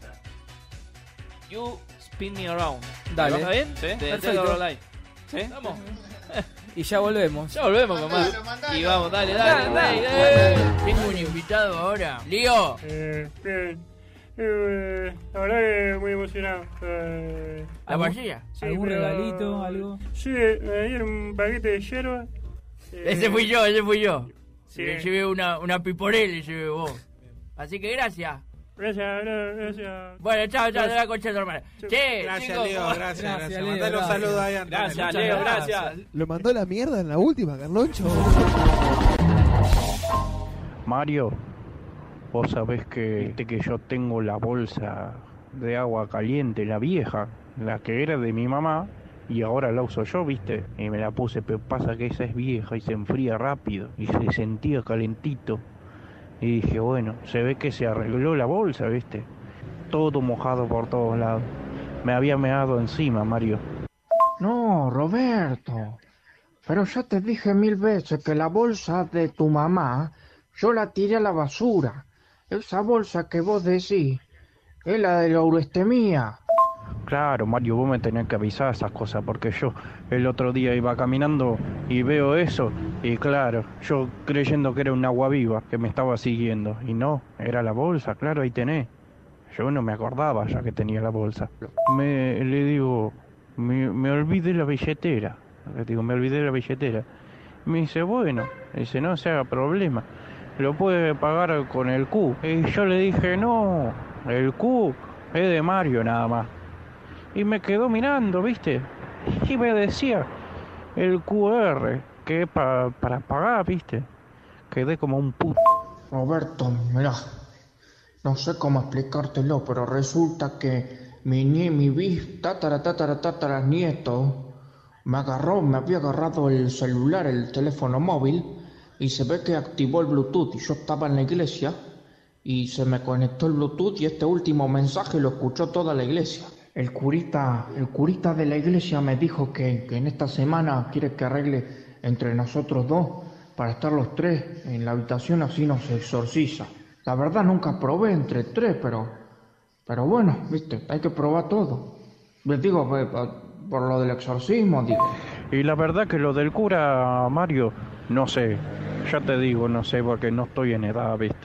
[SPEAKER 8] ¿Dónde está? You Spin Me Around.
[SPEAKER 4] Dale.
[SPEAKER 8] ¿Está bien?
[SPEAKER 3] Sí.
[SPEAKER 8] De
[SPEAKER 4] Perfecto.
[SPEAKER 8] Taylor O'Reilly.
[SPEAKER 3] sí.
[SPEAKER 8] Vamos.
[SPEAKER 4] Y ya volvemos.
[SPEAKER 8] Ya volvemos con más.
[SPEAKER 7] Mandalo, mandalo.
[SPEAKER 8] Y vamos, dale, dale. dale, dale. Tengo un invitado ahora. Lío.
[SPEAKER 10] Eh, la verdad que muy emocionado. Eh,
[SPEAKER 8] La vajilla.
[SPEAKER 4] ¿Algún
[SPEAKER 10] pero-
[SPEAKER 4] regalito, algo?
[SPEAKER 10] sí, eh, me dieron un paquete de hierba. Eh,
[SPEAKER 11] Ese fui yo, ese fui yo.
[SPEAKER 10] Sí.
[SPEAKER 11] Le llevé una, una piporel, le llevé vos. Así que gracias.
[SPEAKER 10] Gracias, bro, gracias.
[SPEAKER 11] Bueno, chao, chao, de la concha de tu hermana. Che, chicos,
[SPEAKER 5] gracias.
[SPEAKER 4] gracias. Leo, Mandale un gracias. saludo
[SPEAKER 5] ahí
[SPEAKER 3] Gracias,
[SPEAKER 4] Muchas
[SPEAKER 3] Leo,
[SPEAKER 4] gracias.
[SPEAKER 3] gracias.
[SPEAKER 1] Lo mandó a la mierda en la última, Carloncho.
[SPEAKER 12] Mario, vos sabés que, viste que yo tengo la bolsa de agua caliente, la vieja, la que era de mi mamá, y ahora la uso yo, viste, y me la puse, pero pasa que esa es vieja y se enfría rápido, y se sentía calentito. Y dije, bueno, se ve que se arregló la bolsa, viste, todo mojado por todos lados. Me había meado encima, Mario.
[SPEAKER 1] No, Roberto. Pero ya te dije mil veces que la bolsa de tu mamá yo la tiré a la basura. Esa bolsa que vos decís es la de la urostemía.
[SPEAKER 12] Claro, Mario, vos me tenés que avisar esas cosas porque yo el otro día iba caminando y veo eso y claro, yo creyendo que era un agua viva que me estaba siguiendo y no, era la bolsa, claro, ahí tenés. Yo no me acordaba ya que tenía la bolsa. Me, le digo, me, me olvidé la billetera. Le digo, me olvidé la billetera. Me dice, bueno, dice, no se haga problema. Lo puede pagar con el Q. Y yo le dije, no, el Q es de Mario nada más y me quedó mirando, ¿viste? Y me decía el QR, que es pa- para pagar, ¿viste? Quedé como un puto.
[SPEAKER 1] Roberto, mirá, no sé cómo explicártelo, pero resulta que mi nie, mi bis, tatara, tatara, tatara, nieto, me agarró, me había agarrado el celular, el teléfono móvil, y se ve que activó el Bluetooth, y yo estaba en la iglesia, y se me conectó el Bluetooth, y este último mensaje lo escuchó toda la iglesia. El curita, el curita de la iglesia me dijo que, que en esta semana quiere que arregle entre nosotros dos para estar los tres en la habitación así nos exorciza. La verdad nunca probé entre tres, pero, pero bueno, viste, hay que probar todo. Les digo, pe- pe- por lo del exorcismo, digo.
[SPEAKER 12] Y la verdad que lo del cura, Mario, no sé. Ya te digo, no sé, porque no estoy en edad, ¿viste?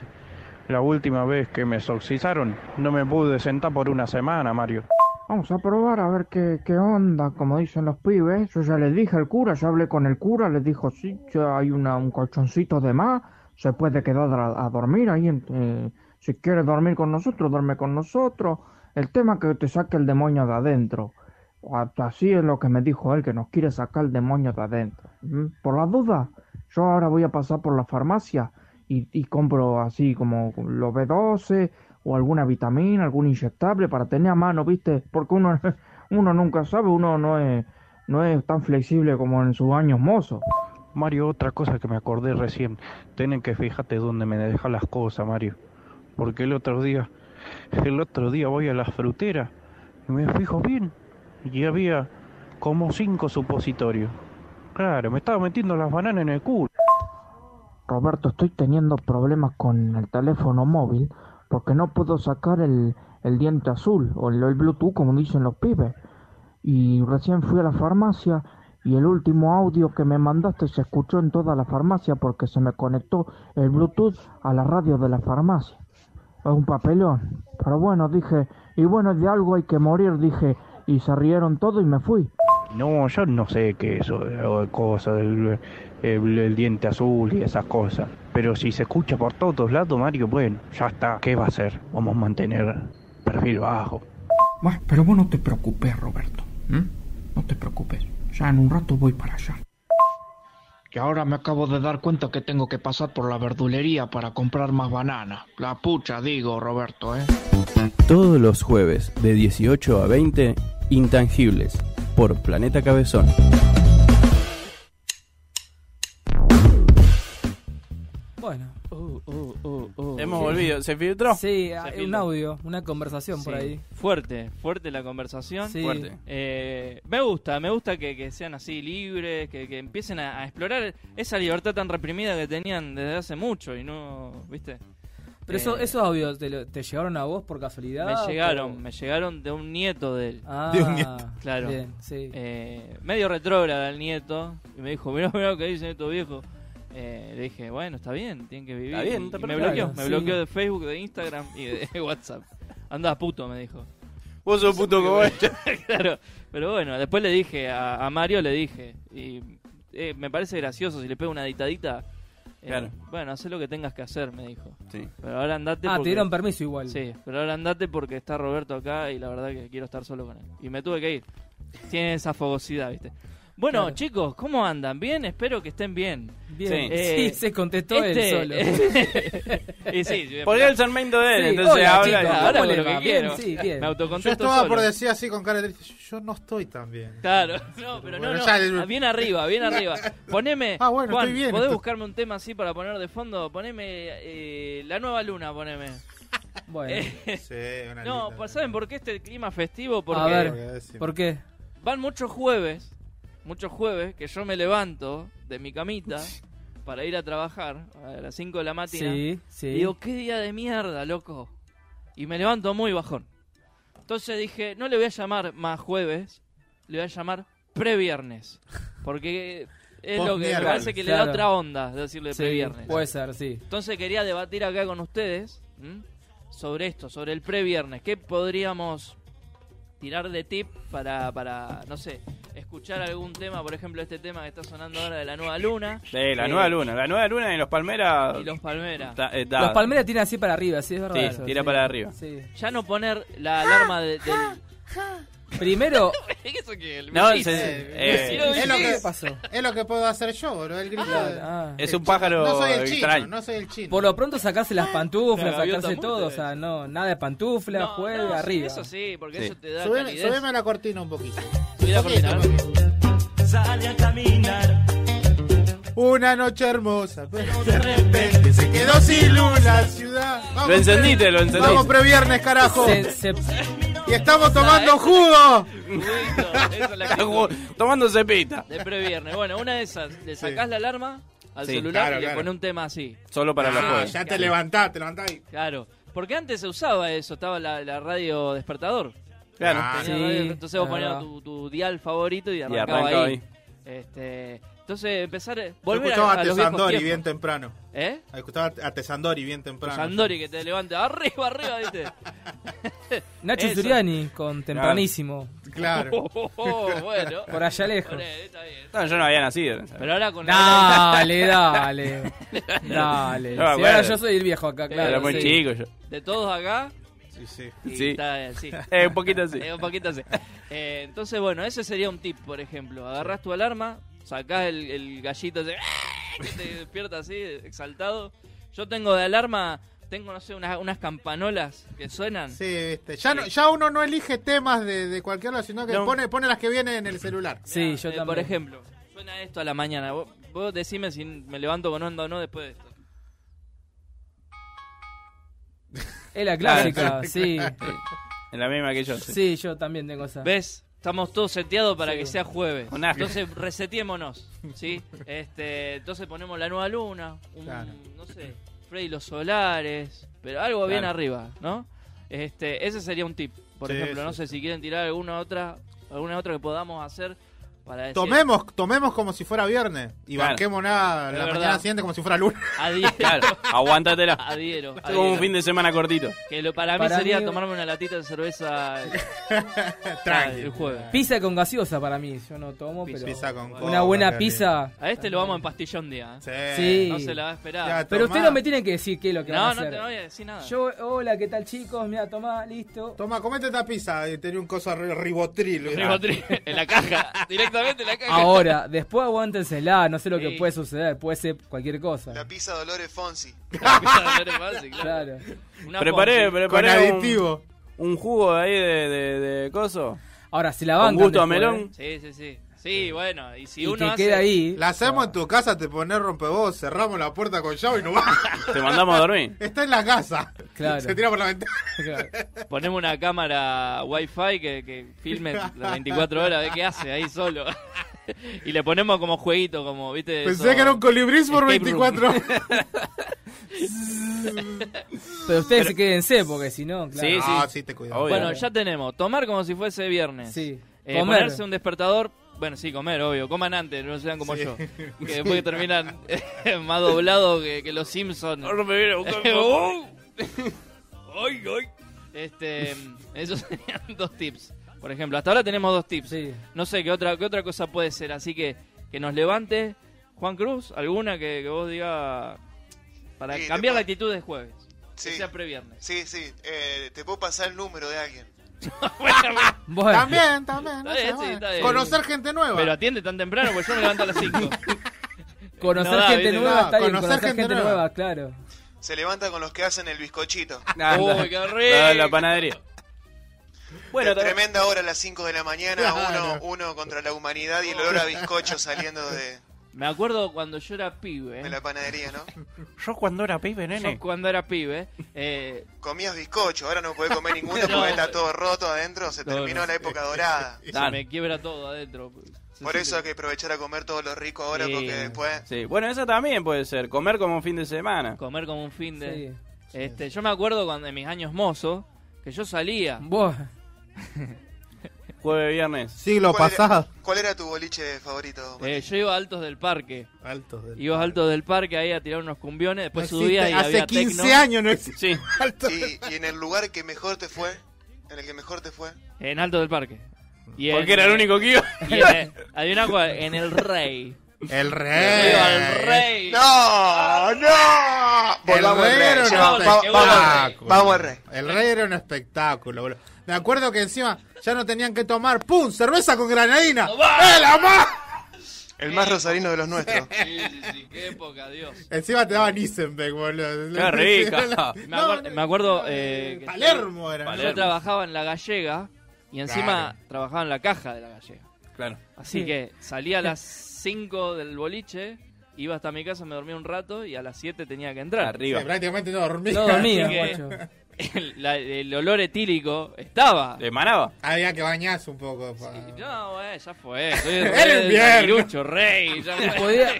[SPEAKER 12] La última vez que me exorcizaron, no me pude sentar por una semana, Mario.
[SPEAKER 13] Vamos a probar a ver qué, qué onda, como dicen los pibes. Yo ya les dije al cura, ya hablé con el cura, les dijo, sí, ya hay una, un colchoncito de más, se puede quedar a, a dormir ahí. en- eh, si quieres dormir con nosotros, duerme con nosotros. El tema que te saque el demonio de adentro. A- Así es lo que me dijo él, que nos quiere sacar el demonio de adentro. ¿Mm? Por la duda, yo ahora voy a pasar por la farmacia y, y compro así como los B12 o alguna vitamina, algún inyectable para tener a mano, ¿viste? Porque uno, uno nunca sabe, uno no es, no es tan flexible como en sus años mozos.
[SPEAKER 12] Mario, otra cosa que me acordé recién. Tienen que fijarte dónde me dejas las cosas, Mario. Porque el otro día, el otro día voy a la frutera y me fijo bien. Y había como cinco supositorios. Claro, me estaba metiendo las bananas en el culo.
[SPEAKER 13] Roberto, estoy teniendo problemas con el teléfono móvil porque no puedo sacar el, el diente azul o el, el Bluetooth, como dicen los pibes. Y recién fui a la farmacia y el último audio que me mandaste se escuchó en toda la farmacia porque se me conectó el Bluetooth a la radio de la farmacia. Es un papelón. Pero bueno, dije, y bueno, de algo hay que morir, dije, y se rieron todo y me fui.
[SPEAKER 12] No, yo no sé qué eso, o cosas, el, el- el diente azul y esas cosas. Pero si se escucha por todos lados, Mario, bueno, ya está. ¿Qué va a hacer? Vamos a mantener perfil bajo.
[SPEAKER 2] Bueno, pero vos no te preocupes, Roberto. ¿m? No te preocupes. Ya en un rato voy para allá.
[SPEAKER 13] Que ahora me acabo de dar cuenta que tengo que pasar por la verdulería para comprar más banana. La pucha, digo, Roberto, ¿eh?
[SPEAKER 3] Todos los jueves de 18 a 20, Intangibles, por Planeta Cabezón.
[SPEAKER 4] Bueno.
[SPEAKER 3] Hemos volvido. ¿Se filtró?
[SPEAKER 4] Sí,
[SPEAKER 8] Se
[SPEAKER 4] ah, un
[SPEAKER 8] filtró.
[SPEAKER 4] audio, una conversación por
[SPEAKER 8] Sí.
[SPEAKER 4] ahí.
[SPEAKER 8] Fuerte, fuerte la conversación.
[SPEAKER 4] Sí. Fuerte.
[SPEAKER 8] Eh, me gusta, me gusta que, que sean así libres, que, que empiecen a, a explorar esa libertad tan reprimida que tenían desde hace mucho y no, ¿viste?
[SPEAKER 4] Pero eso,
[SPEAKER 8] Eh,
[SPEAKER 4] esos audios, ¿te, lo- te llegaron a vos por casualidad?
[SPEAKER 8] Me
[SPEAKER 4] o-
[SPEAKER 8] llegaron, me llegaron de un nieto de él.
[SPEAKER 4] Ah, De un nieto.
[SPEAKER 8] Claro.
[SPEAKER 4] bien, sí.
[SPEAKER 8] Eh, medio retrógrada el nieto. Y me dijo, mirá, mirá lo que dicen estos viejos. Eh, le dije, bueno, está bien, tienen que vivir.
[SPEAKER 3] Está bien,
[SPEAKER 8] Y-
[SPEAKER 3] está
[SPEAKER 8] y me
[SPEAKER 3] perfecto.
[SPEAKER 8] bloqueó,
[SPEAKER 3] Claro,
[SPEAKER 8] me
[SPEAKER 3] sí.
[SPEAKER 8] bloqueó de Facebook, de Instagram y de WhatsApp. Andá puto, me dijo.
[SPEAKER 3] Vos sos puto como ella.
[SPEAKER 8] claro, pero bueno, después le dije, a, a Mario le dije, y eh, me parece gracioso si le pego una ditadita. eh,
[SPEAKER 3] Claro.
[SPEAKER 8] Bueno, haz lo que tengas que hacer, me dijo.
[SPEAKER 3] Sí.
[SPEAKER 8] Pero ahora andate.
[SPEAKER 4] Ah, te
[SPEAKER 8] porque-
[SPEAKER 4] dieron permiso igual.
[SPEAKER 8] Sí, pero ahora andate porque está Roberto acá y la verdad que quiero estar solo con él. Y me tuve que ir. Tiene esa fogosidad, ¿viste? Bueno,
[SPEAKER 4] Claro.
[SPEAKER 8] chicos, ¿cómo andan? ¿Bien? Espero que estén bien. Eh,
[SPEAKER 4] Bien. Sí. Sí, se contestó
[SPEAKER 8] este,
[SPEAKER 4] él solo.
[SPEAKER 8] y sí,
[SPEAKER 3] Por él son main de él,
[SPEAKER 8] Sí,
[SPEAKER 3] entonces
[SPEAKER 8] hola,
[SPEAKER 3] habla
[SPEAKER 8] chicos,
[SPEAKER 3] y
[SPEAKER 8] ¿cómo
[SPEAKER 3] habla
[SPEAKER 8] les
[SPEAKER 3] lo que
[SPEAKER 8] va? Bien,
[SPEAKER 3] quiero.
[SPEAKER 8] sí, bien. Me autocontesto
[SPEAKER 5] Yo estaba
[SPEAKER 8] solo.
[SPEAKER 5] por decir así con cara triste, yo- yo no estoy tan bien.
[SPEAKER 8] Claro, no, pero no,
[SPEAKER 5] Bueno,
[SPEAKER 8] no,
[SPEAKER 5] ya el-
[SPEAKER 8] bien arriba, bien arriba. Poneme,
[SPEAKER 5] Ah, bueno,
[SPEAKER 8] Juan,
[SPEAKER 5] estoy bien,
[SPEAKER 8] ¿podés
[SPEAKER 5] estoy-
[SPEAKER 8] buscarme un tema así para poner de fondo? Poneme eh, La Nueva Luna, poneme.
[SPEAKER 4] Bueno.
[SPEAKER 8] eh,
[SPEAKER 5] Sí, una
[SPEAKER 8] no,
[SPEAKER 5] linda-
[SPEAKER 8] pues ¿saben por qué este clima festivo? Porque
[SPEAKER 4] A ver, ¿por qué?
[SPEAKER 8] van muchos jueves, muchos jueves que yo me levanto de mi camita para ir a trabajar a las 5 de la mañana.
[SPEAKER 4] Sí, sí.
[SPEAKER 8] Digo, qué día de mierda, loco. Y me levanto muy bajón. Entonces dije, no le voy a llamar más jueves, le voy a llamar previernes. Porque es lo que me
[SPEAKER 4] Post-miércoles.
[SPEAKER 8] parece que le
[SPEAKER 4] Claro.
[SPEAKER 8] da otra onda decirle
[SPEAKER 4] Sí,
[SPEAKER 8] previernes.
[SPEAKER 4] puede ser, sí.
[SPEAKER 8] Entonces quería debatir acá con ustedes ¿m? sobre esto, sobre el previernes. ¿Qué podríamos tirar de tip para, para, no sé, escuchar algún tema? Por ejemplo, este tema que está sonando ahora de la nueva luna.
[SPEAKER 3] Sí, la
[SPEAKER 8] Eh,
[SPEAKER 3] nueva luna. La nueva luna y los palmeras.
[SPEAKER 8] Y los palmeras.
[SPEAKER 3] Está- está-
[SPEAKER 4] Los palmeras tiran así para arriba, sí, es verdad.
[SPEAKER 3] Sí,
[SPEAKER 4] eso,
[SPEAKER 3] tira
[SPEAKER 4] sí.
[SPEAKER 3] para arriba.
[SPEAKER 4] Sí.
[SPEAKER 8] Ya no poner la alarma de- del...
[SPEAKER 4] Primero,
[SPEAKER 8] ¿Eso qué? El
[SPEAKER 3] No,
[SPEAKER 8] Milis.
[SPEAKER 3] se- eh,
[SPEAKER 8] Si no,
[SPEAKER 5] es, lo
[SPEAKER 8] Milis.
[SPEAKER 5] que, es lo que puedo hacer yo, bro. El grito.
[SPEAKER 8] Ah,
[SPEAKER 5] de-
[SPEAKER 3] Es un pájaro
[SPEAKER 5] No soy el chino,
[SPEAKER 3] extraño.
[SPEAKER 5] no soy el chino.
[SPEAKER 4] ah. por lo pronto sacarse las pantuflas,
[SPEAKER 8] La gaviota
[SPEAKER 4] sacarse
[SPEAKER 8] muerta
[SPEAKER 4] todo, o
[SPEAKER 8] es.
[SPEAKER 4] sea, no, nada de pantuflas,
[SPEAKER 8] No,
[SPEAKER 4] juegue
[SPEAKER 8] no, sí,
[SPEAKER 4] arriba.
[SPEAKER 8] Eso sí, porque
[SPEAKER 4] Sí.
[SPEAKER 8] eso te da
[SPEAKER 5] Subeme,
[SPEAKER 8] calidez.
[SPEAKER 5] subeme la cortina un poquito.
[SPEAKER 8] Subí la cortina, a ver.
[SPEAKER 5] Sale a caminar. Una noche hermosa. Pero de repente se quedó sin luz la ciudad. Vamos,
[SPEAKER 3] Lo encendiste, lo encendiste.
[SPEAKER 5] Vamos previernes, carajo.
[SPEAKER 3] Se-
[SPEAKER 5] Y estamos tomando jugo.
[SPEAKER 3] Tomando cepita.
[SPEAKER 8] De previernes. Bueno, una de esas, le sacás la alarma al
[SPEAKER 3] Sí,
[SPEAKER 8] celular
[SPEAKER 3] claro,
[SPEAKER 8] y le
[SPEAKER 3] claro.
[SPEAKER 8] pones un tema así.
[SPEAKER 3] Solo para los
[SPEAKER 8] Ah,
[SPEAKER 3] jueves.
[SPEAKER 8] ya te
[SPEAKER 3] Claro.
[SPEAKER 5] levantás, te levantás y...
[SPEAKER 8] Claro. Porque antes se usaba eso, estaba la, la radio despertador.
[SPEAKER 3] Claro.
[SPEAKER 8] Tenía
[SPEAKER 3] Ah, Sí,
[SPEAKER 8] radio- entonces vos
[SPEAKER 3] es
[SPEAKER 8] ponías
[SPEAKER 3] verdad.
[SPEAKER 8] tu, tu dial favorito y arrancaba,
[SPEAKER 3] arrancaba
[SPEAKER 8] ahí.
[SPEAKER 3] ahí.
[SPEAKER 8] Este, entonces Entonces, empezar. eh,
[SPEAKER 5] Yo
[SPEAKER 8] Volver a,
[SPEAKER 5] escuchaba
[SPEAKER 8] a
[SPEAKER 5] a
[SPEAKER 8] los viejos
[SPEAKER 5] Tesandori
[SPEAKER 8] tiempos.
[SPEAKER 5] bien temprano.
[SPEAKER 8] ¿Eh?
[SPEAKER 5] Escuchaba a Tesandori bien temprano.
[SPEAKER 8] Sandori que te levanta arriba, arriba, ¿viste?
[SPEAKER 4] Nacho
[SPEAKER 8] Eso.
[SPEAKER 4] Suriani con tempranísimo.
[SPEAKER 5] Claro.
[SPEAKER 8] Oh, bueno.
[SPEAKER 4] Por allá lejos.
[SPEAKER 8] Bueno, está bien.
[SPEAKER 3] No, yo no había nacido.
[SPEAKER 8] Pero ahora con
[SPEAKER 4] Dale, dale.
[SPEAKER 3] No me
[SPEAKER 4] Dale. Si ahora
[SPEAKER 3] acuerdo.
[SPEAKER 4] yo soy el viejo acá, claro.
[SPEAKER 3] Era muy
[SPEAKER 4] sí.
[SPEAKER 3] chico yo.
[SPEAKER 8] De todos acá.
[SPEAKER 5] Sí, sí.
[SPEAKER 8] y
[SPEAKER 3] Sí.
[SPEAKER 8] está, eh, sí.
[SPEAKER 3] Eh, un poquito así.
[SPEAKER 8] Eh, un poquito así. Eh, entonces, bueno, ese sería un tip, por ejemplo. Agarrás tu alarma, sacás el, el gallito así, que te despierta así, exaltado. Yo tengo de alarma, tengo, no sé, unas, unas campanolas que suenan.
[SPEAKER 5] Sí, viste. Ya, no- ya uno no elige temas de, de cualquier lado, sino que
[SPEAKER 8] No.
[SPEAKER 5] pone, pone las que vienen en el celular.
[SPEAKER 4] Sí, yo
[SPEAKER 8] Eh,
[SPEAKER 4] también.
[SPEAKER 8] Por ejemplo, suena esto a la mañana. Vos, vos decime si me levanto con onda o no después de esto.
[SPEAKER 4] Es la clásica,
[SPEAKER 3] Claro.
[SPEAKER 4] sí.
[SPEAKER 3] En la misma que yo. sí.
[SPEAKER 4] Sí, yo también tengo esa.
[SPEAKER 8] ¿Ves? Estamos todos seteados para
[SPEAKER 4] Sí.
[SPEAKER 8] que sea jueves.
[SPEAKER 3] Con asco.
[SPEAKER 8] Entonces reseteémonos, ¿sí? Este, entonces ponemos la nueva luna, un-
[SPEAKER 5] Claro.
[SPEAKER 8] no sé, Freddy los solares, pero algo bien
[SPEAKER 3] Claro.
[SPEAKER 8] arriba, ¿no? Este, ese sería un tip, por
[SPEAKER 5] Sí,
[SPEAKER 8] ejemplo,
[SPEAKER 5] sí,
[SPEAKER 8] no sé si quieren tirar alguna otra, alguna otra que podamos hacer para decir
[SPEAKER 5] Tomemos, tomemos como si fuera viernes y
[SPEAKER 3] Claro.
[SPEAKER 5] banquemos nada
[SPEAKER 8] Es
[SPEAKER 5] la
[SPEAKER 8] verdad.
[SPEAKER 5] mañana siguiente como si fuera lunes.
[SPEAKER 8] adhiero,
[SPEAKER 3] Claro, aguántatela.
[SPEAKER 8] adhiero,
[SPEAKER 3] Es como un
[SPEAKER 8] adhiero.
[SPEAKER 3] fin de semana cortito.
[SPEAKER 8] que lo, para,
[SPEAKER 4] Para
[SPEAKER 8] mí sería
[SPEAKER 4] mí-
[SPEAKER 8] tomarme una latita de cerveza el- el
[SPEAKER 5] Tranquilo.
[SPEAKER 8] jueves.
[SPEAKER 4] Pizza con gaseosa para mí. Yo no tomo, pero.
[SPEAKER 5] Pizza con
[SPEAKER 4] Una
[SPEAKER 5] coca,
[SPEAKER 4] buena
[SPEAKER 5] qué
[SPEAKER 4] pizza.
[SPEAKER 8] A este lo vamos a empastillar un día. ¿eh?
[SPEAKER 5] rico.
[SPEAKER 4] Sí.
[SPEAKER 8] No se la va a esperar.
[SPEAKER 5] Ya,
[SPEAKER 4] Pero
[SPEAKER 5] tomá.
[SPEAKER 4] usted no me tiene que decir qué es lo que va
[SPEAKER 8] No,
[SPEAKER 4] a
[SPEAKER 8] no
[SPEAKER 4] hacer.
[SPEAKER 8] te voy a decir nada.
[SPEAKER 4] Yo, hola, ¿qué tal chicos? Mira, tomá, listo.
[SPEAKER 5] Toma, comete esta pizza. Eh, Tenía un coso re- ribotril.
[SPEAKER 8] Ribotril, en la caja, directamente en la caja.
[SPEAKER 4] Ahora, después aguántensela, no sé lo
[SPEAKER 8] Sí.
[SPEAKER 4] que puede suceder, puede ser cualquier cosa.
[SPEAKER 14] La pizza Dolores Fonsi.
[SPEAKER 4] Claro.
[SPEAKER 8] Una
[SPEAKER 3] Preparé,
[SPEAKER 8] Ponzi.
[SPEAKER 5] Con
[SPEAKER 3] preparé un-
[SPEAKER 5] aditivo.
[SPEAKER 3] Un, jugo ahí de, de, de coso.
[SPEAKER 4] Ahora, si la
[SPEAKER 3] Con
[SPEAKER 4] bancan
[SPEAKER 3] gusto a
[SPEAKER 4] después, ¿eh?
[SPEAKER 3] melón.
[SPEAKER 8] Sí, sí, sí. Sí, bueno, y si
[SPEAKER 4] Y
[SPEAKER 8] uno
[SPEAKER 4] que
[SPEAKER 8] hace...
[SPEAKER 4] queda ahí.
[SPEAKER 5] La hacemos en tu casa, te pones rompeboz, cerramos la puerta con llave y no va.
[SPEAKER 3] Te mandamos a dormir.
[SPEAKER 5] Está en la casa.
[SPEAKER 4] Claro.
[SPEAKER 5] Se tira por la ventana.
[SPEAKER 4] Claro.
[SPEAKER 8] Ponemos una cámara wifi que, que filme las 24 horas, a ver qué hace ahí solo. y le ponemos como jueguito, como, viste...
[SPEAKER 5] Pensé
[SPEAKER 8] eso-
[SPEAKER 5] que era un colibrí por
[SPEAKER 8] Escape
[SPEAKER 5] 24 horas.
[SPEAKER 4] Pero ustedes se quédense, porque si no, claro.
[SPEAKER 3] Sí,
[SPEAKER 5] Ah, sí, te cuidado.
[SPEAKER 3] Obvio.
[SPEAKER 8] Bueno, ya tenemos. Tomar como si fuese viernes.
[SPEAKER 4] Sí.
[SPEAKER 8] Eh,
[SPEAKER 4] Comer.
[SPEAKER 8] Ponerse un despertador. Bueno, sí, comer, obvio. Coman antes, no sean como
[SPEAKER 5] Sí.
[SPEAKER 8] yo. Que después que terminan más doblados que, que los Simpsons.
[SPEAKER 3] Ahora me viene a buscar-
[SPEAKER 8] Ay, ay. Este, esos serían dos tips. Por ejemplo, hasta ahora tenemos dos tips.
[SPEAKER 4] Sí.
[SPEAKER 8] No sé qué otra qué otra cosa puede ser, así que que nos levante Juan Cruz, alguna que, que vos diga para
[SPEAKER 14] Sí,
[SPEAKER 8] cambiar
[SPEAKER 14] te-
[SPEAKER 8] la actitud de jueves.
[SPEAKER 14] Sí.
[SPEAKER 8] Que sea previernes.
[SPEAKER 14] Sí, sí, eh, te puedo pasar el número de alguien.
[SPEAKER 4] Bueno,
[SPEAKER 5] También, también. Ah, no
[SPEAKER 8] Está bien,
[SPEAKER 5] se
[SPEAKER 8] sí,
[SPEAKER 5] va.
[SPEAKER 8] está bien.
[SPEAKER 5] Conocer gente nueva.
[SPEAKER 8] Pero atiende tan temprano porque yo me levanto a las 5.
[SPEAKER 4] conocer
[SPEAKER 8] No da,
[SPEAKER 4] gente
[SPEAKER 8] ¿viste?
[SPEAKER 4] nueva
[SPEAKER 5] No,
[SPEAKER 4] está bien,
[SPEAKER 5] conocer
[SPEAKER 4] conocer,
[SPEAKER 5] gente
[SPEAKER 4] gente,
[SPEAKER 5] nueva.
[SPEAKER 4] nueva. claro.
[SPEAKER 14] Se levanta con los que hacen el bizcochito.
[SPEAKER 8] Uy, qué rico.
[SPEAKER 3] La, la panadería. Bueno, también-
[SPEAKER 14] Tremenda hora a las 5 de la mañana,
[SPEAKER 5] Claro.
[SPEAKER 14] uno, uno contra la humanidad y el olor a bizcocho saliendo de,
[SPEAKER 8] Me acuerdo cuando yo era pibe. ¿eh?
[SPEAKER 14] de la panadería, ¿no?
[SPEAKER 3] yo cuando era pibe, nene.
[SPEAKER 8] Yo cuando era pibe, eh,
[SPEAKER 14] Comías bizcocho, ahora no podés comer ninguno
[SPEAKER 8] No.
[SPEAKER 14] porque está todo roto adentro, se
[SPEAKER 8] No,
[SPEAKER 14] terminó
[SPEAKER 8] no.
[SPEAKER 14] la época dorada.
[SPEAKER 8] se me quiebra todo adentro.
[SPEAKER 14] Por eso hay que aprovechar a comer todo lo rico ahora
[SPEAKER 8] Sí.
[SPEAKER 14] porque después...
[SPEAKER 3] Sí, bueno, eso también puede ser. Comer como un fin de semana.
[SPEAKER 8] Comer como un fin de...
[SPEAKER 4] Sí.
[SPEAKER 8] Este, yo me acuerdo cuando en mis años mozos que yo salía.
[SPEAKER 4] Vos,
[SPEAKER 3] Jueves, viernes.
[SPEAKER 5] Siglo
[SPEAKER 14] ¿Cuál era-
[SPEAKER 5] pasado.
[SPEAKER 14] ¿Cuál era tu boliche favorito?
[SPEAKER 8] eh, yo iba a Altos del Parque.
[SPEAKER 5] Altos del
[SPEAKER 8] Ibas a Altos del Parque ahí a tirar unos cumbiones, después
[SPEAKER 5] No
[SPEAKER 8] pues subía y
[SPEAKER 5] existe. Hace
[SPEAKER 8] había
[SPEAKER 5] 15
[SPEAKER 8] tecno.
[SPEAKER 5] años no existe.
[SPEAKER 3] Sí,
[SPEAKER 14] Y, y en el lugar que mejor te fue, en el que mejor te fue,
[SPEAKER 8] En Altos del Parque. Y en-
[SPEAKER 3] porque era el único que iba.
[SPEAKER 8] y en- adivina cuál, en el Rey.
[SPEAKER 3] Eh,
[SPEAKER 5] El
[SPEAKER 8] Yo
[SPEAKER 5] rey.
[SPEAKER 8] iba al Rey.
[SPEAKER 14] ¡No! ¡No! Volvamos al
[SPEAKER 5] el rey
[SPEAKER 14] rey.
[SPEAKER 5] era un
[SPEAKER 14] ya, va- va-
[SPEAKER 8] espectáculo.
[SPEAKER 14] vamos al rey. Vamos al rey.
[SPEAKER 5] El rey era un espectáculo, boludo. Me acuerdo que encima ya no tenían que tomar. ¡Pum! Cerveza con granadina. ¡Eh, la ma-
[SPEAKER 14] El más rosarino de los nuestros.
[SPEAKER 8] Sí, sí, sí, qué época, Dios.
[SPEAKER 5] Encima te daban Isenbeck, boludo.
[SPEAKER 3] Qué rica.
[SPEAKER 8] Me, acuer- me acuerdo eh, que
[SPEAKER 5] Palermo era. ¿no?
[SPEAKER 8] yo trabajaba en la gallega y encima trabajaba en la caja de la gallega.
[SPEAKER 3] Claro.
[SPEAKER 8] Así que salía a las 5 del boliche, iba hasta mi casa, me dormía un rato y a las 7 tenía que entrar.
[SPEAKER 5] Sí,
[SPEAKER 3] Arriba.
[SPEAKER 5] prácticamente no dormía.
[SPEAKER 4] no dormía,
[SPEAKER 8] Así que-
[SPEAKER 4] guacho.
[SPEAKER 8] El, la- el olor etílico estaba.
[SPEAKER 3] ¿Te manaba?
[SPEAKER 5] Había que bañarse un poco. pa-
[SPEAKER 8] Y No, güey, eh, ya fue. Soy el
[SPEAKER 5] Era
[SPEAKER 8] rey,
[SPEAKER 5] invierno.
[SPEAKER 8] del Marucho, rey. ya fue.
[SPEAKER 4] Podía-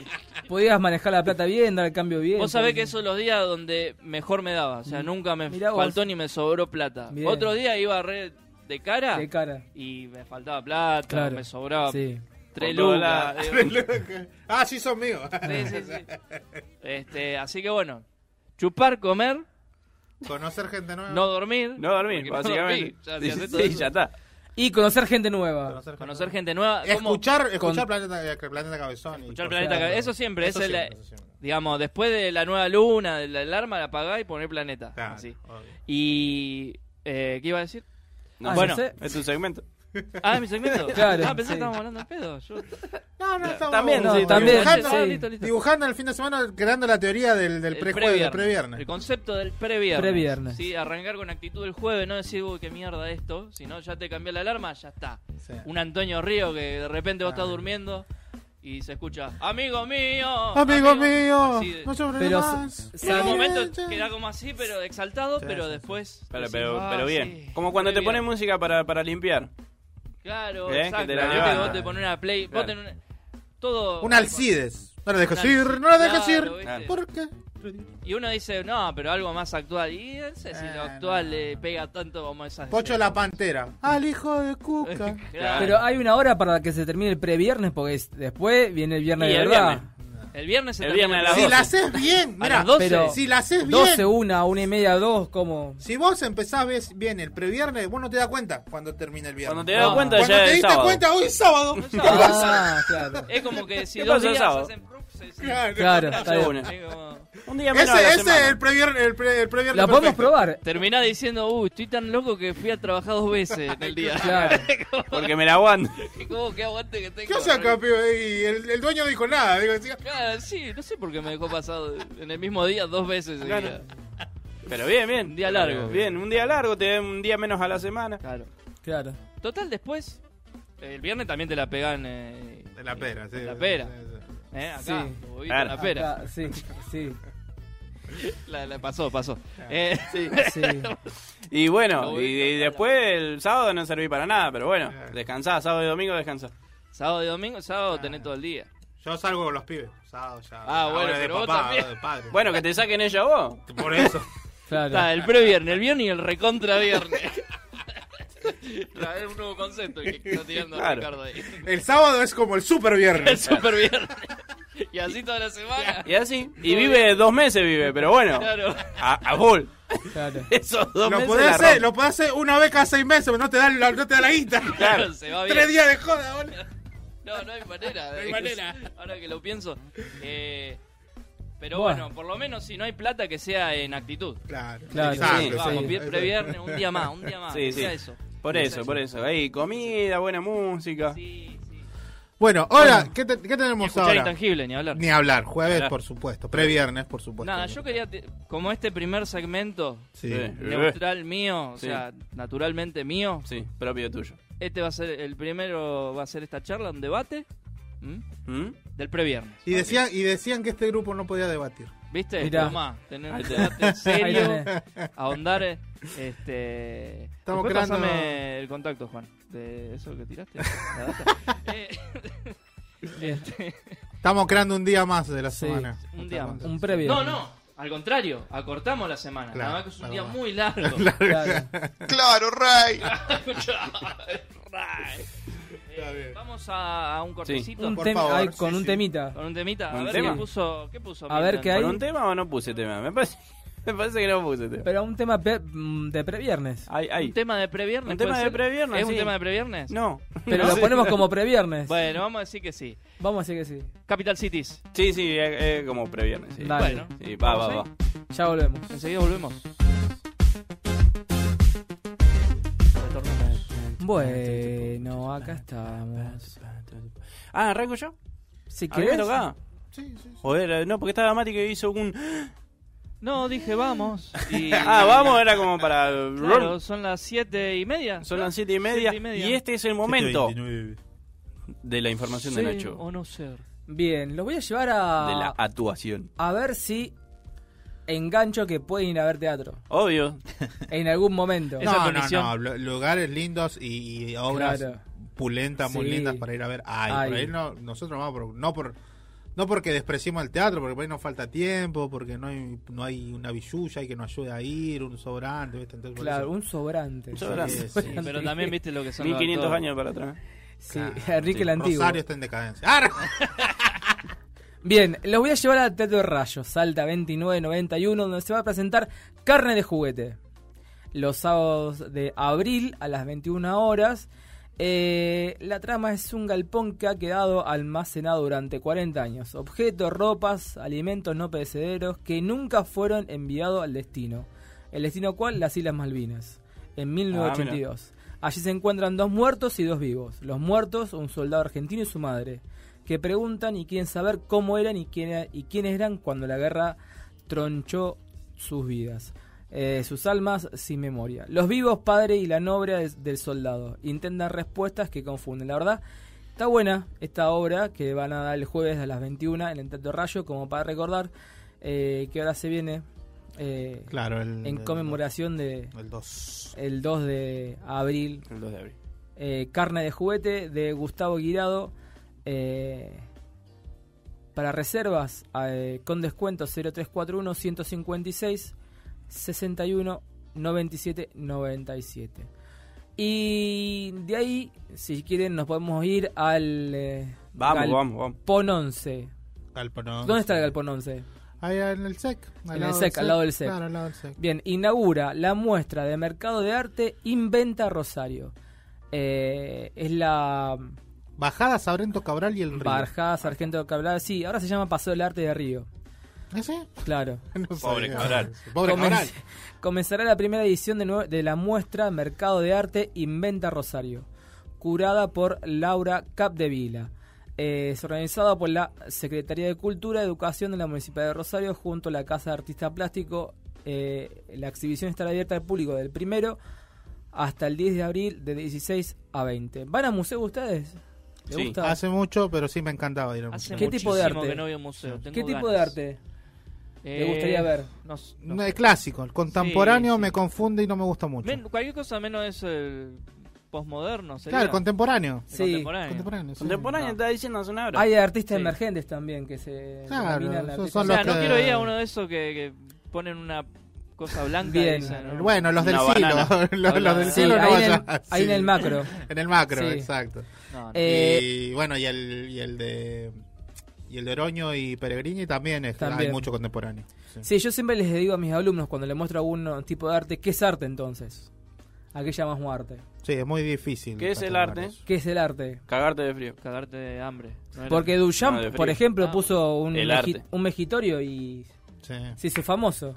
[SPEAKER 4] podías manejar la plata bien, dar el cambio bien.
[SPEAKER 8] Vos sabés que esos los días donde mejor me daba. O sea, nunca me
[SPEAKER 4] Mirá vos.
[SPEAKER 8] faltó ni me sobró plata.
[SPEAKER 4] Bien.
[SPEAKER 8] Otro día iba re de cara
[SPEAKER 4] De cara.
[SPEAKER 8] y me faltaba plata,
[SPEAKER 4] Claro.
[SPEAKER 8] me sobraba.
[SPEAKER 4] Sí.
[SPEAKER 8] Tres
[SPEAKER 5] Por todos
[SPEAKER 8] lucas,
[SPEAKER 5] lados.
[SPEAKER 8] digo.
[SPEAKER 5] Tres lucas. Ah, sí, son míos.
[SPEAKER 8] Sí, sí, sí. Este, así que bueno, chupar, comer,
[SPEAKER 5] Conocer gente nueva.
[SPEAKER 8] no dormir.
[SPEAKER 3] No dormir,
[SPEAKER 8] porque no
[SPEAKER 3] básicamente.
[SPEAKER 8] dormí,
[SPEAKER 3] Sí,
[SPEAKER 8] ya, ya sé
[SPEAKER 3] sí,
[SPEAKER 8] todo eso.
[SPEAKER 3] ya está.
[SPEAKER 4] Y conocer gente nueva.
[SPEAKER 8] Conocer gente nueva. ¿cómo?
[SPEAKER 5] Escuchar, escuchar
[SPEAKER 8] Con-
[SPEAKER 5] Planeta, eh, Planeta Cabezón. y
[SPEAKER 8] Escuchar
[SPEAKER 5] cosas.
[SPEAKER 8] Planeta Cabezón. Eso siempre, es el-
[SPEAKER 5] siempre, eso siempre.
[SPEAKER 8] Digamos, después de la nueva luna, de la alarma, la apagás y poner planeta. así. Y. eh, ¿Qué iba a decir?
[SPEAKER 3] No,
[SPEAKER 8] bueno,
[SPEAKER 3] Ah, ya sé. es tu segmento.
[SPEAKER 8] Ah, mi segmento.
[SPEAKER 3] Claro,
[SPEAKER 8] ah, pensé
[SPEAKER 3] sí.
[SPEAKER 8] que estábamos hablando de pedo. Yo...
[SPEAKER 5] No, no, estamos
[SPEAKER 8] También,
[SPEAKER 5] dibujando,
[SPEAKER 8] sí, también,
[SPEAKER 5] Dibujando,
[SPEAKER 8] sí. Ah, listo, listo.
[SPEAKER 5] dibujando el fin de semana, creando la teoría del, del
[SPEAKER 8] El
[SPEAKER 5] prejueves, del
[SPEAKER 8] previernes.
[SPEAKER 5] previernes.
[SPEAKER 8] El concepto del previernes.
[SPEAKER 4] Previernes.
[SPEAKER 8] Sí, arrancar con actitud el jueves, no decir, uy, qué mierda esto. Si no, ya te cambié la alarma, ya está.
[SPEAKER 5] Sí.
[SPEAKER 8] Un Antonio Río que de repente vos estás durmiendo y se escucha, amigo mío.
[SPEAKER 5] Amigo mío,
[SPEAKER 8] Así de-
[SPEAKER 5] no sobre
[SPEAKER 4] Pero
[SPEAKER 5] más.
[SPEAKER 8] Y En un momento queda como así, pero exaltado, pero después.
[SPEAKER 3] Pero,
[SPEAKER 8] decís,
[SPEAKER 3] pero,
[SPEAKER 8] "Ah,
[SPEAKER 3] pero bien.
[SPEAKER 8] sí,
[SPEAKER 3] Como cuando
[SPEAKER 8] qué
[SPEAKER 3] te ponen
[SPEAKER 8] bien".
[SPEAKER 3] música para, para limpiar.
[SPEAKER 8] Claro,
[SPEAKER 3] ¿Eh? Que
[SPEAKER 8] exacto.
[SPEAKER 3] te la
[SPEAKER 8] ¿viste?
[SPEAKER 3] levantan.
[SPEAKER 8] vos te pones una play.
[SPEAKER 3] Claro.
[SPEAKER 8] Vos tenés una- todo.
[SPEAKER 5] Un Alcides. No lo dejo
[SPEAKER 8] Un
[SPEAKER 5] ir, no lo dejo
[SPEAKER 8] Alcides,
[SPEAKER 5] ir.
[SPEAKER 8] claro, ¿viste?
[SPEAKER 5] ¿Por qué?
[SPEAKER 8] Y uno dice, no, pero algo más actual. Y no sé si lo actual le pega tanto como esas.
[SPEAKER 5] Pocho la pantera. Al hijo de Cuca.
[SPEAKER 8] Claro.
[SPEAKER 4] Pero hay una hora para que se termine el previernes, porque es- después viene el viernes
[SPEAKER 8] Y
[SPEAKER 4] de
[SPEAKER 8] el
[SPEAKER 4] verdad.
[SPEAKER 8] viernes. El viernes se
[SPEAKER 3] El
[SPEAKER 8] termina
[SPEAKER 3] viernes
[SPEAKER 8] el
[SPEAKER 3] a las
[SPEAKER 5] Si
[SPEAKER 8] programa.
[SPEAKER 5] la haces bien,
[SPEAKER 8] A
[SPEAKER 5] mira,
[SPEAKER 8] las 12.
[SPEAKER 4] Pero
[SPEAKER 5] si la haces bien.
[SPEAKER 4] 12, 1, 1 y media, 2, como.
[SPEAKER 5] Si vos empezás ves bien el previernes, vos no te das cuenta cuando termina el viernes.
[SPEAKER 3] Cuando te das
[SPEAKER 4] Ah.
[SPEAKER 3] cuenta
[SPEAKER 5] Cuando
[SPEAKER 3] ya
[SPEAKER 5] te
[SPEAKER 3] es
[SPEAKER 5] diste
[SPEAKER 3] sábado.
[SPEAKER 5] cuenta, hoy es sábado.
[SPEAKER 8] Es sábado.
[SPEAKER 4] Ah, claro.
[SPEAKER 8] Es como que si
[SPEAKER 3] ¿Qué
[SPEAKER 8] dos
[SPEAKER 3] pasa el
[SPEAKER 8] días
[SPEAKER 3] sábado? Ah,
[SPEAKER 8] hacen proof, se- se-
[SPEAKER 5] Claro.
[SPEAKER 4] Claro,
[SPEAKER 8] se-
[SPEAKER 4] está bien.
[SPEAKER 8] es como-
[SPEAKER 3] Un día menos a la
[SPEAKER 5] Ese, ese
[SPEAKER 3] semana.
[SPEAKER 5] es el previernes. El pre- el previernes
[SPEAKER 4] La podemos
[SPEAKER 5] perfecto.
[SPEAKER 4] probar.
[SPEAKER 8] Terminás diciendo, uy, estoy tan loco que fui a trabajar dos veces en el día.
[SPEAKER 4] Claro.
[SPEAKER 3] Porque me la aguanto.
[SPEAKER 8] ¿Cómo que aguante que tengo?
[SPEAKER 5] ¿Qué hace acá, pibe? Y el, el dueño dijo nada. Digo, sí,
[SPEAKER 8] Claro, sí, no sé por qué me dejó pasado en el mismo día dos veces. seguida.
[SPEAKER 3] Claro. Pero bien, bien.
[SPEAKER 8] Un día largo.
[SPEAKER 3] Bien, un día largo, te dan un día menos a la semana.
[SPEAKER 8] Claro.
[SPEAKER 4] Claro.
[SPEAKER 8] Total, después, el viernes también te la pegan. Eh,
[SPEAKER 5] de la pera, sí.
[SPEAKER 8] de la pera.
[SPEAKER 5] Sí, sí, sí.
[SPEAKER 8] ¿eh? Acá,
[SPEAKER 4] Sí.
[SPEAKER 8] tu bobito,
[SPEAKER 3] Claro.
[SPEAKER 8] la pera.
[SPEAKER 4] Acá, sí, sí,
[SPEAKER 8] La, la pasó, pasó. Eh,
[SPEAKER 4] sí.
[SPEAKER 3] Y bueno,
[SPEAKER 8] Lo
[SPEAKER 3] y,
[SPEAKER 8] ubico,
[SPEAKER 3] y
[SPEAKER 8] claro.
[SPEAKER 3] después el sábado no serví para nada, pero bueno, descansá, sábado y domingo descansá.
[SPEAKER 8] sábado y domingo, sábado tenés todo el día.
[SPEAKER 5] Yo salgo con los pibes. Sábado ya.
[SPEAKER 8] Ah, bueno,
[SPEAKER 5] Ahora de
[SPEAKER 8] pero vos
[SPEAKER 5] papá,
[SPEAKER 8] también.
[SPEAKER 5] ahora de padre.
[SPEAKER 3] Bueno, que te saquen ella vos.
[SPEAKER 5] Por eso.
[SPEAKER 4] claro.
[SPEAKER 8] Está el previernes, el viernes y el recontraviernes. Claro, es un nuevo concepto que está tirando
[SPEAKER 3] Claro.
[SPEAKER 8] Ricardo ahí.
[SPEAKER 5] El sábado es como el super
[SPEAKER 8] El
[SPEAKER 5] viernes.
[SPEAKER 8] super viernes. Y así toda la semana.
[SPEAKER 3] Y así. Y vive dos meses, vive, pero bueno.
[SPEAKER 8] Claro.
[SPEAKER 3] A, a full.
[SPEAKER 4] claro.
[SPEAKER 3] Esos dos
[SPEAKER 5] Lo
[SPEAKER 3] meses.
[SPEAKER 5] podés,
[SPEAKER 3] la
[SPEAKER 5] hacer,
[SPEAKER 3] rompe.
[SPEAKER 5] lo podés hacer una vez cada seis meses, pero no te da la, no te da la guita.
[SPEAKER 8] Claro, se va bien.
[SPEAKER 5] Tres días de joda, boludo.
[SPEAKER 8] No, no hay manera. No
[SPEAKER 5] hay manera.
[SPEAKER 8] Ahora que lo pienso. Eh, pero
[SPEAKER 4] Buah.
[SPEAKER 8] bueno, por lo menos si no hay plata que sea en actitud.
[SPEAKER 5] Claro,
[SPEAKER 4] Claro,
[SPEAKER 5] exacto,
[SPEAKER 3] sí,
[SPEAKER 5] exacto,
[SPEAKER 8] Vamos,
[SPEAKER 5] exacto.
[SPEAKER 8] previernes, un día más, un día más.
[SPEAKER 3] Sí,
[SPEAKER 8] que
[SPEAKER 3] sí.
[SPEAKER 8] sea eso.
[SPEAKER 3] Por
[SPEAKER 8] Que sea
[SPEAKER 3] eso, por eso. Ahí, comida, buena música.
[SPEAKER 8] Sí, sí.
[SPEAKER 5] Bueno, ahora, ¿qué, te- qué
[SPEAKER 8] Ni
[SPEAKER 5] tenemos
[SPEAKER 8] escuchar
[SPEAKER 5] ahora?
[SPEAKER 8] intangible, ni hablar.
[SPEAKER 5] Ni hablar, jueves
[SPEAKER 3] Hablar.
[SPEAKER 5] por supuesto, previernes por supuesto.
[SPEAKER 8] Nada, yo quería, te- como este primer segmento,
[SPEAKER 5] Sí.
[SPEAKER 3] Sí.
[SPEAKER 8] neutral mío, o
[SPEAKER 3] Eh. Sí.
[SPEAKER 8] sea, naturalmente mío,
[SPEAKER 3] Sí, propio tuyo.
[SPEAKER 8] este va a ser, el primero va a ser esta charla, un debate ¿m?
[SPEAKER 3] ¿Mm?
[SPEAKER 8] del previernes.
[SPEAKER 5] Y decían, y decían que este grupo no podía debatir.
[SPEAKER 8] ¿Viste?
[SPEAKER 4] Mirá.
[SPEAKER 8] Tomá, tener
[SPEAKER 3] Ahí
[SPEAKER 8] un
[SPEAKER 3] tenés.
[SPEAKER 8] debate
[SPEAKER 4] Ahí
[SPEAKER 8] serio,
[SPEAKER 4] tenés.
[SPEAKER 8] ahondar, eh, este...
[SPEAKER 5] Estamos
[SPEAKER 8] Después
[SPEAKER 5] creando-
[SPEAKER 8] pasame el contacto, Juan, de eso que tiraste. la data. Eh, este,
[SPEAKER 5] Estamos creando un día más de la
[SPEAKER 4] Sí,
[SPEAKER 5] semana.
[SPEAKER 8] un día más.
[SPEAKER 4] Un previo.
[SPEAKER 8] no, no, al contrario, acortamos la semana,
[SPEAKER 5] Claro,
[SPEAKER 8] nada más que es un día
[SPEAKER 5] claro.
[SPEAKER 8] muy largo.
[SPEAKER 4] Claro.
[SPEAKER 14] Claro, Ray.
[SPEAKER 8] Right.
[SPEAKER 5] Está bien.
[SPEAKER 8] Eh, Vamos a, a un cortecito
[SPEAKER 4] Un
[SPEAKER 5] Por
[SPEAKER 4] tem-
[SPEAKER 5] favor,
[SPEAKER 4] ay, con
[SPEAKER 5] sí,
[SPEAKER 4] un
[SPEAKER 5] sí.
[SPEAKER 4] temita.
[SPEAKER 8] con un temita. A
[SPEAKER 3] ¿Un
[SPEAKER 8] ver
[SPEAKER 3] tema?
[SPEAKER 8] qué puso. ¿Qué puso?
[SPEAKER 4] A ver
[SPEAKER 8] Milton?
[SPEAKER 4] qué hay.
[SPEAKER 3] ¿Por un tema o no puse tema? Me parece, me parece que no puse tema.
[SPEAKER 4] Pero un tema pe- mm, de previernes.
[SPEAKER 3] Ay,
[SPEAKER 8] ¿Un
[SPEAKER 3] ay.
[SPEAKER 8] tema de previernes?
[SPEAKER 3] Un tema
[SPEAKER 8] puede
[SPEAKER 3] de
[SPEAKER 8] ser?
[SPEAKER 3] previernes,
[SPEAKER 8] ¿Es un
[SPEAKER 3] sí.
[SPEAKER 8] tema de previernes?
[SPEAKER 3] No.
[SPEAKER 4] Pero
[SPEAKER 3] No
[SPEAKER 4] lo
[SPEAKER 3] sé.
[SPEAKER 4] ponemos como previernes.
[SPEAKER 8] Bueno, vamos a decir que sí.
[SPEAKER 4] Vamos a decir que sí.
[SPEAKER 8] Capital Cities.
[SPEAKER 3] Sí, sí, es, es como previernes. Sí.
[SPEAKER 4] Dale.
[SPEAKER 8] Bueno,
[SPEAKER 3] Sí, va, va, va.
[SPEAKER 8] ¿Vamos
[SPEAKER 4] Ya volvemos.
[SPEAKER 8] enseguida volvemos.
[SPEAKER 5] Este
[SPEAKER 4] Bueno, acá estamos.
[SPEAKER 3] Ah, ¿arranco yo?
[SPEAKER 4] Si
[SPEAKER 3] ¿A mí me
[SPEAKER 4] querés.
[SPEAKER 3] tocaba?
[SPEAKER 5] Sí, sí, sí.
[SPEAKER 3] Joder, eh, no, porque estaba dramático y hizo un...
[SPEAKER 8] No, dije vamos. Y,
[SPEAKER 3] Ah, vamos, era como para...
[SPEAKER 8] Claro, son las siete y media.
[SPEAKER 3] Son las siete y media,
[SPEAKER 8] Siete y media.
[SPEAKER 3] y este es el momento de la información de
[SPEAKER 8] Ser
[SPEAKER 3] Nacho,
[SPEAKER 8] o no ser.
[SPEAKER 4] Bien, los voy a llevar
[SPEAKER 3] de la
[SPEAKER 4] a.
[SPEAKER 3] actuación.
[SPEAKER 4] A ver si engancho que pueden ir a ver teatro.
[SPEAKER 3] Obvio.
[SPEAKER 4] En algún momento.
[SPEAKER 8] Esa
[SPEAKER 5] no, no,
[SPEAKER 8] condición.
[SPEAKER 5] no, lu- lugares lindos y, y obras
[SPEAKER 4] Claro.
[SPEAKER 5] pulentas, muy
[SPEAKER 4] Sí.
[SPEAKER 5] lindas para ir a ver. Ay, por
[SPEAKER 4] Ay.
[SPEAKER 5] ahí no, nosotros vamos por- no por no porque despreciemos el teatro, porque por ahí nos falta tiempo, porque no hay, no hay una billulla y que nos ayude a ir, un sobrante, ¿viste? Entonces, por
[SPEAKER 4] Claro,
[SPEAKER 5] eso-
[SPEAKER 4] un sobrante.
[SPEAKER 3] Un sobrante.
[SPEAKER 5] Sí, sí.
[SPEAKER 8] Pero también viste lo que son los
[SPEAKER 3] 1500
[SPEAKER 8] actores.
[SPEAKER 3] años para atrás.
[SPEAKER 4] Sí,
[SPEAKER 5] Claro,
[SPEAKER 4] Enrique
[SPEAKER 5] sí.
[SPEAKER 4] el Antiguo.
[SPEAKER 5] Rosario está en decadencia. ¡Ah! ¡Arre!
[SPEAKER 4] Bien, los voy a llevar al Teatro de Rayos, Salta 2991, donde se va a presentar Carne de Juguete. Los sábados de abril a las 21 horas. Eh, la trama es un galpón que ha quedado almacenado durante 40 años. Objetos, ropas, alimentos no perecederos que nunca fueron enviados al destino. ¿El destino cuál? Las Islas Malvinas, en 1982. Allí se encuentran dos muertos y dos vivos. Los muertos, un soldado argentino y su madre, que preguntan y quieren saber cómo eran y, quién era- y quiénes eran cuando la guerra tronchó sus vidas. eh, sus almas sin memoria. Los vivos, padre y la novia des- del soldado, intentan respuestas que confunden. La verdad, está buena esta obra que van a dar el jueves a las 21 en el Teatro Rayo, como para recordar eh, que ahora se viene eh,
[SPEAKER 5] Claro, el-
[SPEAKER 4] en
[SPEAKER 5] el-
[SPEAKER 4] conmemoración de
[SPEAKER 5] el 2
[SPEAKER 4] el 2 de abril.
[SPEAKER 3] El 2 de abril.
[SPEAKER 4] Eh, Carne de juguete de Gustavo Guirado. eh, para reservas eh, con descuento 0341 156 61 97 97. Y de ahí, si quieren, nos podemos ir al eh,
[SPEAKER 3] Vamos, vamos, vamos.
[SPEAKER 4] Galpón 11.
[SPEAKER 5] Galpón
[SPEAKER 4] ¿Dónde está el Galpón 11?
[SPEAKER 5] Allá en el SEC. al
[SPEAKER 4] En el
[SPEAKER 5] lado
[SPEAKER 4] SEC, al lado del SEC.
[SPEAKER 5] Claro, al lado del SEC.
[SPEAKER 4] Bien, inaugura la muestra de mercado de arte Inventa Rosario. Eh, es la
[SPEAKER 5] Bajada Sabrento Cabral y el Río.
[SPEAKER 4] Barjada Sargento Cabral. Sí, ahora se llama Paseo del Arte de Río.
[SPEAKER 5] ¿Ese?
[SPEAKER 4] Claro.
[SPEAKER 5] ¿Ah, No Pobre sabía. Cabral. Pobre Cabral.
[SPEAKER 4] Comenzará la primera edición de, nue- de la muestra Mercado de Arte Inventa Rosario, curada por Laura Capdevila. Eh, es organizada por la Secretaría de Cultura y Educación de la Municipalidad de Rosario junto a la Casa de Artista Plástico. Eh, la exhibición estará abierta al público del primero hasta el 10 de abril de 16 a 20. ¿Van a museo ustedes? ¿Les gusta?
[SPEAKER 8] Ah,
[SPEAKER 5] Hace mucho, pero sí me encantaba ir a un
[SPEAKER 4] Hace
[SPEAKER 5] museo.
[SPEAKER 4] ¿Qué tipo de arte?
[SPEAKER 8] que no voy a un museo, tengo
[SPEAKER 4] ¿Qué tipo de
[SPEAKER 8] ganas.
[SPEAKER 4] arte?
[SPEAKER 8] Eh,
[SPEAKER 4] ¿Te gustaría ver?
[SPEAKER 8] no s- no
[SPEAKER 5] No,
[SPEAKER 8] sé.
[SPEAKER 5] el clásico, el contemporáneo
[SPEAKER 8] Sí, sí.
[SPEAKER 5] me confunde y no me gusta mucho.
[SPEAKER 8] Men- cualquier cosa menos es el posmoderno. sería.
[SPEAKER 5] Claro, el contemporáneo.
[SPEAKER 8] El
[SPEAKER 4] Sí.
[SPEAKER 8] Contemporáneo.
[SPEAKER 5] Contemporáneo, sí.
[SPEAKER 3] Contemporáneo está diciendo hace una hora.
[SPEAKER 4] Hay artistas
[SPEAKER 8] Sí.
[SPEAKER 4] emergentes también que se...
[SPEAKER 5] Claro,
[SPEAKER 4] denominan
[SPEAKER 5] esos
[SPEAKER 4] artistas
[SPEAKER 5] son
[SPEAKER 8] O
[SPEAKER 5] los
[SPEAKER 8] sea, no
[SPEAKER 5] que-
[SPEAKER 8] quiero ir a uno de esos que, que ponen una cosa blanca. y
[SPEAKER 4] Bien.
[SPEAKER 8] dicen, ¿no?
[SPEAKER 5] Bueno, los del
[SPEAKER 3] Una
[SPEAKER 5] silo.
[SPEAKER 3] banana.
[SPEAKER 5] Los, los del
[SPEAKER 4] Sí,
[SPEAKER 5] silo no
[SPEAKER 4] ahí en el-
[SPEAKER 5] vaya.
[SPEAKER 4] ahí
[SPEAKER 5] sí.
[SPEAKER 4] en el macro.
[SPEAKER 5] en el macro,
[SPEAKER 4] Sí.
[SPEAKER 5] exacto.
[SPEAKER 8] No, no.
[SPEAKER 4] Eh,
[SPEAKER 5] y bueno, y el, y el de. Y el de Oroño y Peregrini también, es,
[SPEAKER 4] También.
[SPEAKER 5] hay mucho contemporáneo.
[SPEAKER 4] Sí, yo siempre les digo a mis alumnos cuando les muestro algún tipo de arte, ¿qué es arte entonces? ¿A qué llamamos arte?
[SPEAKER 5] Sí, es muy difícil.
[SPEAKER 3] ¿Qué es el
[SPEAKER 5] catalogar
[SPEAKER 3] arte?
[SPEAKER 5] eso.
[SPEAKER 4] ¿Qué es el arte?
[SPEAKER 3] Cagarte de frío.
[SPEAKER 8] Cagarte de hambre. ¿no era?
[SPEAKER 4] Porque Duchamp,
[SPEAKER 3] No, de frío.
[SPEAKER 4] por ejemplo,
[SPEAKER 8] Ah.
[SPEAKER 4] puso un,
[SPEAKER 3] El
[SPEAKER 4] meji-
[SPEAKER 3] arte.
[SPEAKER 4] un mejitorio y
[SPEAKER 5] Sí.
[SPEAKER 4] se hizo famoso.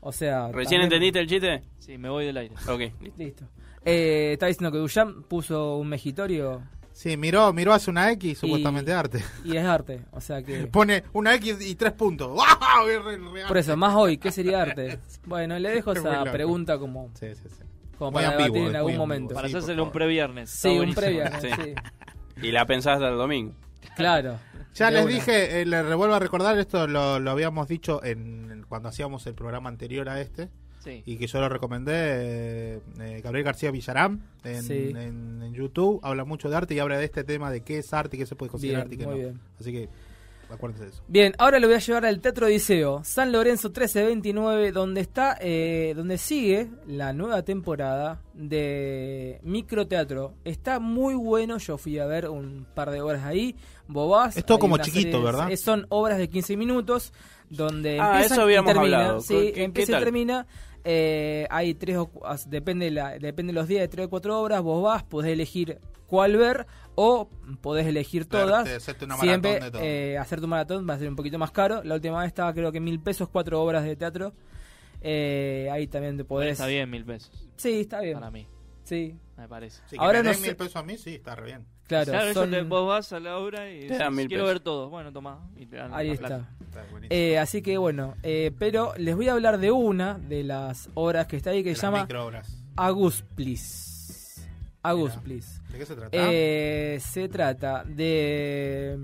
[SPEAKER 4] O sea...
[SPEAKER 3] ¿Recién
[SPEAKER 4] también-
[SPEAKER 3] entendiste el chiste?
[SPEAKER 8] Sí, me voy del aire.
[SPEAKER 3] Ok, listo.
[SPEAKER 4] Listo. Eh, está diciendo que Duchamp puso un mejitorio
[SPEAKER 5] Sí, miró, miró hace una X, supuestamente arte.
[SPEAKER 4] y es arte. O sea que...
[SPEAKER 5] Pone una X y tres puntos. ¡Wow! Es re- re-
[SPEAKER 4] Por eso, más hoy, ¿qué sería arte? Bueno, le dejo
[SPEAKER 5] Es muy
[SPEAKER 4] esa
[SPEAKER 5] loco.
[SPEAKER 4] pregunta como,
[SPEAKER 5] Sí, sí, sí.
[SPEAKER 4] como
[SPEAKER 5] Muy
[SPEAKER 4] para
[SPEAKER 5] ambiguo,
[SPEAKER 4] debatir
[SPEAKER 5] es
[SPEAKER 4] en
[SPEAKER 5] muy
[SPEAKER 4] algún
[SPEAKER 5] ambiguo.
[SPEAKER 4] momento.
[SPEAKER 8] Para
[SPEAKER 5] Sí, por
[SPEAKER 8] hacérselo un
[SPEAKER 5] favor.
[SPEAKER 8] previernes. está
[SPEAKER 4] Sí, un
[SPEAKER 8] buenísimo.
[SPEAKER 4] previo.
[SPEAKER 3] Sí.
[SPEAKER 4] sí.
[SPEAKER 3] Y la pensás hasta el domingo.
[SPEAKER 4] Claro.
[SPEAKER 5] Ya
[SPEAKER 4] De
[SPEAKER 5] les
[SPEAKER 4] una.
[SPEAKER 5] dije, eh, les vuelvo a recordar, esto lo, lo habíamos dicho en, en- cuando hacíamos el programa anterior a este,
[SPEAKER 8] Sí.
[SPEAKER 5] y que yo lo recomendé, eh, eh, Gabriel García Villaram, en,
[SPEAKER 4] Sí.
[SPEAKER 5] en- en YouTube, habla mucho de arte y habla de este tema de qué es arte y qué se puede considerar
[SPEAKER 4] Bien,
[SPEAKER 5] arte y qué
[SPEAKER 4] muy
[SPEAKER 5] no.
[SPEAKER 4] bien.
[SPEAKER 5] Así que acuérdense de eso.
[SPEAKER 4] Bien, ahora lo voy a llevar al Teatro Odiseo, San Lorenzo 1329, donde está, eh, donde sigue la nueva temporada de microteatro. Está muy bueno, yo fui a ver un par de horas ahí, bobás.
[SPEAKER 5] Es todo
[SPEAKER 4] hay
[SPEAKER 5] como
[SPEAKER 4] una
[SPEAKER 5] chiquito,
[SPEAKER 4] serie de-
[SPEAKER 5] ¿verdad?
[SPEAKER 4] eh, son obras de 15 minutos, donde
[SPEAKER 3] Ah,
[SPEAKER 4] empiezan
[SPEAKER 3] eso habíamos
[SPEAKER 4] y termina.
[SPEAKER 3] hablado.
[SPEAKER 4] Sí,
[SPEAKER 3] ¿Qué- qué
[SPEAKER 4] empieza y
[SPEAKER 3] tal?
[SPEAKER 4] termina. eh, hay tres, o cu- as- depende la, depende los días, de tres o cuatro obras, vos vas, podés elegir cuál ver o podés elegir
[SPEAKER 5] Verte,
[SPEAKER 4] todas.
[SPEAKER 5] hacerte una maratón
[SPEAKER 4] Siempre
[SPEAKER 5] de todo.
[SPEAKER 4] eh, eh, hacer tu maratón va a ser un poquito más caro. La última vez estaba creo que mil pesos, cuatro obras de teatro. Eh, ahí también te podés...
[SPEAKER 8] Está bien, mil pesos.
[SPEAKER 4] Sí, está bien.
[SPEAKER 8] Para mí,
[SPEAKER 4] Sí,
[SPEAKER 8] me parece.
[SPEAKER 5] Sí, que
[SPEAKER 4] Ahora
[SPEAKER 5] me
[SPEAKER 4] no
[SPEAKER 5] den
[SPEAKER 4] sé-
[SPEAKER 5] mil pesos a mí, sí, está re bien.
[SPEAKER 4] claro.
[SPEAKER 8] Claro,
[SPEAKER 4] son-
[SPEAKER 8] ellos te- vos vas a la obra y
[SPEAKER 3] Te
[SPEAKER 8] decís,
[SPEAKER 3] dan mil
[SPEAKER 8] quiero
[SPEAKER 3] pesos.
[SPEAKER 8] ver todo. Bueno, tomá. y te dan
[SPEAKER 4] Ahí
[SPEAKER 8] la
[SPEAKER 4] está.
[SPEAKER 8] plata.
[SPEAKER 5] Está buenísimo.
[SPEAKER 4] Eh, así que bueno, eh, pero les voy a hablar de una de las obras que está ahí que
[SPEAKER 5] De
[SPEAKER 4] se
[SPEAKER 5] las
[SPEAKER 4] llama
[SPEAKER 5] microobras.
[SPEAKER 4] Agus Please. Agus
[SPEAKER 5] Mira.
[SPEAKER 4] Please.
[SPEAKER 5] ¿De qué se trata?
[SPEAKER 4] Eh, se trata de...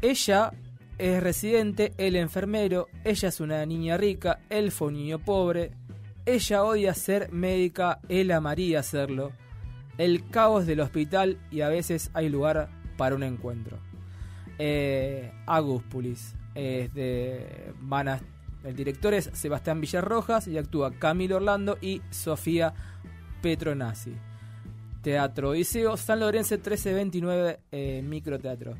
[SPEAKER 4] Ella es residente, él enfermero, ella es una niña rica, él fue un niño pobre, ella odia ser médica, él amaría serlo, el caos del hospital y a veces hay lugar para un encuentro. Eh, Agus Pulis, eh, de- van a- el director es Sebastián Villarrojas y actúa Camilo Orlando y Sofía Petronazzi. Teatro Iseo, San Lorenzo 1329 eh, Microteatro.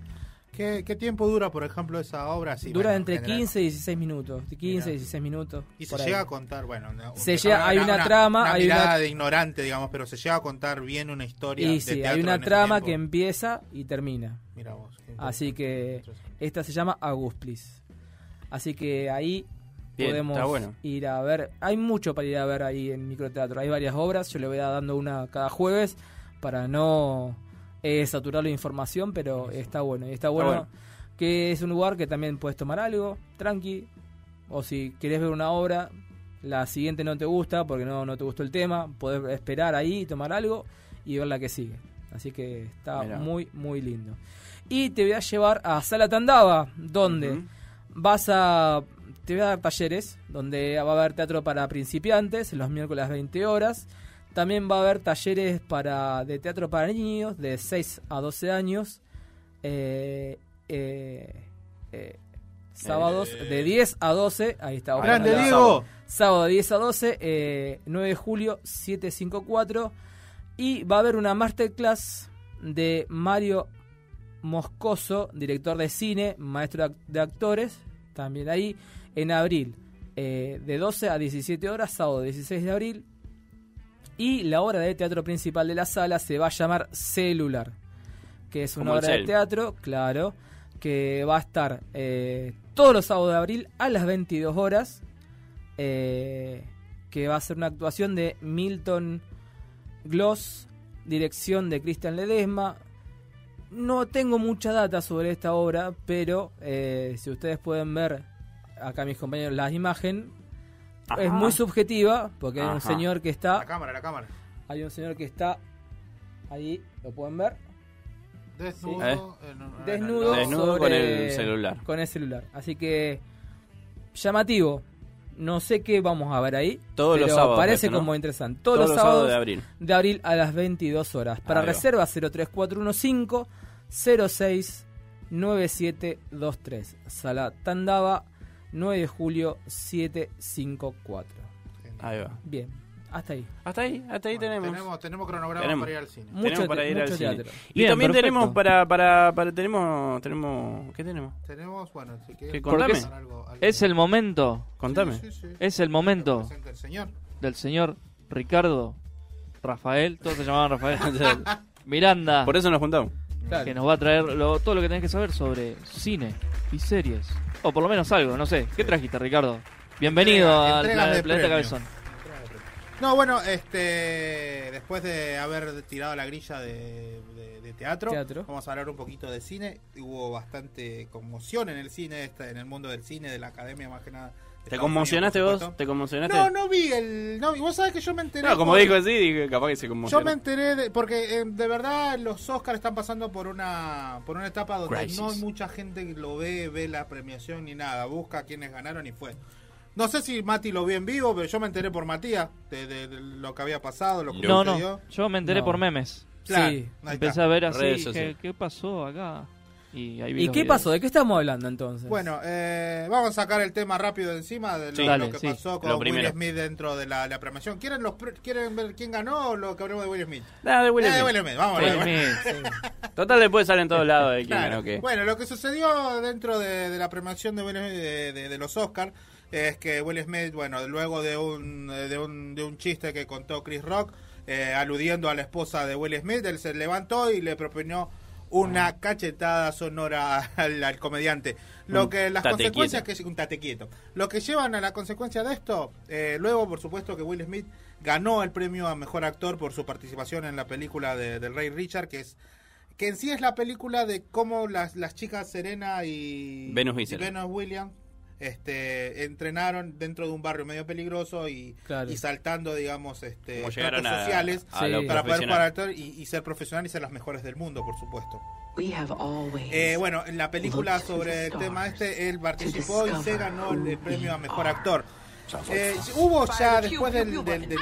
[SPEAKER 5] ¿Qué, qué tiempo dura, por ejemplo, esa obra? Sí,
[SPEAKER 4] Dura
[SPEAKER 5] bueno, en
[SPEAKER 4] entre
[SPEAKER 5] general.
[SPEAKER 4] 15 y 16 minutos. de 15 y 16 minutos.
[SPEAKER 5] Y se
[SPEAKER 4] por ahí.
[SPEAKER 5] llega a contar, bueno, una-
[SPEAKER 4] Se
[SPEAKER 5] una-
[SPEAKER 4] llega- hay una trama,
[SPEAKER 5] una
[SPEAKER 4] hay
[SPEAKER 5] mirada
[SPEAKER 4] una-
[SPEAKER 5] de ignorante, digamos, pero se llega a contar bien una historia.
[SPEAKER 4] Y
[SPEAKER 5] de
[SPEAKER 4] sí, hay
[SPEAKER 5] teatro
[SPEAKER 4] una
[SPEAKER 5] en ese
[SPEAKER 4] trama
[SPEAKER 5] tiempo.
[SPEAKER 4] que empieza y termina.
[SPEAKER 5] Mira vos, qué
[SPEAKER 4] Así que esta se llama Agusplis. Así que ahí
[SPEAKER 3] Bien,
[SPEAKER 4] podemos
[SPEAKER 3] está bueno.
[SPEAKER 4] ir a ver. Hay mucho para ir a ver ahí en microteatro. Hay varias obras. Yo le voy a dando una cada jueves para no eh, saturar la información, pero está bueno. Y está bueno,
[SPEAKER 3] bueno.
[SPEAKER 4] que es un lugar que también puedes tomar algo, tranqui. O si querés ver una obra, la siguiente no te gusta porque no, no te gustó el tema, podés esperar ahí, tomar algo y ver la que sigue. Así que está
[SPEAKER 3] Mirá.
[SPEAKER 4] muy, muy lindo. Y te voy a llevar a Sala Tandava, donde
[SPEAKER 3] Ujú.
[SPEAKER 4] vas a... Te voy a dar talleres, donde va a haber teatro para principiantes, los miércoles a las 20 horas. También va a haber talleres para, de teatro para niños de 6 a 12 años. Eh, eh, eh, sábados de 10 a 12. Ahí está. bueno,
[SPEAKER 5] Eh. ¡Grande,
[SPEAKER 4] el
[SPEAKER 5] Diego!
[SPEAKER 4] sábado. Sábado de 10 a 12, eh, 9 de julio, 754. Y va a haber una masterclass de Mario Moscoso, director de cine, maestro de ac- de actores, también ahí, en abril, eh, de 12 a 17 horas, sábado 16 de abril. Y la obra de teatro principal de la sala se va a llamar Celular, que es una
[SPEAKER 3] Como el
[SPEAKER 4] obra de
[SPEAKER 3] cel.
[SPEAKER 4] teatro, claro, que va a estar eh, todos los sábados de abril a las 22 horas, eh, que va a ser una actuación de Milton Gloss, dirección de Cristian Ledesma. No tengo mucha data sobre esta obra, pero eh, si ustedes pueden ver acá mis compañeros la imagen, es
[SPEAKER 5] Ajá.
[SPEAKER 4] muy subjetiva, porque hay un
[SPEAKER 5] Ajá.
[SPEAKER 4] señor que está...
[SPEAKER 5] La cámara, la cámara.
[SPEAKER 4] Hay un señor que está ahí, lo pueden ver.
[SPEAKER 5] Desnudo, en un-
[SPEAKER 4] Eh. Desnudo,
[SPEAKER 3] Desnudo
[SPEAKER 4] sobre-
[SPEAKER 3] con el celular.
[SPEAKER 4] Con el celular. Así que llamativo. No sé qué vamos a ver ahí.
[SPEAKER 3] Todos
[SPEAKER 4] pero
[SPEAKER 3] los sábados,
[SPEAKER 4] Parece
[SPEAKER 3] parece, ¿no?
[SPEAKER 4] como interesante. Todos, los, sábados
[SPEAKER 3] de abril.
[SPEAKER 4] De abril a las 22 horas. Para
[SPEAKER 3] Ahí va.
[SPEAKER 4] reserva 03415 06 9723. Sala Tandava 9 de julio 754.
[SPEAKER 3] Ahí va.
[SPEAKER 4] Bien. Hasta ahí.
[SPEAKER 3] Hasta ahí, hasta ahí tenemos.
[SPEAKER 5] Tenemos, tenemos cronograma
[SPEAKER 3] Tenemos.
[SPEAKER 5] para ir al cine.
[SPEAKER 3] Tenemos para ir al cine. Y
[SPEAKER 4] Bien,
[SPEAKER 3] también
[SPEAKER 4] perfecto.
[SPEAKER 3] tenemos para, para, para tenemos tenemos ¿qué tenemos?
[SPEAKER 5] Tenemos, bueno, si
[SPEAKER 3] ¿Qué
[SPEAKER 5] quieres
[SPEAKER 3] contame?
[SPEAKER 5] contar algo, algo.
[SPEAKER 8] Es el momento.
[SPEAKER 3] Contame.
[SPEAKER 5] Sí, sí, sí.
[SPEAKER 8] Es el momento.
[SPEAKER 5] presenta el señor.
[SPEAKER 8] Del señor Ricardo Rafael. Todos se llamaban Rafael. Miranda.
[SPEAKER 3] Ah. Por eso nos juntamos.
[SPEAKER 8] Claro. Que nos va a traer lo- todo lo que tenés que saber sobre cine y series. O por lo menos algo, no sé. ¿Qué trajiste, Ricardo? Bienvenido
[SPEAKER 5] Entrega-
[SPEAKER 8] al
[SPEAKER 5] entregas
[SPEAKER 8] plan-
[SPEAKER 5] de
[SPEAKER 8] Planeta
[SPEAKER 5] premio.
[SPEAKER 8] Cabezón.
[SPEAKER 5] No, bueno, este, después de haber tirado la grilla de, de- de teatro,
[SPEAKER 4] Teatro.
[SPEAKER 5] vamos a hablar un poquito de cine. Hubo bastante conmoción en el cine, esta- en el mundo del cine, de la academia más que nada. de
[SPEAKER 3] ¿Te
[SPEAKER 5] Estados
[SPEAKER 3] conmocionaste
[SPEAKER 5] Unidos, por
[SPEAKER 3] vos? ¿Te conmocionaste?
[SPEAKER 5] supuesto. No, no vi el, no, vi- vos sabés que yo me enteré.
[SPEAKER 3] No, como
[SPEAKER 5] por-
[SPEAKER 3] dijo así, dije, capaz que se
[SPEAKER 5] Yo me
[SPEAKER 3] conmocionó.
[SPEAKER 5] enteré de, porque eh, de verdad los Oscars están pasando por una por una etapa donde
[SPEAKER 3] Crisis.
[SPEAKER 5] no hay mucha gente que lo ve, ve la premiación ni nada, busca a quienes ganaron y fue. No sé si Mati lo vio en vivo, pero yo me enteré por Matías de, de- de lo que había pasado, lo que
[SPEAKER 8] No,
[SPEAKER 5] sucedió.
[SPEAKER 8] no. Yo me enteré
[SPEAKER 4] No.
[SPEAKER 8] por memes.
[SPEAKER 5] Claro, ahí está.
[SPEAKER 8] Empecé a ver así.
[SPEAKER 3] Redes
[SPEAKER 8] Dije,
[SPEAKER 3] sociales.
[SPEAKER 8] ¿Qué pasó acá? Y, ahí vi
[SPEAKER 4] ¿Y
[SPEAKER 8] los
[SPEAKER 4] qué
[SPEAKER 8] videos.
[SPEAKER 4] pasó? ¿De qué estamos hablando entonces?
[SPEAKER 5] Bueno, eh, vamos a sacar el tema rápido de encima de lo,
[SPEAKER 8] Sí. Dale,
[SPEAKER 5] lo que
[SPEAKER 8] sí,
[SPEAKER 5] pasó
[SPEAKER 3] lo
[SPEAKER 5] con Will
[SPEAKER 3] primero.
[SPEAKER 5] Smith dentro de la, la premiación. ¿Quieren los pre- quieren ver quién ganó o lo que hablemos de Will Smith?
[SPEAKER 3] Nah, de Will
[SPEAKER 5] Eh,
[SPEAKER 3] Smith.
[SPEAKER 5] Will Smith, vamos.
[SPEAKER 3] Sí.
[SPEAKER 5] Will Smith.
[SPEAKER 3] Total después sale en todos lados eh, de quién
[SPEAKER 5] Claro.
[SPEAKER 3] ganó qué.
[SPEAKER 5] Bueno, lo que sucedió dentro de, de la premiación de, Will Smith- de, de- de los Oscars es que Will Smith, bueno, luego de un, eh, de un, de un chiste que contó Chris Rock, eh, aludiendo a la esposa de Will Smith, él se levantó y le propinó una cachetada sonora al, al comediante. Lo
[SPEAKER 3] Ah. Un
[SPEAKER 5] que las
[SPEAKER 3] tate
[SPEAKER 5] consecuencias
[SPEAKER 3] quieto.
[SPEAKER 5] que un tate quieto. Lo que llevan a la consecuencia de esto, eh, luego por supuesto que Will Smith ganó el premio a mejor actor por su participación en la película de- del Rey Richard, que es que en sí es la película de cómo las, las chicas Serena y
[SPEAKER 3] Venus
[SPEAKER 5] y
[SPEAKER 3] Williams.
[SPEAKER 5] Venus Williams este, entrenaron dentro de un barrio medio peligroso y,
[SPEAKER 4] Claro.
[SPEAKER 5] y saltando, digamos, este,
[SPEAKER 3] Como
[SPEAKER 5] estratos
[SPEAKER 3] llegaron a-
[SPEAKER 5] sociales
[SPEAKER 3] a
[SPEAKER 4] lo
[SPEAKER 5] para poder
[SPEAKER 3] profesional.
[SPEAKER 5] jugar actor y, y ser profesional y ser las mejores del mundo, por supuesto. Eh, bueno, en la película sobre el tema este, él participó y se ganó el, el premio a mejor actor. Eh, hubo ya después del, del- del-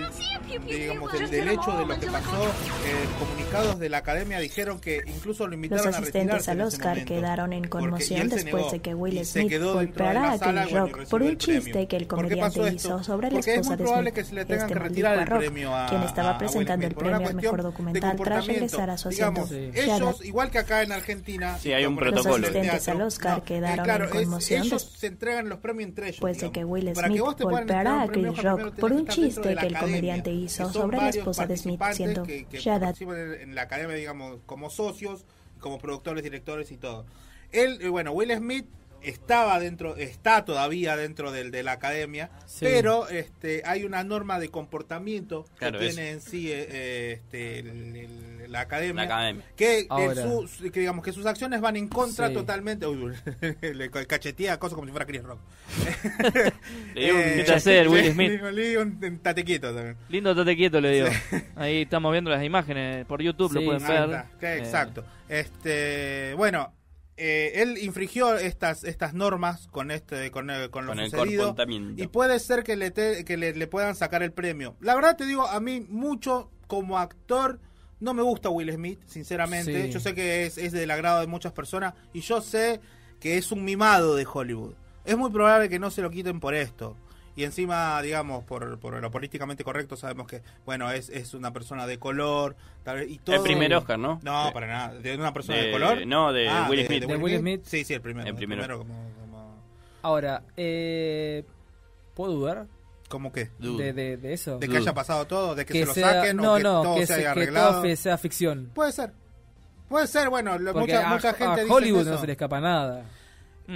[SPEAKER 5] digamos, del, del hecho de lo que pasó, eh, comunicados de la academia dijeron que incluso lo
[SPEAKER 10] Los
[SPEAKER 5] invitaron a
[SPEAKER 10] asistentes
[SPEAKER 5] retirarse
[SPEAKER 10] al
[SPEAKER 5] en ese
[SPEAKER 10] Oscar
[SPEAKER 5] momento.
[SPEAKER 10] quedaron en conmoción
[SPEAKER 5] él se
[SPEAKER 10] después
[SPEAKER 5] negó
[SPEAKER 10] de que
[SPEAKER 5] y
[SPEAKER 10] Will
[SPEAKER 5] se
[SPEAKER 10] Smith
[SPEAKER 5] quedó dentro de
[SPEAKER 10] golpeara
[SPEAKER 5] la
[SPEAKER 10] a
[SPEAKER 5] sala
[SPEAKER 10] Chris
[SPEAKER 5] cuando
[SPEAKER 10] Rock
[SPEAKER 5] recibió
[SPEAKER 10] por
[SPEAKER 5] el
[SPEAKER 10] un chiste que el
[SPEAKER 5] ¿Por qué pasó
[SPEAKER 10] comediante
[SPEAKER 5] esto?
[SPEAKER 10] hizo sobre la
[SPEAKER 5] Porque es muy
[SPEAKER 10] esposa de
[SPEAKER 5] probable
[SPEAKER 10] Smith.
[SPEAKER 5] que se le tengan
[SPEAKER 10] Este
[SPEAKER 5] que retirar
[SPEAKER 10] maldijo a
[SPEAKER 5] el
[SPEAKER 10] Rock,
[SPEAKER 5] premio a-
[SPEAKER 10] quien
[SPEAKER 5] a- a
[SPEAKER 10] estaba
[SPEAKER 5] Will Smith
[SPEAKER 10] presentando el
[SPEAKER 5] por una
[SPEAKER 10] premio al mejor
[SPEAKER 5] cuestión de
[SPEAKER 10] documental tras
[SPEAKER 5] comportamiento.
[SPEAKER 10] regresar a su asiento.
[SPEAKER 5] Digamos, ellos, igual que acá en Argentina,
[SPEAKER 15] Sí, hay un
[SPEAKER 5] como
[SPEAKER 15] protocolo.
[SPEAKER 5] en el
[SPEAKER 10] Los asistentes al
[SPEAKER 5] teatro,
[SPEAKER 10] Oscar
[SPEAKER 5] no, eh,
[SPEAKER 10] quedaron
[SPEAKER 5] claro,
[SPEAKER 10] en
[SPEAKER 5] es-
[SPEAKER 10] conmoción
[SPEAKER 5] ellos
[SPEAKER 10] des-
[SPEAKER 5] se entregan los premios entre ellos.
[SPEAKER 10] Después de que Will
[SPEAKER 5] Para que
[SPEAKER 10] Smith
[SPEAKER 5] vos te puedan
[SPEAKER 10] golpeara a
[SPEAKER 5] entregar un
[SPEAKER 10] Chris
[SPEAKER 5] premio, primero
[SPEAKER 10] Rock
[SPEAKER 5] tenés
[SPEAKER 10] por
[SPEAKER 5] que
[SPEAKER 10] un
[SPEAKER 5] estar dentro de
[SPEAKER 10] chiste
[SPEAKER 5] la
[SPEAKER 10] que el
[SPEAKER 5] academia,
[SPEAKER 10] comediante
[SPEAKER 5] que
[SPEAKER 10] hizo
[SPEAKER 5] son
[SPEAKER 10] sobre la
[SPEAKER 5] varios
[SPEAKER 10] esposa de Smith,
[SPEAKER 5] participantes
[SPEAKER 10] siendo
[SPEAKER 5] que, que
[SPEAKER 10] Shadad
[SPEAKER 5] participan en, en la academia, digamos, como socios, como productores, directores y todo. Él, eh, bueno, Will Smith estaba dentro, está todavía dentro del, de la academia,
[SPEAKER 4] Sí.
[SPEAKER 5] pero este, hay una norma de comportamiento
[SPEAKER 15] Claro,
[SPEAKER 5] que
[SPEAKER 15] es-
[SPEAKER 5] tiene en sí eh, eh, este, el- el- la academia,
[SPEAKER 15] La academia.
[SPEAKER 5] que el-
[SPEAKER 15] Ahora.
[SPEAKER 5] sus, que digamos que sus acciones van en contra
[SPEAKER 15] Sí.
[SPEAKER 5] totalmente. Uy, le cachetea cosas como si fuera Chris Rock.
[SPEAKER 8] Le dio un quehacer, Will Smith.
[SPEAKER 5] le- Le dio un tate quieto también.
[SPEAKER 8] Lindo, tate quieto, le digo. Ahí estamos viendo las imágenes por YouTube, lo pueden
[SPEAKER 5] Ahí
[SPEAKER 8] ver.
[SPEAKER 5] está, que-
[SPEAKER 8] Eh,
[SPEAKER 5] Exacto. Este, bueno, eh, él infringió estas estas normas con este con, el- con lo
[SPEAKER 3] Con el
[SPEAKER 5] sucedido
[SPEAKER 3] comportamiento.
[SPEAKER 5] y puede ser que le te- que le, le puedan sacar el premio. La verdad te digo, a mí mucho como actor no me gusta Will Smith, sinceramente.
[SPEAKER 15] Sí.
[SPEAKER 5] Yo sé que es, es del agrado de muchas personas y yo sé que es un mimado de Hollywood. Es muy probable que no se lo quiten por esto. Y encima, digamos, por, por lo políticamente correcto, sabemos que, bueno, es, es una persona de color, tal vez, y todo.
[SPEAKER 3] El primer Oscar, ¿no?
[SPEAKER 5] No,
[SPEAKER 3] Sí.
[SPEAKER 5] para nada. ¿De una persona
[SPEAKER 3] De-
[SPEAKER 5] de color?
[SPEAKER 3] no, de
[SPEAKER 5] Ah,
[SPEAKER 3] Will Smith. ¿De Will Smith?
[SPEAKER 5] Sí, sí, el primero.
[SPEAKER 3] El
[SPEAKER 5] El
[SPEAKER 3] primero.
[SPEAKER 5] primero, como,
[SPEAKER 4] Ahora, eh, ¿puedo dudar?
[SPEAKER 5] ¿Cómo qué?
[SPEAKER 4] De, de- de eso.
[SPEAKER 5] ¿De que haya pasado todo? ¿De que, se lo
[SPEAKER 4] sea-
[SPEAKER 5] saquen?
[SPEAKER 4] No,
[SPEAKER 5] ¿O que
[SPEAKER 4] no,
[SPEAKER 5] todo
[SPEAKER 4] que,
[SPEAKER 5] se
[SPEAKER 4] se-
[SPEAKER 5] haya
[SPEAKER 4] que
[SPEAKER 5] arreglado?
[SPEAKER 4] todo fe- sea ficción.
[SPEAKER 5] Puede ser. Puede ser, bueno, lo-
[SPEAKER 4] Porque
[SPEAKER 5] mucha,
[SPEAKER 4] a,
[SPEAKER 5] mucha gente
[SPEAKER 4] a
[SPEAKER 5] dice
[SPEAKER 4] Hollywood
[SPEAKER 5] eso.
[SPEAKER 4] no se le escapa nada.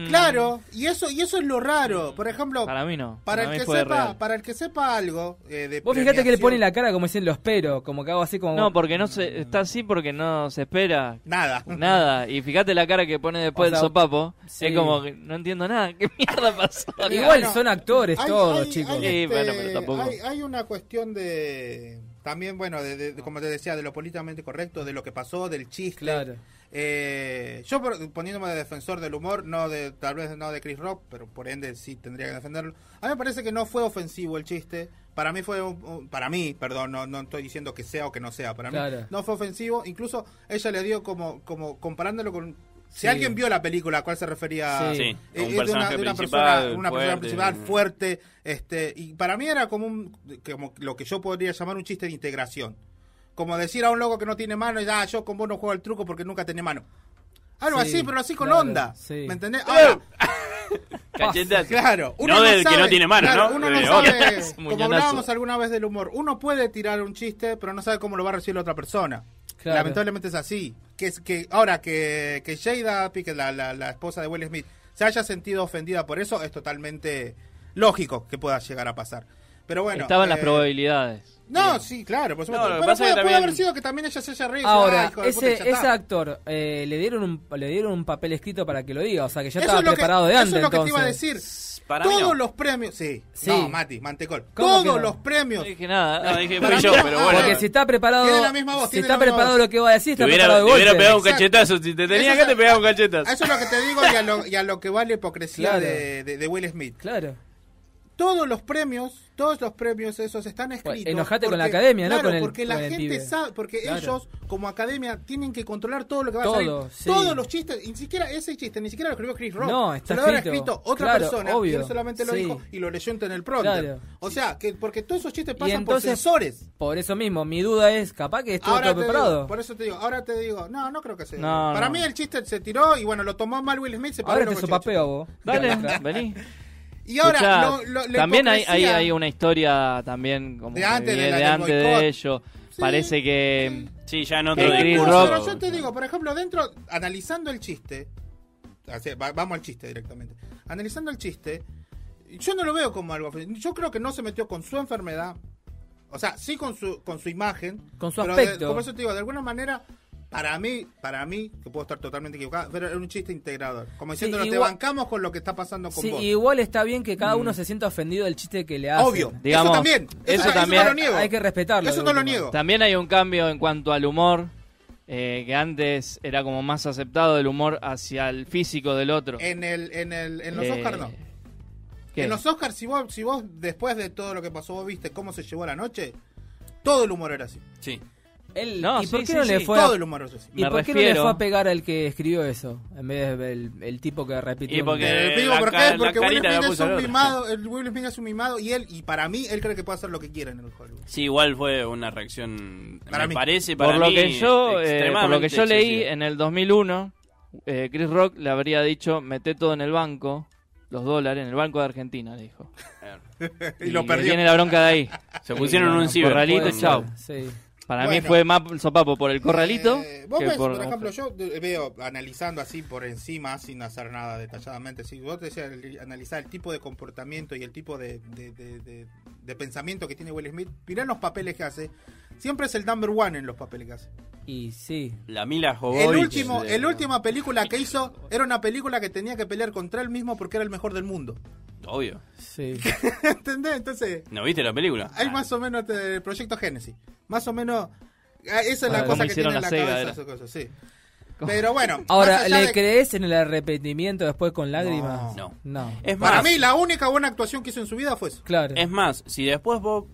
[SPEAKER 5] Claro, y eso y eso es lo raro. Por ejemplo,
[SPEAKER 8] mm, Para mí no.
[SPEAKER 5] para el
[SPEAKER 8] mí
[SPEAKER 5] que
[SPEAKER 8] fue
[SPEAKER 5] sepa,
[SPEAKER 8] real.
[SPEAKER 5] para el que sepa algo eh, de
[SPEAKER 4] Vos fijate que le
[SPEAKER 5] premiación-
[SPEAKER 4] pone la cara como diciendo lo espero, como que hago así como...
[SPEAKER 8] No, porque no se está así porque no se espera
[SPEAKER 5] nada.
[SPEAKER 8] Nada, y fíjate la cara que pone después
[SPEAKER 4] O sea,
[SPEAKER 8] del sopapo.
[SPEAKER 4] sí.
[SPEAKER 8] Es como que no entiendo nada, qué mierda pasó.
[SPEAKER 4] Igual son actores
[SPEAKER 5] Hay-
[SPEAKER 4] todos,
[SPEAKER 5] hay-
[SPEAKER 4] chicos.
[SPEAKER 5] hay,
[SPEAKER 8] Sí,
[SPEAKER 5] este,
[SPEAKER 8] bueno, pero tampoco.
[SPEAKER 5] hay- hay una cuestión de. También, bueno, de, de- de- como te decía, de lo políticamente correcto, de lo que pasó, del chiste. Eh, yo por- poniéndome de defensor del humor, no de tal vez no de Chris Rock, pero por ende sí tendría que defenderlo. A mí me parece que no fue ofensivo el chiste. Para mí fue un- un- para mí, perdón, no, no estoy diciendo que sea o que no sea, para mí
[SPEAKER 4] Claro.
[SPEAKER 5] no fue ofensivo, incluso ella le dio como como comparándolo con si
[SPEAKER 15] Sí.
[SPEAKER 5] alguien vio la película a cuál se refería
[SPEAKER 15] Sí. Sí, un
[SPEAKER 5] eh, es de
[SPEAKER 15] personaje
[SPEAKER 5] de
[SPEAKER 15] principal,
[SPEAKER 5] una persona
[SPEAKER 15] fuerte.
[SPEAKER 5] principal fuerte, este, y para mí era como, un, como lo que yo podría llamar un chiste de integración. Como decir a un loco que no tiene mano, y, ah, yo con vos no juego al truco porque nunca tenés mano. Algo
[SPEAKER 15] Sí,
[SPEAKER 5] así, pero así con
[SPEAKER 15] claro,
[SPEAKER 5] onda.
[SPEAKER 15] sí.
[SPEAKER 5] ¿Me entendés? Ahora,
[SPEAKER 15] Cachetazo.
[SPEAKER 5] Claro. uno
[SPEAKER 15] No del que
[SPEAKER 5] sabe-
[SPEAKER 15] no tiene mano,
[SPEAKER 5] claro,
[SPEAKER 15] ¿no?
[SPEAKER 5] Uno
[SPEAKER 15] De
[SPEAKER 5] no sabe,
[SPEAKER 15] otro.
[SPEAKER 5] como
[SPEAKER 15] Muñonazo.
[SPEAKER 5] hablábamos alguna vez del humor, uno puede tirar un chiste, pero no sabe cómo lo va a recibir la otra persona.
[SPEAKER 15] Claro.
[SPEAKER 5] Lamentablemente es así. Que, es- que Ahora, que, que Jada Pickett, la, la- la esposa de Will Smith, se haya sentido ofendida por eso, es totalmente lógico que pueda llegar a pasar. Pero bueno.
[SPEAKER 8] Estaban las
[SPEAKER 5] eh,
[SPEAKER 8] probabilidades.
[SPEAKER 5] No, sí, claro, por supuesto.
[SPEAKER 8] No, lo que
[SPEAKER 5] pero
[SPEAKER 8] pasa
[SPEAKER 5] puede,
[SPEAKER 8] es que
[SPEAKER 5] puede
[SPEAKER 8] también-
[SPEAKER 5] haber sido que también ella se haya reído. "Ah,
[SPEAKER 4] Ahora,
[SPEAKER 5] hijo de puta,
[SPEAKER 4] ese,
[SPEAKER 5] ya está".
[SPEAKER 4] ese actor, eh, le, dieron un, le dieron un papel escrito para que lo diga, o sea que ya
[SPEAKER 5] Eso
[SPEAKER 4] estaba
[SPEAKER 5] es lo que-
[SPEAKER 4] preparado de antes.
[SPEAKER 5] Eso es lo que
[SPEAKER 4] entonces.
[SPEAKER 5] te iba a decir.
[SPEAKER 4] Para mí
[SPEAKER 5] Todos
[SPEAKER 4] no.
[SPEAKER 5] los premios. Sí.
[SPEAKER 4] Sí.
[SPEAKER 5] No, Mati, Mantecol.
[SPEAKER 4] ¿Cómo
[SPEAKER 5] Todos
[SPEAKER 4] que no?
[SPEAKER 5] los premios.
[SPEAKER 8] dije nada. No, dije
[SPEAKER 5] Para
[SPEAKER 8] fui yo,
[SPEAKER 5] mí-
[SPEAKER 8] pero
[SPEAKER 5] ah,
[SPEAKER 8] bueno.
[SPEAKER 4] Porque si está preparado,
[SPEAKER 5] Tiene la misma voz,
[SPEAKER 4] si
[SPEAKER 5] tiene
[SPEAKER 4] está
[SPEAKER 5] la misma
[SPEAKER 4] preparado
[SPEAKER 5] voz.
[SPEAKER 4] lo que va a decir,
[SPEAKER 3] Te
[SPEAKER 4] está
[SPEAKER 3] hubiera, te
[SPEAKER 4] preparado de golpe.
[SPEAKER 3] hubiera pegado un
[SPEAKER 5] Exacto.
[SPEAKER 3] cachetazo. Si te tenía
[SPEAKER 5] Eso
[SPEAKER 3] que
[SPEAKER 5] es-
[SPEAKER 3] te pegaba un cachetazo.
[SPEAKER 5] A eso es lo que te digo y a lo, y a lo que va la hipocresía
[SPEAKER 4] Claro.
[SPEAKER 5] de, de- de Will Smith.
[SPEAKER 4] Claro.
[SPEAKER 5] Todos los premios, todos los premios esos están escritos.
[SPEAKER 4] enojate con la
[SPEAKER 5] porque-
[SPEAKER 4] academia, no
[SPEAKER 5] claro,
[SPEAKER 4] con el-
[SPEAKER 5] porque la
[SPEAKER 4] con el
[SPEAKER 5] gente
[SPEAKER 4] pibe.
[SPEAKER 5] sabe, porque
[SPEAKER 4] Claro.
[SPEAKER 5] ellos como academia tienen que controlar todo lo que va a
[SPEAKER 4] Todo,
[SPEAKER 5] salir.
[SPEAKER 4] sí.
[SPEAKER 5] Todos los chistes, ni siquiera ese chiste, ni siquiera lo escribió Chris Rock.
[SPEAKER 4] No, está
[SPEAKER 5] Se lo habrá
[SPEAKER 4] escrito.
[SPEAKER 5] escrito otra
[SPEAKER 4] Claro,
[SPEAKER 5] persona
[SPEAKER 4] obvio.
[SPEAKER 5] y él solamente lo
[SPEAKER 4] Sí.
[SPEAKER 5] dijo y lo leyó en el prompter.
[SPEAKER 4] Claro.
[SPEAKER 5] O sea, que porque todos esos chistes
[SPEAKER 4] Y
[SPEAKER 5] pasan por
[SPEAKER 4] entonces,
[SPEAKER 5] sensores.
[SPEAKER 4] por eso mismo, mi duda es, capaz que estuvo
[SPEAKER 5] Ahora
[SPEAKER 4] todo
[SPEAKER 5] te
[SPEAKER 4] preparado.
[SPEAKER 5] digo, por eso te digo, ahora te digo, no, no creo que sea.
[SPEAKER 4] No,
[SPEAKER 5] Para
[SPEAKER 4] no.
[SPEAKER 5] mí el chiste se tiró y bueno, lo tomó mal Will Smith, se paró y
[SPEAKER 4] Ahora
[SPEAKER 5] lo
[SPEAKER 4] te
[SPEAKER 5] cocheó.
[SPEAKER 4] sopapeo vos.
[SPEAKER 8] Dale, vení.
[SPEAKER 5] Y ahora,
[SPEAKER 8] Escuchá,
[SPEAKER 5] lo- lo- la
[SPEAKER 8] también hay, hay,
[SPEAKER 5] hipocresía-
[SPEAKER 8] hay una historia también como
[SPEAKER 5] De
[SPEAKER 8] que
[SPEAKER 5] antes de
[SPEAKER 8] viene
[SPEAKER 5] la
[SPEAKER 8] de,
[SPEAKER 5] del
[SPEAKER 8] antes de
[SPEAKER 5] boicot.
[SPEAKER 8] ello. Parece que.
[SPEAKER 3] Sí, ya no
[SPEAKER 8] que
[SPEAKER 3] te
[SPEAKER 8] Chris
[SPEAKER 5] Eh, Pero
[SPEAKER 8] Rock.
[SPEAKER 5] yo te digo, por ejemplo, dentro, analizando el chiste, así, va- vamos al chiste directamente, analizando el chiste, yo no lo veo como algo ofensivo. Yo creo que no se metió con su enfermedad, o sea, sí con su, con su imagen.
[SPEAKER 4] Con su
[SPEAKER 5] pero de-
[SPEAKER 4] aspecto.
[SPEAKER 5] por eso te digo, de alguna manera, para mí, para mí, que puedo estar totalmente equivocado, pero era un chiste integrador. Como
[SPEAKER 4] Sí,
[SPEAKER 5] diciendo, no te
[SPEAKER 4] igual-
[SPEAKER 5] bancamos con lo que está pasando con
[SPEAKER 4] Sí,
[SPEAKER 5] vos.
[SPEAKER 4] igual está bien que cada
[SPEAKER 5] Mm.
[SPEAKER 4] uno se sienta ofendido del chiste que le hacen.
[SPEAKER 5] Obvio,
[SPEAKER 8] Digamos,
[SPEAKER 5] eso también, eso,
[SPEAKER 8] eso
[SPEAKER 5] eso
[SPEAKER 8] también.
[SPEAKER 5] no lo niego.
[SPEAKER 4] Hay que respetarlo.
[SPEAKER 5] Eso
[SPEAKER 4] de
[SPEAKER 5] no lo
[SPEAKER 4] última.
[SPEAKER 5] niego.
[SPEAKER 8] También hay un cambio en cuanto al humor, eh, que antes era como más aceptado el humor hacia el físico del otro.
[SPEAKER 5] En, el, en, el, en los
[SPEAKER 8] Eh,
[SPEAKER 5] Oscars no.
[SPEAKER 8] Que
[SPEAKER 4] ¿Qué?
[SPEAKER 5] En los Oscars, si vos, si vos después de todo lo que pasó, vos viste cómo se llevó la noche, todo el humor era así.
[SPEAKER 3] Sí.
[SPEAKER 4] Él-
[SPEAKER 5] No,
[SPEAKER 4] ¿Y
[SPEAKER 5] sí,
[SPEAKER 4] por qué
[SPEAKER 5] sí,
[SPEAKER 4] no
[SPEAKER 5] sí.
[SPEAKER 4] le fue
[SPEAKER 5] Todo
[SPEAKER 4] a...
[SPEAKER 5] el humor es así.
[SPEAKER 4] ¿Y
[SPEAKER 5] Me
[SPEAKER 4] por qué no le
[SPEAKER 5] refiero-
[SPEAKER 4] fue a pegar al que escribió eso? En vez del el tipo que repitió.
[SPEAKER 5] Y porque
[SPEAKER 4] un-
[SPEAKER 5] Te digo, ¿por qué? Porque Will Smith es un mimado, el Will Smith es un mimado y él, y para mí, él cree que puede hacer lo que quiera en el Hollywood.
[SPEAKER 3] Sí, igual fue una reacción,
[SPEAKER 5] Para
[SPEAKER 3] me
[SPEAKER 5] mí.
[SPEAKER 3] parece, para
[SPEAKER 8] Por lo,
[SPEAKER 3] mí,
[SPEAKER 8] que yo, eh, por lo que
[SPEAKER 3] extremadamente
[SPEAKER 8] yo leí
[SPEAKER 3] excesiva.
[SPEAKER 8] en el 2001, eh, Chris Rock le habría dicho, mete todo en el banco, los dólares, en el Banco de Argentina, le dijo.
[SPEAKER 5] Y lo perdió.
[SPEAKER 8] Tiene la bronca de ahí.
[SPEAKER 3] Se pusieron
[SPEAKER 8] Y,
[SPEAKER 3] un
[SPEAKER 8] bueno,
[SPEAKER 3] ciber.
[SPEAKER 8] Corralito,
[SPEAKER 3] Pueden-
[SPEAKER 8] chao.
[SPEAKER 3] sí.
[SPEAKER 8] Para mí
[SPEAKER 5] Bueno.
[SPEAKER 8] fue más sopapo por el corralito
[SPEAKER 5] Eh, vos
[SPEAKER 8] que
[SPEAKER 5] ves,
[SPEAKER 8] por...
[SPEAKER 5] por, ejemplo, yo de- veo analizando así por encima, sin hacer nada detalladamente, si vos te decías el- analizar el tipo de comportamiento y el tipo de, de- de- de- de pensamiento que tiene Will Smith, mirá los papeles que hace. Siempre es el number one en los papeles que hace.
[SPEAKER 4] Y sí.
[SPEAKER 3] La Mila Jovovich. eh,
[SPEAKER 5] El último,
[SPEAKER 3] de-
[SPEAKER 5] el última película que hizo era una película que tenía que pelear contra él mismo porque era el mejor del mundo.
[SPEAKER 3] Obvio.
[SPEAKER 4] Sí.
[SPEAKER 5] ¿Entendés? Entonces,
[SPEAKER 3] ¿No viste la película?
[SPEAKER 5] hay más o menos este, el proyecto Génesis. Más o menos, ah, esa es
[SPEAKER 3] Ah,
[SPEAKER 5] la
[SPEAKER 3] como
[SPEAKER 5] cosa que tiene
[SPEAKER 3] hicieron
[SPEAKER 5] en
[SPEAKER 3] la
[SPEAKER 5] la
[SPEAKER 3] Sega,
[SPEAKER 5] cabeza.
[SPEAKER 3] era.
[SPEAKER 5] esa cosa, sí. Pero bueno, más
[SPEAKER 4] Ahora,
[SPEAKER 5] allá
[SPEAKER 4] ¿le
[SPEAKER 5] de-
[SPEAKER 4] crees en el arrepentimiento después con lágrimas?
[SPEAKER 3] No.
[SPEAKER 4] No.
[SPEAKER 3] Es
[SPEAKER 5] para
[SPEAKER 3] más-
[SPEAKER 5] mí, la única buena actuación que hizo en su vida fue eso.
[SPEAKER 4] Claro.
[SPEAKER 3] Es más, si después vos...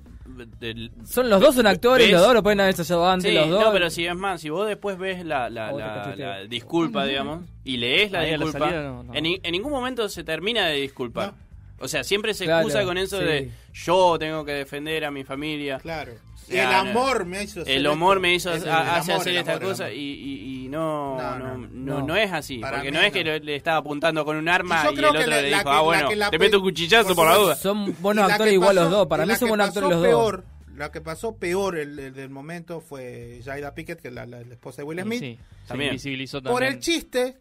[SPEAKER 3] del-
[SPEAKER 4] Son los dos son actores,
[SPEAKER 3] ves-
[SPEAKER 4] los dos lo pueden haber ensayado antes,
[SPEAKER 3] Sí,
[SPEAKER 4] los dos.
[SPEAKER 3] no, pero si es más, si vos después ves la, la-
[SPEAKER 4] Otro
[SPEAKER 3] la-
[SPEAKER 4] cacheteo.
[SPEAKER 3] la disculpa, digamos, y lees la
[SPEAKER 8] Ahí a la
[SPEAKER 3] disculpa,
[SPEAKER 8] salida no, no.
[SPEAKER 3] En, ni- en ningún momento se termina de disculpar. O sea, siempre se
[SPEAKER 8] Claro,
[SPEAKER 3] excusa con eso
[SPEAKER 8] sí.
[SPEAKER 3] de yo tengo que defender a mi familia.
[SPEAKER 5] Claro.
[SPEAKER 3] O sea,
[SPEAKER 5] el
[SPEAKER 3] no-
[SPEAKER 5] amor me hizo hacer
[SPEAKER 3] El amor
[SPEAKER 5] esto.
[SPEAKER 3] me hizo
[SPEAKER 5] Es el-
[SPEAKER 3] ha-
[SPEAKER 5] el
[SPEAKER 3] hace
[SPEAKER 5] amor,
[SPEAKER 3] hacer
[SPEAKER 5] el
[SPEAKER 3] esta
[SPEAKER 5] amor, el
[SPEAKER 3] cosa
[SPEAKER 5] amor.
[SPEAKER 3] y, y- y no, no, no,
[SPEAKER 5] no.
[SPEAKER 3] no es así.
[SPEAKER 5] Para
[SPEAKER 3] porque
[SPEAKER 5] mí
[SPEAKER 3] no es que le, le estaba apuntando con un arma
[SPEAKER 5] Yo
[SPEAKER 3] y el
[SPEAKER 5] creo
[SPEAKER 3] otro
[SPEAKER 5] que la-
[SPEAKER 3] le
[SPEAKER 5] la
[SPEAKER 3] dijo,
[SPEAKER 5] que-
[SPEAKER 3] ah,
[SPEAKER 5] la
[SPEAKER 3] bueno,
[SPEAKER 5] que la
[SPEAKER 3] te meto un
[SPEAKER 5] pe-
[SPEAKER 3] cuchillazo por
[SPEAKER 5] por
[SPEAKER 3] la
[SPEAKER 5] supuedo-
[SPEAKER 3] duda.
[SPEAKER 4] Son
[SPEAKER 5] Y
[SPEAKER 4] buenos
[SPEAKER 5] la que
[SPEAKER 4] actores igual los
[SPEAKER 5] pasó-
[SPEAKER 4] dos, para
[SPEAKER 5] y
[SPEAKER 4] mí
[SPEAKER 5] la
[SPEAKER 4] son
[SPEAKER 5] que
[SPEAKER 4] buenos actores
[SPEAKER 5] pasó
[SPEAKER 4] los dos.
[SPEAKER 5] peor- La que pasó peor el, el del momento fue Jada Pickett, que es la, la- la esposa de Will
[SPEAKER 8] Y
[SPEAKER 5] Smith.
[SPEAKER 8] sí, se También. invisibilizó
[SPEAKER 5] Por
[SPEAKER 8] también.
[SPEAKER 5] el chiste.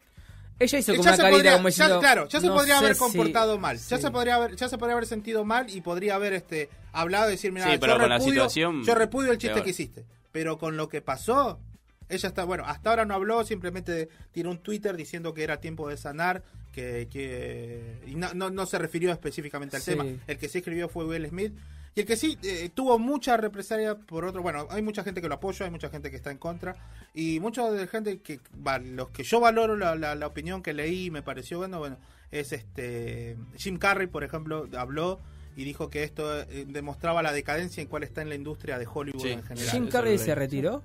[SPEAKER 4] Ella hizo
[SPEAKER 5] que
[SPEAKER 4] como
[SPEAKER 5] ya
[SPEAKER 4] una
[SPEAKER 5] se
[SPEAKER 4] carita
[SPEAKER 5] podría-
[SPEAKER 4] como
[SPEAKER 5] ya-
[SPEAKER 4] diciendo,
[SPEAKER 5] claro, ya se
[SPEAKER 4] "No
[SPEAKER 5] podría
[SPEAKER 4] sé
[SPEAKER 5] haber
[SPEAKER 4] si-".
[SPEAKER 5] comportado mal. Ya se podría haber, ya se podría haber sentido mal y podría haber este hablado y decir, mira,
[SPEAKER 3] Sí,
[SPEAKER 5] yo,
[SPEAKER 3] pero con la
[SPEAKER 5] repudio-
[SPEAKER 3] situación,
[SPEAKER 5] yo repudio el chiste
[SPEAKER 3] peor.
[SPEAKER 5] que hiciste. Pero con lo que pasó, ella está, bueno, hasta ahora no habló, simplemente tiró un Twitter diciendo que era tiempo de sanar, que, que- y no, no, no se refirió específicamente al
[SPEAKER 4] Sí.
[SPEAKER 5] tema. El que sí escribió fue Will Smith. Y el que sí eh, tuvo mucha represalia por otro, bueno, hay mucha gente que lo apoya, hay mucha gente que está en contra, y mucha de gente que, va, los que yo valoro la, la- la opinión que leí y me pareció bueno, bueno, es este, Jim Carrey, por ejemplo, habló y dijo que esto eh, demostraba la decadencia en cual está en la industria de Hollywood en general.
[SPEAKER 4] Jim Carrey se retiró.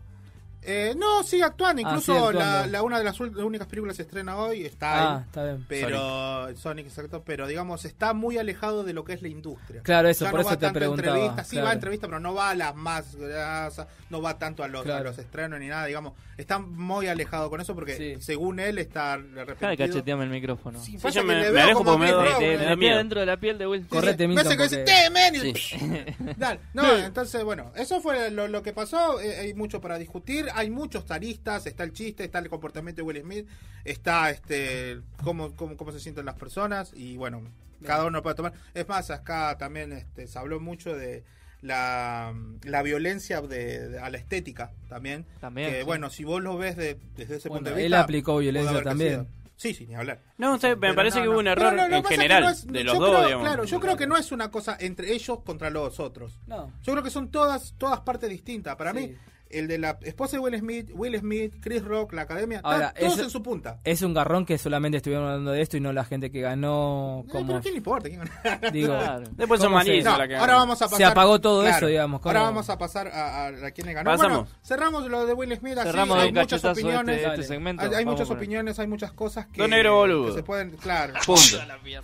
[SPEAKER 5] Eh, no, sigue actuando.
[SPEAKER 4] Ah,
[SPEAKER 5] Incluso
[SPEAKER 4] sigue actuando.
[SPEAKER 5] La, la- una de las ul- únicas películas se estrena hoy está
[SPEAKER 4] Ah,
[SPEAKER 5] él,
[SPEAKER 4] está bien.
[SPEAKER 5] Pero Sonic. exacto. Pero digamos está muy alejado de lo que es la industria.
[SPEAKER 4] Claro, eso, por
[SPEAKER 5] va
[SPEAKER 4] eso te
[SPEAKER 5] tanto a
[SPEAKER 4] preguntaba,
[SPEAKER 5] entrevistas. Sí va a
[SPEAKER 4] claro.
[SPEAKER 5] entrevistas, pero no va a las más grasas, no va tanto a los, a
[SPEAKER 4] Claro.
[SPEAKER 5] los estrenos ni nada. Digamos, está muy alejado con eso porque según él está
[SPEAKER 8] Dale,
[SPEAKER 5] arrepentido.
[SPEAKER 8] cacheteame el micrófono.
[SPEAKER 5] Sí,
[SPEAKER 8] Sí,
[SPEAKER 5] pasa
[SPEAKER 8] yo
[SPEAKER 5] que
[SPEAKER 8] me-
[SPEAKER 5] le
[SPEAKER 8] me
[SPEAKER 5] veo
[SPEAKER 8] alejo
[SPEAKER 5] como ¿eh?
[SPEAKER 8] porque me-
[SPEAKER 5] Chris
[SPEAKER 8] me-
[SPEAKER 5] Rock,
[SPEAKER 8] me-
[SPEAKER 5] ¿no?
[SPEAKER 8] me metí adentro de la piel de Will.
[SPEAKER 5] Correte, Me hace que dice, "Te, men", y- Dale. No,
[SPEAKER 8] Sí.
[SPEAKER 5] entonces, bueno, eso fue lo, lo que pasó. Eh, hay mucho para discutir. Hay muchos taristas. Está el chiste, está el comportamiento de Will Smith, está este cómo, cómo, cómo se sienten las personas. Y bueno, cada uno puede tomar. Es más, acá también este, se habló mucho de la, la violencia de, de- a la estética también.
[SPEAKER 8] También,
[SPEAKER 5] Que
[SPEAKER 8] sí.
[SPEAKER 5] bueno, si vos lo ves de- desde ese
[SPEAKER 4] Bueno,
[SPEAKER 5] punto de
[SPEAKER 4] él
[SPEAKER 5] vista.
[SPEAKER 4] aplicó
[SPEAKER 5] pudo
[SPEAKER 4] violencia
[SPEAKER 5] haber
[SPEAKER 4] también.
[SPEAKER 5] crecido. Sí, sí, ni hablar.
[SPEAKER 3] No, o sea, me
[SPEAKER 5] Pero
[SPEAKER 3] parece que hubo un error
[SPEAKER 5] Pero lo que
[SPEAKER 3] en
[SPEAKER 5] pasa es que
[SPEAKER 3] general,
[SPEAKER 5] no es-
[SPEAKER 3] de los
[SPEAKER 5] yo
[SPEAKER 3] dos,
[SPEAKER 5] creo-
[SPEAKER 3] digamos.
[SPEAKER 5] Claro, yo creo que no es una cosa entre ellos contra los otros.
[SPEAKER 4] No.
[SPEAKER 5] Yo creo que son todas todas partes distintas. Para mí, el de la esposa de Will Smith, Will Smith, Chris Rock, la academia, están
[SPEAKER 4] Ahora,
[SPEAKER 5] todos
[SPEAKER 4] eso-
[SPEAKER 5] en su punta.
[SPEAKER 4] Es un garrón que solamente estuvieron hablando de esto y no la gente que ganó.
[SPEAKER 5] Eh,
[SPEAKER 4] Como
[SPEAKER 5] pero ¿quién le importa? ¿Quién gana?
[SPEAKER 4] Digo,
[SPEAKER 3] Después son
[SPEAKER 4] ¿cómo se-
[SPEAKER 3] manijas
[SPEAKER 4] No,
[SPEAKER 3] la que-
[SPEAKER 5] Ahora vamos a
[SPEAKER 4] Se
[SPEAKER 5] pasar.
[SPEAKER 4] apagó todo eso, digamos, ¿cómo?
[SPEAKER 5] Ahora vamos a pasar a, a, a quien le ganó.
[SPEAKER 4] Pasamos.
[SPEAKER 5] Bueno, cerramos lo de Will Smith. Así,
[SPEAKER 8] Cerramos de
[SPEAKER 5] hay
[SPEAKER 8] un
[SPEAKER 5] muchas
[SPEAKER 8] cachetazo
[SPEAKER 5] opiniones.
[SPEAKER 8] este- este segmento.
[SPEAKER 5] Hay, hay
[SPEAKER 8] Vamos
[SPEAKER 5] muchas
[SPEAKER 8] con él.
[SPEAKER 5] opiniones, hay muchas cosas que,
[SPEAKER 3] Don negro boludo.
[SPEAKER 5] que se pueden. Claro.
[SPEAKER 3] Punto.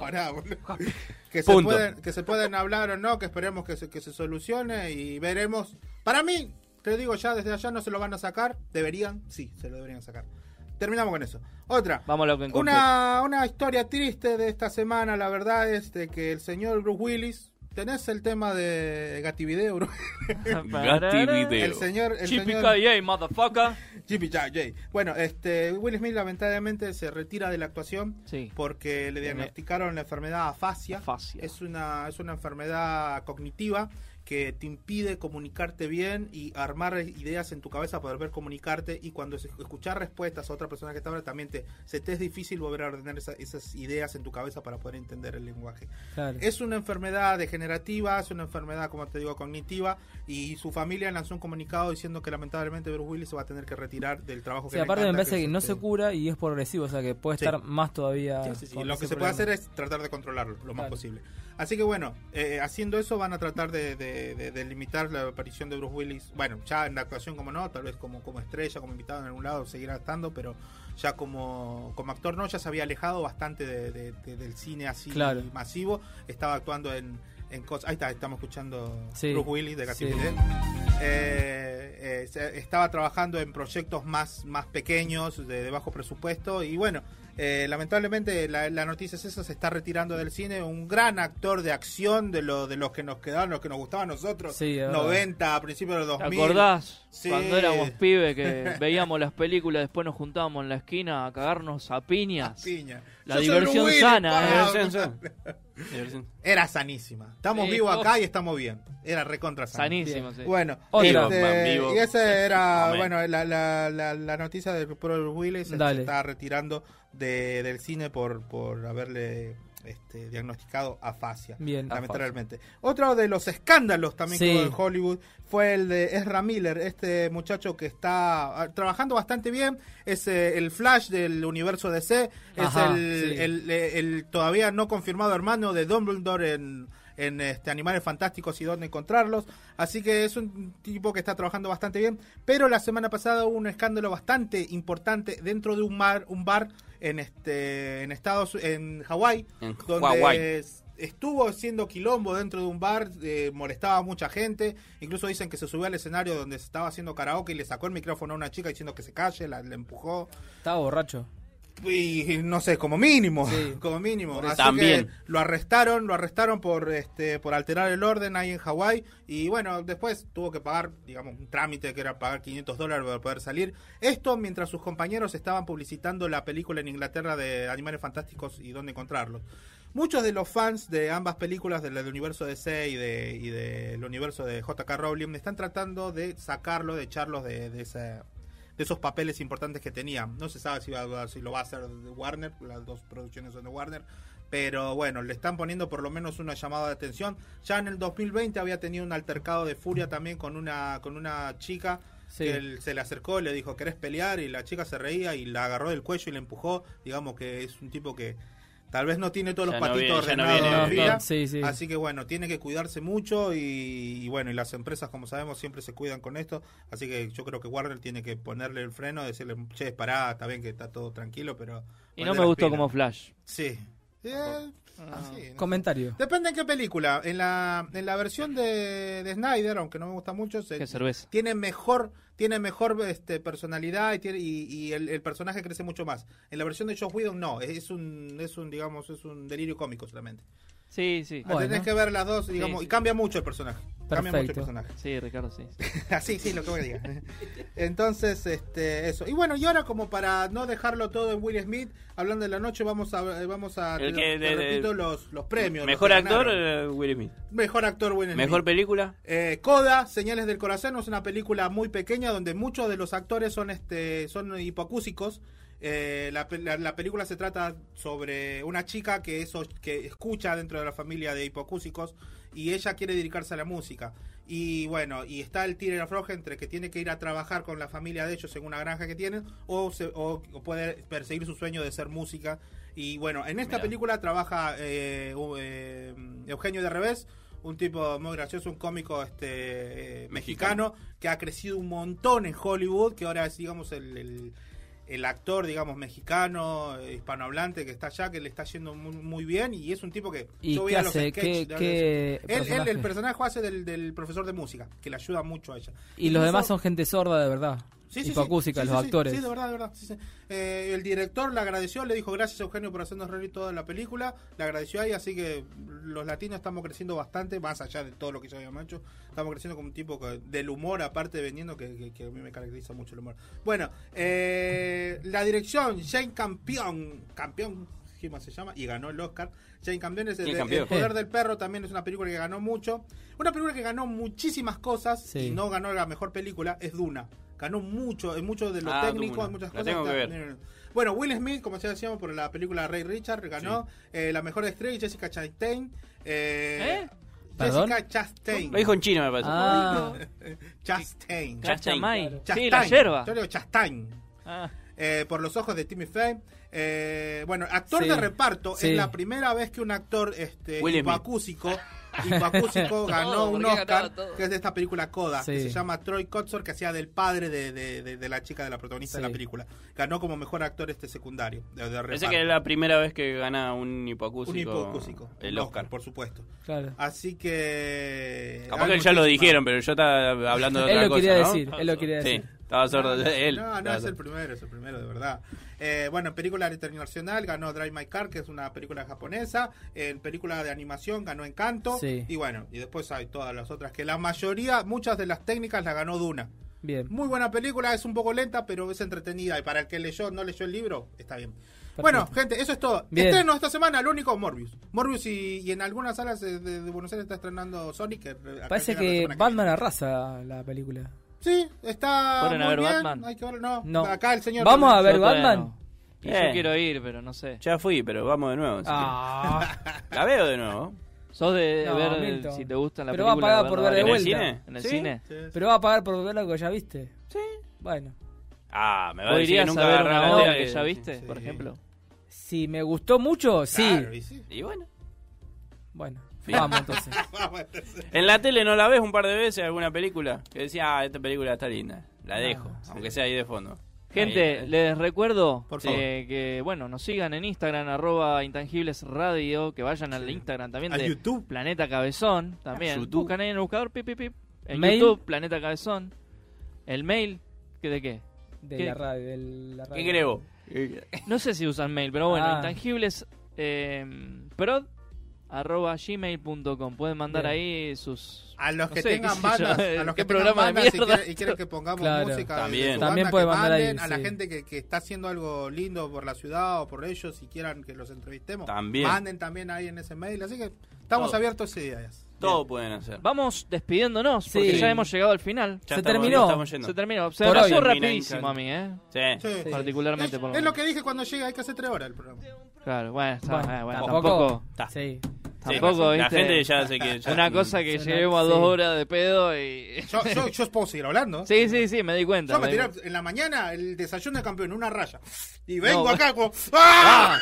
[SPEAKER 5] Pará, boludo. que, se
[SPEAKER 3] Punto.
[SPEAKER 5] pueden, que se pueden hablar o no, que esperemos que se, que se solucione y veremos. Para mí, te digo ya, desde allá no se lo van a sacar. Deberían, sí, se lo deberían sacar. Terminamos con eso. Otra.
[SPEAKER 8] Vamos a lo que encontré.
[SPEAKER 5] Una, una historia triste de esta semana, la verdad, es de que el señor Bruce Willis. Tenés el tema de Gativideo, bro.
[SPEAKER 8] Gativideo.
[SPEAKER 5] El señor. El señor...
[SPEAKER 8] GPKJ, motherfucker.
[SPEAKER 5] GPKJ. Bueno, este, Will Smith lamentablemente se retira de la actuación porque le diagnosticaron la enfermedad afasia. Es, una, es una enfermedad cognitiva que te impide comunicarte bien y armar ideas en tu cabeza para volver a comunicarte y cuando es- escuchar respuestas a otra persona que está habla también te, se te es difícil volver a ordenar esa- esas ideas en tu cabeza para poder entender el lenguaje.
[SPEAKER 4] Claro.
[SPEAKER 5] Es una enfermedad degenerativa, es una enfermedad, como te digo, cognitiva. Y su familia lanzó un comunicado diciendo que lamentablemente Bruce Willis se va a tener que retirar del trabajo
[SPEAKER 4] O
[SPEAKER 5] que
[SPEAKER 4] sea,
[SPEAKER 5] le
[SPEAKER 4] aparte me
[SPEAKER 5] encanta,
[SPEAKER 4] parece que
[SPEAKER 5] es,
[SPEAKER 4] no
[SPEAKER 5] este,
[SPEAKER 4] se cura y es progresivo, o sea que puede
[SPEAKER 5] Sí.
[SPEAKER 4] estar más todavía.
[SPEAKER 5] Sí, sí, sí.
[SPEAKER 4] con
[SPEAKER 5] Lo
[SPEAKER 4] ese
[SPEAKER 5] que se puede
[SPEAKER 4] problema.
[SPEAKER 5] hacer es tratar de controlarlo lo más posible. Así que bueno, eh, haciendo eso van a tratar de, de- de- de limitar la aparición de Bruce Willis. Bueno, ya en la actuación como no, tal vez como, como estrella, como invitado en algún lado, seguirá estando, pero ya como, como actor no, ya se había alejado bastante de- de- de- del cine así
[SPEAKER 4] Claro.
[SPEAKER 5] masivo. Estaba actuando en, en cosas... Ahí está, estamos escuchando
[SPEAKER 4] Sí.
[SPEAKER 5] Bruce Willis de Casi
[SPEAKER 4] Sí.
[SPEAKER 5] Pide. Eh, eh, se- estaba trabajando en proyectos más, más pequeños, de, de bajo presupuesto, y bueno, eh, lamentablemente la, la noticia es esa, se está retirando del cine, un gran actor de acción de, lo, de los que nos quedaban, los que nos gustaban a nosotros,
[SPEAKER 8] Sí, es verdad.
[SPEAKER 5] 90, a principios de los
[SPEAKER 8] ¿Te
[SPEAKER 5] 2000.
[SPEAKER 8] acordás
[SPEAKER 5] Sí.
[SPEAKER 8] cuando éramos pibes que veíamos las películas, después nos juntábamos en la esquina a cagarnos a piñas?
[SPEAKER 5] piña.
[SPEAKER 8] La
[SPEAKER 5] Yo soy
[SPEAKER 8] diversión
[SPEAKER 5] Bruce Willis,
[SPEAKER 8] sana,
[SPEAKER 5] pa.
[SPEAKER 8] ¿eh?
[SPEAKER 5] Era sanísima. Estamos
[SPEAKER 8] Sí,
[SPEAKER 5] vivos
[SPEAKER 8] oh.
[SPEAKER 5] acá y estamos bien. Era recontra sana.
[SPEAKER 8] Sanísimo,
[SPEAKER 5] Bien.
[SPEAKER 8] sí.
[SPEAKER 5] Bueno,
[SPEAKER 8] Otro
[SPEAKER 5] este,
[SPEAKER 8] Batman vivo.
[SPEAKER 5] y esa era
[SPEAKER 8] Amén.
[SPEAKER 5] bueno la, la, la, la noticia del Pro Willis. él
[SPEAKER 4] Dale.
[SPEAKER 5] Se está retirando de, del cine por, por haberle este, diagnosticado afasia.
[SPEAKER 4] Bien.
[SPEAKER 5] lamentablemente. Otro de los escándalos también que
[SPEAKER 4] Sí.
[SPEAKER 5] hubo en Hollywood fue el de Ezra Miller, este muchacho que está ah, trabajando bastante bien. Es eh, el Flash del universo DC. Es
[SPEAKER 4] Ajá,
[SPEAKER 5] el,
[SPEAKER 4] sí.
[SPEAKER 5] el- eh, el todavía no confirmado hermano de Dumbledore en, en este, Animales Fantásticos y dónde encontrarlos. Así que es un tipo que está trabajando bastante bien. Pero la semana pasada hubo un escándalo bastante importante dentro de un, mar, un bar en, este, en, Estados, en Hawái
[SPEAKER 3] En
[SPEAKER 5] donde
[SPEAKER 3] Hawái.
[SPEAKER 5] es- estuvo haciendo quilombo dentro de un bar, eh, molestaba a mucha gente, incluso dicen que se subió al escenario donde se estaba haciendo karaoke y le sacó el micrófono a una chica diciendo que se calle, la, la empujó.
[SPEAKER 4] Estaba borracho.
[SPEAKER 5] Y no sé, como mínimo, como mínimo.
[SPEAKER 4] Por eso.
[SPEAKER 5] Así
[SPEAKER 4] También.
[SPEAKER 5] que lo arrestaron, lo arrestaron por este por alterar el orden ahí en Hawái y bueno, después tuvo que pagar, digamos, un trámite que era pagar 500 dólares para poder salir. Esto mientras sus compañeros estaban publicitando la película en Inglaterra de Animales Fantásticos y dónde encontrarlos. Muchos de los fans de ambas películas, del, del universo DC y de- y del universo de J.K. Rowling, están tratando de sacarlo, de echarlos de, de esa- de esos papeles importantes que tenía. No se sabe si, va- si lo va a hacer de Warner, las dos producciones son de Warner. Pero bueno, le están poniendo por lo menos una llamada de atención. Ya en el 2020 había tenido un altercado de furia también con una, con una chica.
[SPEAKER 4] Sí.
[SPEAKER 5] Que él se le acercó, le dijo, ¿querés pelear? Y la chica se reía y la agarró del cuello y le empujó. Digamos que es un tipo que tal vez no tiene todos
[SPEAKER 4] Ya
[SPEAKER 5] los
[SPEAKER 4] no
[SPEAKER 5] patitos
[SPEAKER 4] viene- ya no
[SPEAKER 5] ordenados
[SPEAKER 4] viene
[SPEAKER 5] en
[SPEAKER 4] bien.
[SPEAKER 5] fila.
[SPEAKER 4] Ah, Sí, sí.
[SPEAKER 5] Así que bueno, tiene que cuidarse mucho y, y bueno, y las empresas como sabemos siempre se cuidan con esto, así que yo creo que Warner tiene que ponerle el freno, decirle, che, pará, está bien que está todo tranquilo, pero...
[SPEAKER 8] Y
[SPEAKER 5] ponete
[SPEAKER 8] no me
[SPEAKER 5] las
[SPEAKER 8] gustó Ah.
[SPEAKER 5] pilas".
[SPEAKER 8] como Flash.
[SPEAKER 5] Sí. Eh, así, ¿no?
[SPEAKER 4] Comentario.
[SPEAKER 5] Depende en qué película. En la, en la versión de, de Snyder, aunque no me gusta mucho, se-
[SPEAKER 8] Qué cerveza.
[SPEAKER 5] tiene mejor, tiene mejor este, personalidad y, tiene, y, y el, el personaje crece mucho más. En la versión de Josh Whedon no, es, es un, es un, digamos, es un delirio cómico solamente.
[SPEAKER 8] Sí, sí.
[SPEAKER 5] Ah, Tenés que ver las dos, digamos, y cambia mucho el personaje. Cambia mucho el
[SPEAKER 8] Perfecto.
[SPEAKER 5] personaje.
[SPEAKER 8] Sí, Ricardo, sí.
[SPEAKER 5] Así, sí, lo que voy a decir. Entonces, este, eso. Y bueno, y ahora como para no dejarlo todo en Will Smith, hablando de la noche, vamos a, eh, vamos a,
[SPEAKER 3] El
[SPEAKER 5] te-
[SPEAKER 3] que- de-
[SPEAKER 5] te
[SPEAKER 3] de-
[SPEAKER 5] repito, los, los premios.
[SPEAKER 3] Mejor
[SPEAKER 5] los que
[SPEAKER 3] actor,
[SPEAKER 5] ganaron.
[SPEAKER 3] eh, Will Smith.
[SPEAKER 5] Mejor actor Will Smith.
[SPEAKER 3] Mejor película.
[SPEAKER 5] Eh, Coda, Señales del Corazón, es una película muy pequeña donde muchos de los actores son, este, son hipocúsicos. Eh, la, pe- la- la película se trata sobre una chica que, eso, que escucha dentro de la familia de hipocúsicos y ella quiere dedicarse a la música. Y bueno, y está el tiro y la afloje entre que tiene que ir a trabajar con la familia de ellos en una granja que tienen o, se- o- o puede perseguir su sueño de ser música. Y bueno, en esta
[SPEAKER 3] Mirá.
[SPEAKER 5] película trabaja eh, u- eh, Eugenio de Revés, un tipo muy gracioso, un cómico este eh, mexicano, que ha crecido un montón en Hollywood, que ahora es, digamos, el, el- el actor, digamos, mexicano, eh, hispanohablante que está allá, que le está yendo muy, muy bien y es un tipo que...
[SPEAKER 4] ¿Y qué
[SPEAKER 5] veía
[SPEAKER 4] hace?
[SPEAKER 5] sketches
[SPEAKER 4] ¿Qué-
[SPEAKER 5] de-
[SPEAKER 4] qué
[SPEAKER 5] él- él, el
[SPEAKER 4] personaje?
[SPEAKER 5] personaje hace del, del profesor de música, que le ayuda mucho a ella.
[SPEAKER 4] Y los
[SPEAKER 5] Incluso-
[SPEAKER 4] demás son gente sorda de verdad.
[SPEAKER 5] Sí, sí, sí.
[SPEAKER 4] Hipocúsica,
[SPEAKER 5] Sí,
[SPEAKER 4] los
[SPEAKER 5] sí, sí.
[SPEAKER 4] actores.
[SPEAKER 5] Sí, de verdad, de verdad. Sí, sí. Eh, el director le agradeció, le dijo gracias Eugenio por hacernos reír toda la película. Le agradeció ahí, así que los latinos estamos creciendo bastante, más allá de todo lo que ya habíamos hecho. Estamos creciendo como un tipo que- del humor, aparte de vendiendo, que, que- que a mí me caracteriza mucho el humor. Bueno, eh, la dirección, Jane Campion, Campion, ¿qué más se llama? Y ganó el Oscar. Jane Campion es el,
[SPEAKER 3] Jane
[SPEAKER 5] de-
[SPEAKER 3] Campion.
[SPEAKER 5] el poder del perro, también es una película que ganó mucho. Una película que ganó muchísimas cosas
[SPEAKER 4] Sí.
[SPEAKER 5] y no ganó la mejor película, es Duna. Ganó mucho, en mucho de lo
[SPEAKER 3] Ah,
[SPEAKER 5] técnico,
[SPEAKER 3] Duna.
[SPEAKER 5] en muchas
[SPEAKER 3] La
[SPEAKER 5] cosas.
[SPEAKER 3] tengo que ver.
[SPEAKER 5] Está- Bueno, Will Smith, como ya decíamos, por la película Ray Richard, ganó eh, la mejor estrella, Jessica Chastain. Eh,
[SPEAKER 3] ¿Perdón?
[SPEAKER 5] Jessica Chastain.
[SPEAKER 3] Lo dijo en chino, me parece.
[SPEAKER 5] Ah. Chastain.
[SPEAKER 8] Cachamay.
[SPEAKER 5] Chastain.
[SPEAKER 8] Sí, la yerba. Ah,
[SPEAKER 5] Yo digo Chastain. eh, por los ojos de Timmy Faye. Eh, bueno, actor
[SPEAKER 4] Sí.
[SPEAKER 5] de reparto
[SPEAKER 4] Sí.
[SPEAKER 5] es la primera vez que un actor este,
[SPEAKER 4] Will Smith.
[SPEAKER 5] hipoacúsico hipoacúsico ganó
[SPEAKER 4] Todo,
[SPEAKER 5] un
[SPEAKER 4] porque ganaba
[SPEAKER 5] Oscar,
[SPEAKER 4] todo.
[SPEAKER 5] que es de esta película Coda, que
[SPEAKER 4] Sí.
[SPEAKER 5] se llama Troy Kotsur, que hacía del padre de, de- de- de la chica, de la protagonista de
[SPEAKER 3] Sí.
[SPEAKER 5] la película. Ganó como mejor actor este secundario. De, de
[SPEAKER 3] Parece
[SPEAKER 5] reparto.
[SPEAKER 3] que es la primera vez que gana un hipoacúsico.
[SPEAKER 5] Un hipoacúsico.
[SPEAKER 3] El
[SPEAKER 5] Un
[SPEAKER 3] Oscar.
[SPEAKER 5] por supuesto.
[SPEAKER 3] Ah,
[SPEAKER 5] Así que...
[SPEAKER 3] Capaz
[SPEAKER 5] Hay
[SPEAKER 3] que ya lo
[SPEAKER 5] muchísima-
[SPEAKER 3] dijeron, pero yo estaba hablando de
[SPEAKER 4] Él
[SPEAKER 3] otra
[SPEAKER 4] lo
[SPEAKER 3] cosa,
[SPEAKER 4] quería
[SPEAKER 3] ¿no?
[SPEAKER 4] decir, él lo quería
[SPEAKER 3] Sí,
[SPEAKER 4] decir.
[SPEAKER 3] estaba sordo. Él.
[SPEAKER 5] Ah, No, no,
[SPEAKER 3] estaba
[SPEAKER 5] es el
[SPEAKER 3] sordo.
[SPEAKER 5] primero, es el primero, de verdad. Eh, bueno, en película internacional ganó Drive My Car, que es una película japonesa. En película de animación ganó Encanto.
[SPEAKER 4] Sí.
[SPEAKER 5] Y bueno, y después hay todas las otras, que la mayoría, muchas de las técnicas las ganó Duna.
[SPEAKER 4] Bien.
[SPEAKER 5] Muy buena película, es un poco lenta, pero es entretenida. Y para el que leyó, no leyó el libro, está bien.
[SPEAKER 4] Perfecto.
[SPEAKER 5] Bueno, gente, eso es todo.
[SPEAKER 4] Bien.
[SPEAKER 5] Estreno esta semana, lo único, Morbius. Morbius y, y en algunas salas eh, de, de Buenos Aires está estrenando Sonic. que, eh, acá
[SPEAKER 4] Parece
[SPEAKER 5] llega la
[SPEAKER 4] que
[SPEAKER 5] semana
[SPEAKER 4] Batman arrasa la película.
[SPEAKER 5] Sí, está
[SPEAKER 8] ¿Fueron a
[SPEAKER 5] muy
[SPEAKER 8] ver
[SPEAKER 5] bien.
[SPEAKER 8] Batman?
[SPEAKER 5] Hay que ver, no,
[SPEAKER 4] No.
[SPEAKER 5] acá el señor.
[SPEAKER 4] Vamos a ver
[SPEAKER 8] Yo todavía
[SPEAKER 4] Batman.
[SPEAKER 8] no. Y
[SPEAKER 3] Eh.
[SPEAKER 8] yo quiero ir, pero no sé.
[SPEAKER 3] Ya fui, pero vamos de nuevo. si
[SPEAKER 4] Ah.
[SPEAKER 3] querés. La veo de nuevo.
[SPEAKER 8] Sos de
[SPEAKER 4] No,
[SPEAKER 8] ver
[SPEAKER 4] Milton.
[SPEAKER 8] si te gustan la
[SPEAKER 4] Pero va a
[SPEAKER 8] película.
[SPEAKER 4] pagar por ver de
[SPEAKER 8] verla
[SPEAKER 4] vuelta.
[SPEAKER 8] ¿En el cine? ¿En el
[SPEAKER 4] Sí.
[SPEAKER 8] cine?
[SPEAKER 4] Pero va a pagar por ver lo que ya viste. Sí. Bueno.
[SPEAKER 3] Ah, me va a
[SPEAKER 8] ¿Vos
[SPEAKER 3] decir que
[SPEAKER 8] irías
[SPEAKER 3] nunca
[SPEAKER 8] a ver
[SPEAKER 3] agarré
[SPEAKER 8] una
[SPEAKER 3] la
[SPEAKER 8] obra
[SPEAKER 3] tele.
[SPEAKER 8] que ya viste, por ejemplo?
[SPEAKER 4] Si me gustó mucho, sí.
[SPEAKER 3] Y bueno.
[SPEAKER 4] Bueno,
[SPEAKER 3] Fin.
[SPEAKER 4] vamos entonces.
[SPEAKER 3] En la tele no la ves un par de veces alguna película que decía, ah, esta película está linda. La dejo,
[SPEAKER 4] Ah,
[SPEAKER 3] aunque sea ahí de fondo.
[SPEAKER 8] Gente, les recuerdo
[SPEAKER 3] Por
[SPEAKER 8] eh,
[SPEAKER 3] favor.
[SPEAKER 8] que, bueno, nos sigan en Instagram, arroba Intangibles Radio, que vayan al Instagram también
[SPEAKER 5] A
[SPEAKER 8] de
[SPEAKER 5] YouTube.
[SPEAKER 8] Planeta Cabezón, también.
[SPEAKER 5] YouTube.
[SPEAKER 8] Buscan ahí en el buscador, pip, pip, pip. En
[SPEAKER 4] Mail.
[SPEAKER 8] YouTube, Planeta Cabezón. El mail, ¿que ¿de qué?
[SPEAKER 4] De
[SPEAKER 8] ¿Qué-
[SPEAKER 4] la radio. de la radio.
[SPEAKER 3] ¿Qué creo?
[SPEAKER 8] No sé si usan mail, pero bueno,
[SPEAKER 4] Ah.
[SPEAKER 8] intangibles eh, prod arroba gmail.com pueden mandar
[SPEAKER 5] Bien.
[SPEAKER 8] ahí sus
[SPEAKER 5] A los
[SPEAKER 8] no
[SPEAKER 5] que
[SPEAKER 8] sé, qué sé
[SPEAKER 5] tengan
[SPEAKER 8] yo,
[SPEAKER 5] bandas,
[SPEAKER 8] eh,
[SPEAKER 5] a los
[SPEAKER 8] qué
[SPEAKER 5] que tengan
[SPEAKER 8] programa de
[SPEAKER 5] bandas y
[SPEAKER 8] mierda.
[SPEAKER 5] quieren, y quieren que pongamos
[SPEAKER 8] Claro.
[SPEAKER 5] música de-
[SPEAKER 8] También.
[SPEAKER 5] de su
[SPEAKER 8] También
[SPEAKER 5] banda,
[SPEAKER 8] puede
[SPEAKER 5] que
[SPEAKER 8] mandar ahí,
[SPEAKER 5] manden, a la
[SPEAKER 8] sí.
[SPEAKER 5] gente que, que está haciendo algo lindo por la ciudad o por ellos y quieran que los entrevistemos.
[SPEAKER 3] También.
[SPEAKER 5] Manden también ahí en ese mail, así que estamos
[SPEAKER 3] Todo.
[SPEAKER 5] abiertos a ideas.
[SPEAKER 3] Todo pueden hacer.
[SPEAKER 8] Vamos despidiéndonos
[SPEAKER 3] Sí.
[SPEAKER 8] porque ya hemos llegado al final.
[SPEAKER 3] Ya Se estamos- terminó. ya estamos yendo.
[SPEAKER 8] Se terminó. Se
[SPEAKER 3] Por
[SPEAKER 8] pasó
[SPEAKER 3] hoy.
[SPEAKER 8] rapidísimo a mí, ¿eh?
[SPEAKER 3] Sí.
[SPEAKER 5] Sí.
[SPEAKER 8] Particularmente
[SPEAKER 5] es,
[SPEAKER 8] por lo
[SPEAKER 5] es
[SPEAKER 8] menos.
[SPEAKER 5] lo que dije cuando llegue, hay que hacer tres horas el programa.
[SPEAKER 8] Claro, bueno, está-
[SPEAKER 4] Bueno,
[SPEAKER 8] eh, bueno,
[SPEAKER 4] tampoco-
[SPEAKER 8] tampoco.
[SPEAKER 4] Está. Sí.
[SPEAKER 8] Tampoco,
[SPEAKER 3] La
[SPEAKER 8] ¿viste?
[SPEAKER 3] gente ya se que- ya-
[SPEAKER 8] Una cosa que
[SPEAKER 3] Sí,
[SPEAKER 8] lleguemos a
[SPEAKER 3] sí.
[SPEAKER 8] dos horas de pedo y.
[SPEAKER 5] Yo, yo, yo puedo seguir hablando.
[SPEAKER 8] Sí, sí, sí, me di cuenta.
[SPEAKER 5] Yo me
[SPEAKER 8] di
[SPEAKER 5] tiré
[SPEAKER 8] cuenta.
[SPEAKER 5] en la mañana el desayuno de campeón, una raya. Y vengo
[SPEAKER 8] No,
[SPEAKER 5] acá como... ¡Ah!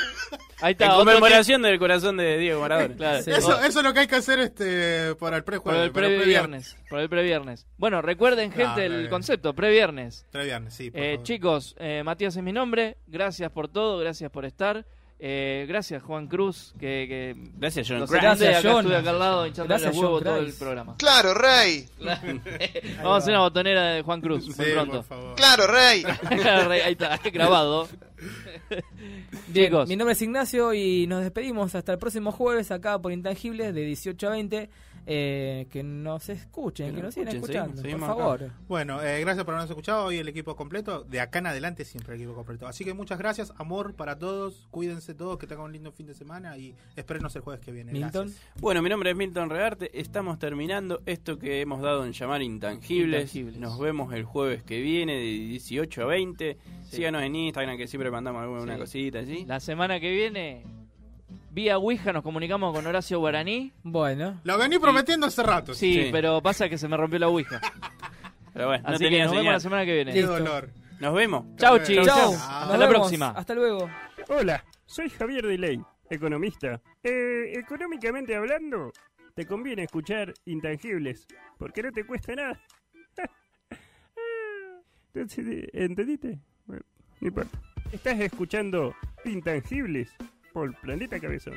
[SPEAKER 3] En
[SPEAKER 8] Ahí está. otro
[SPEAKER 3] conmemoración del corazón de Diego Maradona.
[SPEAKER 8] Claro. Sí.
[SPEAKER 5] Eso, eso es lo que hay que hacer este para el
[SPEAKER 8] Por
[SPEAKER 5] prejueves.
[SPEAKER 8] el previernes. Por el previernes. Bueno, recuerden,
[SPEAKER 5] Ah,
[SPEAKER 8] gente, el
[SPEAKER 5] previernes.
[SPEAKER 8] concepto, previernes.
[SPEAKER 5] Previernes, sí. por
[SPEAKER 8] Eh,
[SPEAKER 5] favor.
[SPEAKER 8] chicos, eh, Matías es mi nombre. Gracias por todo, gracias por estar. Eh, gracias, Juan Cruz. Que, que
[SPEAKER 3] Gracias, John
[SPEAKER 8] los
[SPEAKER 3] Cruz.
[SPEAKER 8] grande,
[SPEAKER 3] Gracias,
[SPEAKER 8] acá
[SPEAKER 3] John.
[SPEAKER 8] Estuve acá al lado hinchando los
[SPEAKER 3] Gracias, John
[SPEAKER 8] huevos todo el
[SPEAKER 3] Cruz.
[SPEAKER 8] programa.
[SPEAKER 14] Claro, rey.
[SPEAKER 8] Vamos a hacer una botonera de Juan Cruz muy pronto.
[SPEAKER 14] Claro, rey.
[SPEAKER 8] Claro, Rey, ahí está, grabado.
[SPEAKER 4] Bien,
[SPEAKER 8] Chicos.
[SPEAKER 4] mi nombre es Ignacio y nos despedimos hasta el próximo jueves acá por Intangibles de 18 a 20. Eh, que nos escuchen, que,
[SPEAKER 5] Que
[SPEAKER 4] nos
[SPEAKER 5] nos
[SPEAKER 4] sigan
[SPEAKER 5] escuchen,
[SPEAKER 4] escuchando,
[SPEAKER 5] seguimos,
[SPEAKER 4] por
[SPEAKER 5] seguimos
[SPEAKER 4] favor.
[SPEAKER 5] acá. Bueno, eh, gracias por habernos escuchado. Hoy el equipo completo. De acá en adelante siempre el equipo completo. Así que muchas gracias. Amor para todos. Cuídense todos. Que tengan un lindo fin de semana. Y espérenos el jueves que viene. Gracias.
[SPEAKER 3] Bueno, mi nombre es Milton Rearte. Estamos terminando esto que hemos dado en llamar Intangibles.
[SPEAKER 8] Intangibles.
[SPEAKER 3] Nos vemos el jueves que viene de 18 a 20.
[SPEAKER 8] Sí.
[SPEAKER 3] Síganos en Instagram que siempre mandamos alguna
[SPEAKER 8] Sí.
[SPEAKER 3] cosita así.
[SPEAKER 8] La semana que viene, vía Ouija, nos comunicamos con Horacio Guaraní.
[SPEAKER 4] Bueno.
[SPEAKER 5] Lo vení prometiendo hace rato.
[SPEAKER 8] Sí,
[SPEAKER 3] Sí.
[SPEAKER 8] pero pasa que se me rompió la Ouija.
[SPEAKER 3] Pero bueno, no
[SPEAKER 8] Así que
[SPEAKER 3] tenía
[SPEAKER 8] nos vemos
[SPEAKER 3] señal.
[SPEAKER 8] la semana que viene.
[SPEAKER 3] Qué
[SPEAKER 5] dolor.
[SPEAKER 3] Nos vemos.
[SPEAKER 8] Chau, chicos.
[SPEAKER 4] Chau.
[SPEAKER 8] Hasta
[SPEAKER 4] Nos
[SPEAKER 8] la
[SPEAKER 4] vemos.
[SPEAKER 8] próxima.
[SPEAKER 4] Hasta luego.
[SPEAKER 16] Hola, soy Javier Delay, economista. Eh, económicamente hablando, te conviene escuchar Intangibles, porque no te cuesta nada. Entonces, ¿Entendiste? Bueno, no importa. Estás escuchando Intangibles por Planeta Cabezón.